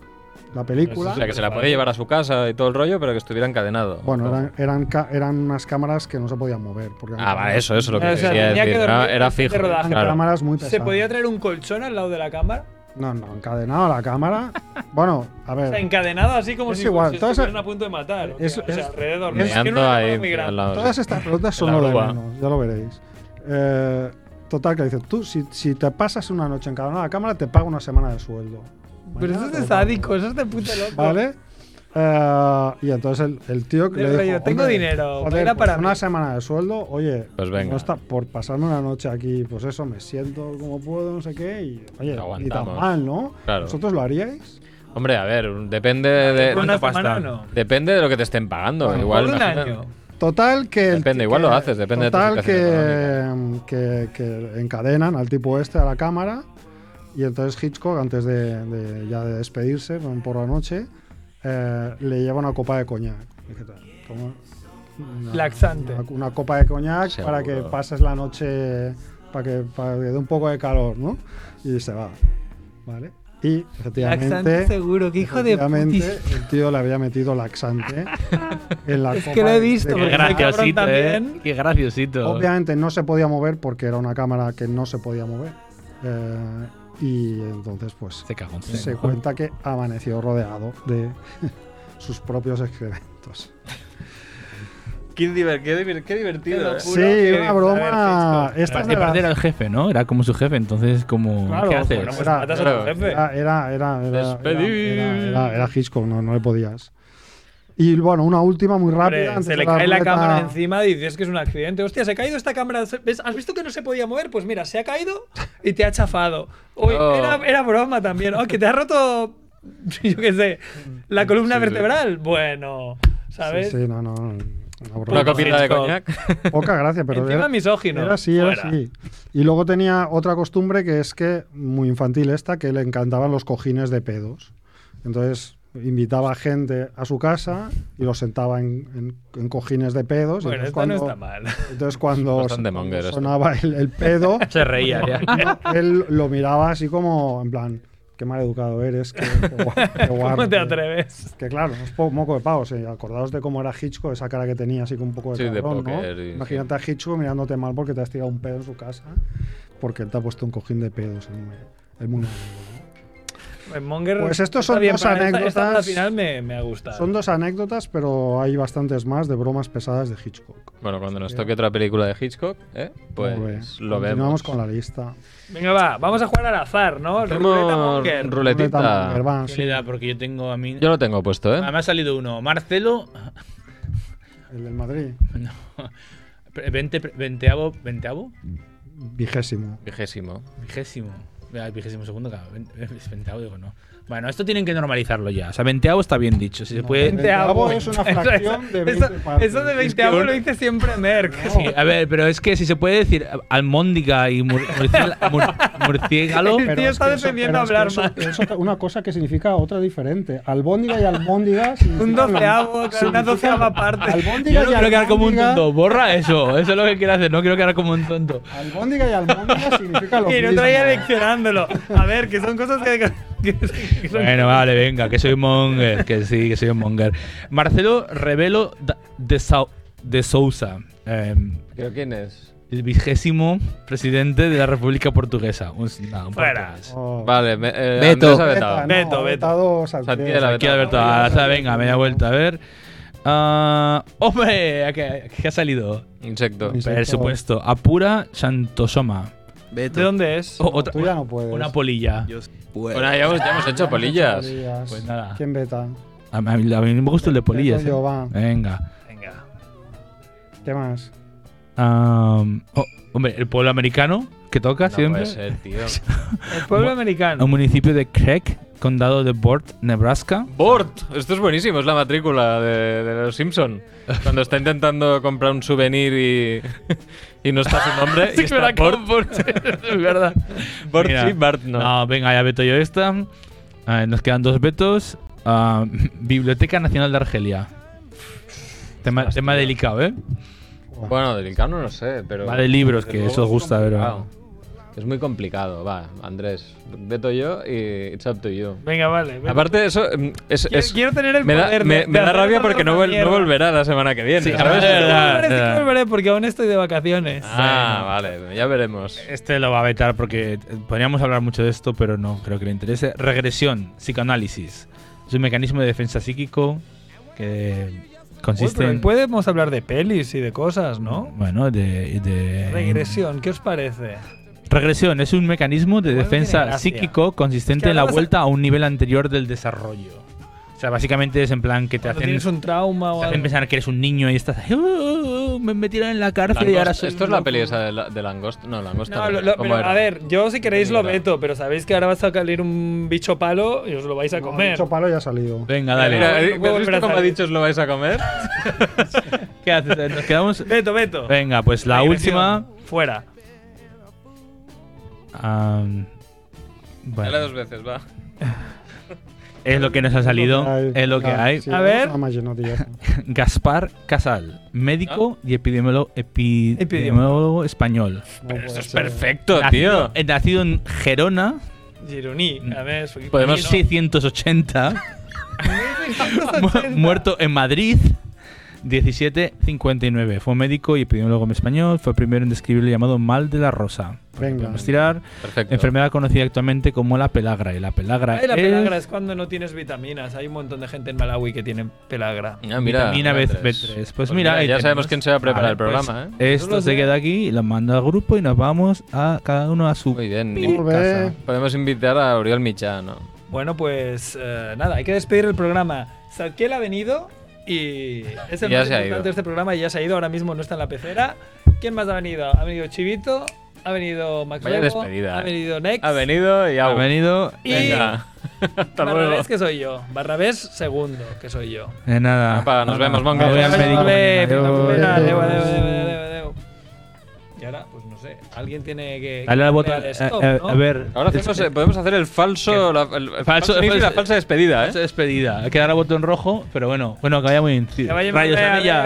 Speaker 6: La película.
Speaker 5: O sea, que se la podía llevar a su casa y todo el rollo, pero que estuviera encadenado.
Speaker 6: Bueno, eran, eran, ca- eran unas cámaras que no se podían mover. Porque
Speaker 5: Ah, vale, eso, eso es lo que
Speaker 2: O sea,
Speaker 5: quería
Speaker 2: tenía
Speaker 5: decir.
Speaker 2: que
Speaker 5: Era,
Speaker 2: dormir
Speaker 5: era
Speaker 2: de
Speaker 5: fijo.
Speaker 2: rodaje.
Speaker 6: Eran
Speaker 5: Claro.
Speaker 6: cámaras muy pesadas.
Speaker 2: ¿Se podía traer un colchón al lado de la cámara?
Speaker 6: No, no, encadenado a la cámara. Bueno, a
Speaker 2: O sea,
Speaker 6: ver.
Speaker 2: encadenado así como
Speaker 6: Es
Speaker 2: si
Speaker 6: igual,
Speaker 2: si
Speaker 6: todo eso-
Speaker 2: estuvieran a punto de matar. ¿o qué?
Speaker 6: es-
Speaker 2: o sea,
Speaker 6: es-
Speaker 2: alrededor. ¿no? Es que
Speaker 5: Meando
Speaker 2: no
Speaker 5: ahí
Speaker 2: muy grande.
Speaker 5: al lado.
Speaker 6: Todas estas preguntas son
Speaker 5: (laughs) La
Speaker 6: lo de
Speaker 5: grúa.
Speaker 6: menos, ya lo veréis. Eh, total, que dice, tú, si, si te pasas una noche encadenado a la cámara, te pago una semana de sueldo.
Speaker 2: Pero
Speaker 6: Mañana
Speaker 2: eso es
Speaker 6: te
Speaker 2: de
Speaker 6: lo pago.
Speaker 2: sádico, eso es de puta loco.
Speaker 6: ¿Vale? Eh, y entonces el, el tío que
Speaker 2: Del
Speaker 6: le
Speaker 2: rollo,
Speaker 6: dijo,
Speaker 2: tengo
Speaker 6: "Hombre,
Speaker 2: dinero,
Speaker 6: joder,
Speaker 2: baila
Speaker 6: pues
Speaker 2: para
Speaker 6: una
Speaker 2: mí".
Speaker 6: semana de sueldo, oye,
Speaker 5: Pues venga.
Speaker 6: no está por pasarme una noche aquí, pues eso, me siento como puedo, no sé qué, y oye, ni tan
Speaker 5: Aguantamos.
Speaker 6: mal, ¿no?
Speaker 5: Claro.
Speaker 6: ¿Vosotros lo haríais?
Speaker 5: Hombre, a ver, depende de,
Speaker 2: Por una
Speaker 3: ¿cuánta
Speaker 2: semana
Speaker 3: pasta?
Speaker 2: no.
Speaker 5: depende de lo que te estén pagando.
Speaker 6: Bueno,
Speaker 5: igual,
Speaker 2: Por un
Speaker 5: imagina-
Speaker 2: año.
Speaker 6: Total que... el-
Speaker 5: Depende, igual
Speaker 6: que-
Speaker 5: lo haces, depende de tu
Speaker 6: Total
Speaker 5: situación
Speaker 6: que, que, que encadenan al tipo este a la cámara y entonces Hitchcock, antes de, de- ya de despedirse bueno, por la noche, eh, le lleva una copa de coñac. Dice, "Toma una-
Speaker 2: Laxante.
Speaker 6: Una, una copa de coñac
Speaker 5: Seguro.
Speaker 6: para que pases la noche, para que, para que dé un poco de calor, ¿no? Y se va. ¿Vale? Y
Speaker 2: Laxante
Speaker 6: efectivamente...
Speaker 2: seguro, que hijo de
Speaker 6: efectivamente,
Speaker 2: putis.
Speaker 6: el tío le había metido laxante en la
Speaker 2: (laughs) Es
Speaker 6: copa
Speaker 2: que lo
Speaker 6: de-
Speaker 2: he visto,
Speaker 6: de
Speaker 3: Qué
Speaker 2: Porque ese cabrón
Speaker 3: graciosito, ¿eh?
Speaker 2: también.
Speaker 3: Qué graciosito.
Speaker 6: Obviamente no se podía mover porque era una cámara que no se podía mover. Eh, y entonces, pues,
Speaker 3: Se cagó.
Speaker 6: se cuenta que amaneció rodeado de (laughs) sus propios excrementos.
Speaker 5: Qué, diver- qué diver- qué divertido. ¿eh?
Speaker 6: Sí, una broma. Esta es de
Speaker 3: Aparte
Speaker 6: las-
Speaker 3: era el jefe, ¿no? Era como su jefe, entonces como...
Speaker 6: Claro,
Speaker 3: ¿Qué haces?
Speaker 2: Bueno, pues
Speaker 6: Era-
Speaker 2: matas
Speaker 5: claro.
Speaker 2: a tu jefe.
Speaker 6: era, era, era, era, era,
Speaker 5: Despedir.
Speaker 6: era- era- era Hitchcock, no, no le podías. Y bueno, una última muy rápida.
Speaker 2: Hombre,
Speaker 6: antes
Speaker 2: se
Speaker 6: de
Speaker 2: le cae la
Speaker 6: ruleta-
Speaker 2: cámara encima y dices que es un accidente. Hostia, se ha caído esta cámara. ¿Se- ves? ¿Has visto que no se podía mover? Pues mira, se ha caído y te ha chafado. Uy,
Speaker 5: Oh.
Speaker 2: era, era broma también. Oh, que te ha roto, (laughs) yo qué sé, la columna
Speaker 5: Sí, sí.
Speaker 2: vertebral. Bueno,
Speaker 6: Sí,
Speaker 2: ¿sabes?
Speaker 6: sí, no, no. Una
Speaker 5: Una
Speaker 6: broma.
Speaker 5: copita de
Speaker 2: Hitchcock.
Speaker 5: coñac.
Speaker 6: Poca gracia, pero
Speaker 2: Encima
Speaker 6: era-
Speaker 2: misógino.
Speaker 6: Era así, era
Speaker 2: Fuera.
Speaker 6: así. Y luego tenía otra costumbre que es que, muy infantil esta, que le encantaban los cojines de pedos. Entonces invitaba a gente a su casa y los sentaba en, en- en cojines de pedos.
Speaker 2: Bueno,
Speaker 6: entonces, pues
Speaker 2: esto
Speaker 6: cuando,
Speaker 2: no está mal.
Speaker 6: entonces cuando
Speaker 5: Bastante monger esto.
Speaker 6: sonaba el, el pedo,
Speaker 3: Se
Speaker 2: (laughs)
Speaker 3: reía ya.
Speaker 6: él lo miraba así como, en plan, qué mal educado eres, qué, qué guar- qué
Speaker 2: (laughs) ¿Cómo
Speaker 6: guarro,
Speaker 2: te
Speaker 6: qué-
Speaker 2: atreves?
Speaker 6: que claro, es po- moco de pavo. sí. Acordaos de cómo era Hitchcock, esa cara que tenía así con un poco de
Speaker 5: Sí, de
Speaker 6: cabrón, ¿no?
Speaker 5: póker y-
Speaker 6: Imagínate a Hitchcock mirándote mal porque te has tirado un pedo en su casa, porque él te ha puesto un cojín de pedos en el mundo.
Speaker 2: Pues Monger
Speaker 6: Pues estos
Speaker 2: está
Speaker 6: son
Speaker 2: bien,
Speaker 6: dos
Speaker 2: para esta-
Speaker 6: anécdotas.
Speaker 2: Esta, al final me, me ha gustado.
Speaker 6: Son dos anécdotas, pero hay bastantes más de bromas pesadas de Hitchcock.
Speaker 5: Bueno, cuando nos toque otra película de Hitchcock, ¿eh? pues
Speaker 6: Muy bien.
Speaker 5: lo
Speaker 6: Continuamos
Speaker 5: vemos.
Speaker 6: con la lista.
Speaker 2: Venga, va, vamos a jugar al azar, ¿no? Ruleta
Speaker 5: Hacemos
Speaker 2: Monger.
Speaker 5: ruletita.
Speaker 6: Ruleta Monger, va, sí.
Speaker 3: Casualidad, porque yo tengo a mí...
Speaker 5: Yo lo tengo puesto,
Speaker 3: Ah,
Speaker 5: ¿eh?
Speaker 3: me ha salido uno. Marcelo...
Speaker 6: El del Madrid,
Speaker 3: No.
Speaker 6: eh,
Speaker 3: Veinte- Veinteavo... ¿Veinteavo?
Speaker 6: vigésimo.
Speaker 5: Vigésimo.
Speaker 3: Vigésimo. Mira, el vigésimo segundo, claro, ven- es venteavo, digo, no. Bueno, esto tienen que normalizarlo ya. O sea, venteavo está bien dicho. Si se puede.
Speaker 2: Veinteavo.
Speaker 6: es
Speaker 2: (laughs)
Speaker 6: una fracción de 20
Speaker 2: Eso-
Speaker 6: partes.
Speaker 2: Eso de
Speaker 6: Es
Speaker 2: 20
Speaker 6: que
Speaker 2: lo dice siempre Merck.
Speaker 3: Sí, a ver, pero es que si se puede decir almóndiga y mur- murciela- mur-
Speaker 6: (laughs)
Speaker 3: murciégalo.
Speaker 2: El tío está
Speaker 6: que eso-
Speaker 2: defendiendo
Speaker 6: pero es que
Speaker 2: hablar
Speaker 6: eso-
Speaker 2: mal.
Speaker 6: eso te- una cosa que significa otra diferente. Albóndiga y albóndiga.
Speaker 2: Un
Speaker 6: significan lo-
Speaker 2: doceavo, claro, una
Speaker 6: significa-
Speaker 2: doceava parte.
Speaker 6: Albóndiga
Speaker 3: Yo no
Speaker 6: y
Speaker 3: quiero quedar como un
Speaker 6: albóndiga-
Speaker 3: tonto. Borra eso. Eso es lo que quiero hacer. No quiero quedar como un tonto.
Speaker 6: Albóndiga y albóndiga significa lo
Speaker 2: (laughs) Y
Speaker 6: mismo.
Speaker 2: no traía leccionándolo. A ver, que son cosas que. que- que son-
Speaker 3: Bueno, vale, venga, que soy un monger. Que sí, que soy un monger. Marcelo Revelo da- de, Sau- de Sousa. em,
Speaker 5: ¿Pero quién es?
Speaker 3: el vigésimo presidente de la República Portuguesa. Un, no, un
Speaker 2: Fuera.
Speaker 3: portugués.
Speaker 6: Oh.
Speaker 5: Vale, me, eh,
Speaker 8: Beto.
Speaker 5: Andrés ha vetado.
Speaker 6: Beta, no,
Speaker 2: Beto, Beto.
Speaker 6: vetado Salcedo.
Speaker 5: Santi de la
Speaker 3: Aquí Alberto, ah, está, venga, media vuelta, a ver. Ah, ¡Hombre! ¿a ¿Qué, qué ha salido?
Speaker 5: Insecto.
Speaker 6: Sí,
Speaker 3: Por supuesto. Apura Santosoma.
Speaker 2: ¿De
Speaker 8: Beto.
Speaker 2: dónde es?
Speaker 5: Oh.
Speaker 3: O-
Speaker 6: No,
Speaker 3: otra,
Speaker 6: tú ya no puedes.
Speaker 3: una polilla.
Speaker 8: Yo-
Speaker 5: Bueno, ya hemos, ya hemos hecho polillas.
Speaker 3: Pues nada.
Speaker 6: ¿Quién beta?
Speaker 3: A mí, a mí me gusta el de polillas.
Speaker 6: Beto, yo,
Speaker 3: eh.
Speaker 6: va.
Speaker 3: Venga.
Speaker 2: Venga.
Speaker 3: Eh.
Speaker 6: ¿Qué más?
Speaker 3: Am, oh, hombre, el pueblo americano que toca
Speaker 5: No
Speaker 3: siempre.
Speaker 5: puede ser,
Speaker 6: (laughs)
Speaker 5: tío.
Speaker 2: El pueblo
Speaker 3: Bu-
Speaker 2: americano.
Speaker 3: Un municipio de Craig, condado de Bort, Nebraska.
Speaker 5: Bort, esto es buenísimo, es la matrícula de, de los Simpson. Cuando está intentando comprar un souvenir y, (laughs) y no está su nombre. y está Bort, (laughs)
Speaker 3: es verdad.
Speaker 5: Bort
Speaker 3: Mira.
Speaker 5: sí, Bart no.
Speaker 3: No, venga, ya veto yo esta. Ah, nos quedan dos vetos. Ah, (laughs) Biblioteca Nacional de Argelia. Tema, tema delicado, ¿eh?
Speaker 5: Bueno, delicado no lo sé, pero.
Speaker 3: Va de libros, que
Speaker 5: luego
Speaker 3: eso
Speaker 5: es
Speaker 3: gusta, pero.
Speaker 5: complicado. Es muy complicado, va, Andrés. Veto yo y it's up to you.
Speaker 2: Venga, vale. venga.
Speaker 5: Aparte, eso. mm, Es,
Speaker 2: Quiero,
Speaker 5: es-
Speaker 2: quiero tener el
Speaker 5: me da,
Speaker 2: poder
Speaker 5: me-
Speaker 2: de-
Speaker 5: me
Speaker 2: de
Speaker 5: da
Speaker 2: hacer
Speaker 5: rabia
Speaker 2: otra
Speaker 5: porque no, vuel-
Speaker 2: mierda.
Speaker 5: no volverá la semana que viene.
Speaker 3: Sí,
Speaker 5: ¿sabes?
Speaker 3: es verdad.
Speaker 2: Volveré, sí que
Speaker 3: Ah.
Speaker 2: volveré porque aún estoy de vacaciones.
Speaker 5: Ah, vale, ya veremos.
Speaker 3: Este lo va a vetar porque eh, podríamos hablar mucho de esto, pero no creo que le interese. Regresión, psicoanálisis. Es un mecanismo de defensa psíquico que
Speaker 2: Uy,
Speaker 3: consiste
Speaker 2: pero
Speaker 3: en.
Speaker 2: podemos hablar de pelis y de cosas, ¿no?
Speaker 3: Bueno, de. de-
Speaker 2: Regresión, ¿qué os parece?
Speaker 3: Regresión es un mecanismo de
Speaker 2: Bueno, tiene
Speaker 3: defensa
Speaker 2: gracia.
Speaker 3: psíquico
Speaker 2: Es
Speaker 3: consistente
Speaker 2: que
Speaker 3: en la
Speaker 2: ahora vas a-
Speaker 3: vuelta a un nivel anterior del desarrollo. O sea, básicamente es en plan que te
Speaker 2: Cuando
Speaker 3: hacen,
Speaker 2: tienes un trauma o
Speaker 3: te hacen
Speaker 2: algo.
Speaker 3: pensar que eres un niño y estás ahí, "Uh, uh, uh, me metieron en la cárcel y
Speaker 5: Langosta.
Speaker 3: ahora soy
Speaker 5: Esto
Speaker 3: un
Speaker 5: es la
Speaker 3: loco".
Speaker 5: peli esa de, la- de langosta. No, langosta.
Speaker 2: No,
Speaker 5: no,
Speaker 2: lo- lo-
Speaker 5: ¿cómo
Speaker 2: pero,
Speaker 5: era?
Speaker 2: a ver, yo si queréis lo
Speaker 5: Mira.
Speaker 2: veto, pero sabéis que ahora va a salir un bicho palo y os lo vais a comer.
Speaker 6: Mucho palo ya ha salido.
Speaker 3: Venga, Ah, dale.
Speaker 5: Mira,
Speaker 2: No, no
Speaker 5: ¿ves
Speaker 2: puedo
Speaker 5: visto
Speaker 2: volver a
Speaker 5: cómo ha
Speaker 2: salir.
Speaker 5: dicho os lo vais a comer?
Speaker 3: ¿Qué haces? Eh, Nos quedamos.
Speaker 2: Veto, veto.
Speaker 3: Venga, pues la
Speaker 2: Regresión,
Speaker 3: última.
Speaker 2: Fuera.
Speaker 3: am, (laughs) bueno,
Speaker 5: Dale dos veces, va.
Speaker 3: es lo que nos ha salido,
Speaker 6: Ay,
Speaker 3: es lo que
Speaker 6: ya,
Speaker 3: hay.
Speaker 6: sí,
Speaker 2: A ver.
Speaker 6: nada más lleno, tío.
Speaker 3: Gaspar Casal, médico
Speaker 5: ¿Ah?
Speaker 3: y epidemiólogo, epi- epidemiólogo español.
Speaker 6: No puede ser.
Speaker 5: Perfecto, tío.
Speaker 3: Nacido- eh, nacido en Gerona,
Speaker 2: Gironí.
Speaker 3: Mm.
Speaker 2: A ver, soy-
Speaker 3: Pues
Speaker 5: Podemos-
Speaker 2: No.
Speaker 3: 680.
Speaker 5: (laughs)
Speaker 3: Mu- muerto en Madrid. 1759. Fue médico y epidemiólogo en español. Fue primero en describir el llamado mal de la rosa.
Speaker 6: Venga.
Speaker 3: Podemos tirar.
Speaker 5: Perfecto.
Speaker 3: Enfermedad conocida actualmente como la pelagra. Y la pelagra
Speaker 2: Ay, la
Speaker 3: es
Speaker 2: pelagra es cuando no tienes vitaminas. Hay un montón de gente en Malawi que tiene pelagra.
Speaker 5: Ah, mira,
Speaker 3: vitamina B3.
Speaker 5: B3.
Speaker 3: Pues, mira, ahí
Speaker 5: ya sabemos
Speaker 3: tenemos.
Speaker 5: quién se va a preparar
Speaker 3: Vale,
Speaker 5: el
Speaker 3: pues,
Speaker 5: programa, ¿eh?
Speaker 3: Esto se queda aquí, lo manda al grupo y nos vamos a cada uno a su
Speaker 5: Muy bien.
Speaker 6: Muy
Speaker 5: Y
Speaker 6: bien.
Speaker 3: casa.
Speaker 5: Podemos invitar a Oriol Michá, ¿no?
Speaker 2: Bueno, pues eh, nada, hay que despedir el programa. Sadkiel ha venido y es el
Speaker 5: Ya
Speaker 2: más
Speaker 5: se ha
Speaker 2: importante
Speaker 5: ido.
Speaker 2: de este programa y ya se ha ido. Ahora mismo no está en la pecera. ¿Quién más ha venido? Ha venido Chivito, ha venido Max
Speaker 5: Vaya
Speaker 2: Rebo,
Speaker 5: despedida,
Speaker 2: ha
Speaker 5: eh.
Speaker 2: venido Nex.
Speaker 5: Ha venido y ha
Speaker 3: Bienvenido.
Speaker 2: Y-
Speaker 5: Venga. (laughs) Hasta
Speaker 2: Barrabés,
Speaker 5: luego.
Speaker 2: que soy yo. Barrabés, segundo, que soy yo.
Speaker 3: De nada.
Speaker 5: Apa, nos vemos,
Speaker 3: Vamos
Speaker 5: Monger.
Speaker 3: al
Speaker 5: Adiós.
Speaker 3: médico.
Speaker 2: Ole,
Speaker 3: Adiós.
Speaker 2: fenomenal, adeu, adeu, adeu, adeu, adeu. Y ahora, pues no sé, alguien tiene que.
Speaker 3: Dale al botón.
Speaker 2: darle al
Speaker 3: A,
Speaker 2: stop,
Speaker 3: a-
Speaker 2: ¿no?
Speaker 3: a ver.
Speaker 5: Ahora hacemos, eh, podemos hacer el falso, la, el falso,
Speaker 3: Falso-
Speaker 5: inicio y la
Speaker 3: falso-
Speaker 5: falsa despedida, ¿eh?
Speaker 3: Falsa despedida. Quedará botón rojo, pero bueno, bueno, que vaya muy bien.
Speaker 2: Que vaya muy
Speaker 3: Rayos,
Speaker 2: bien.
Speaker 3: Anilla.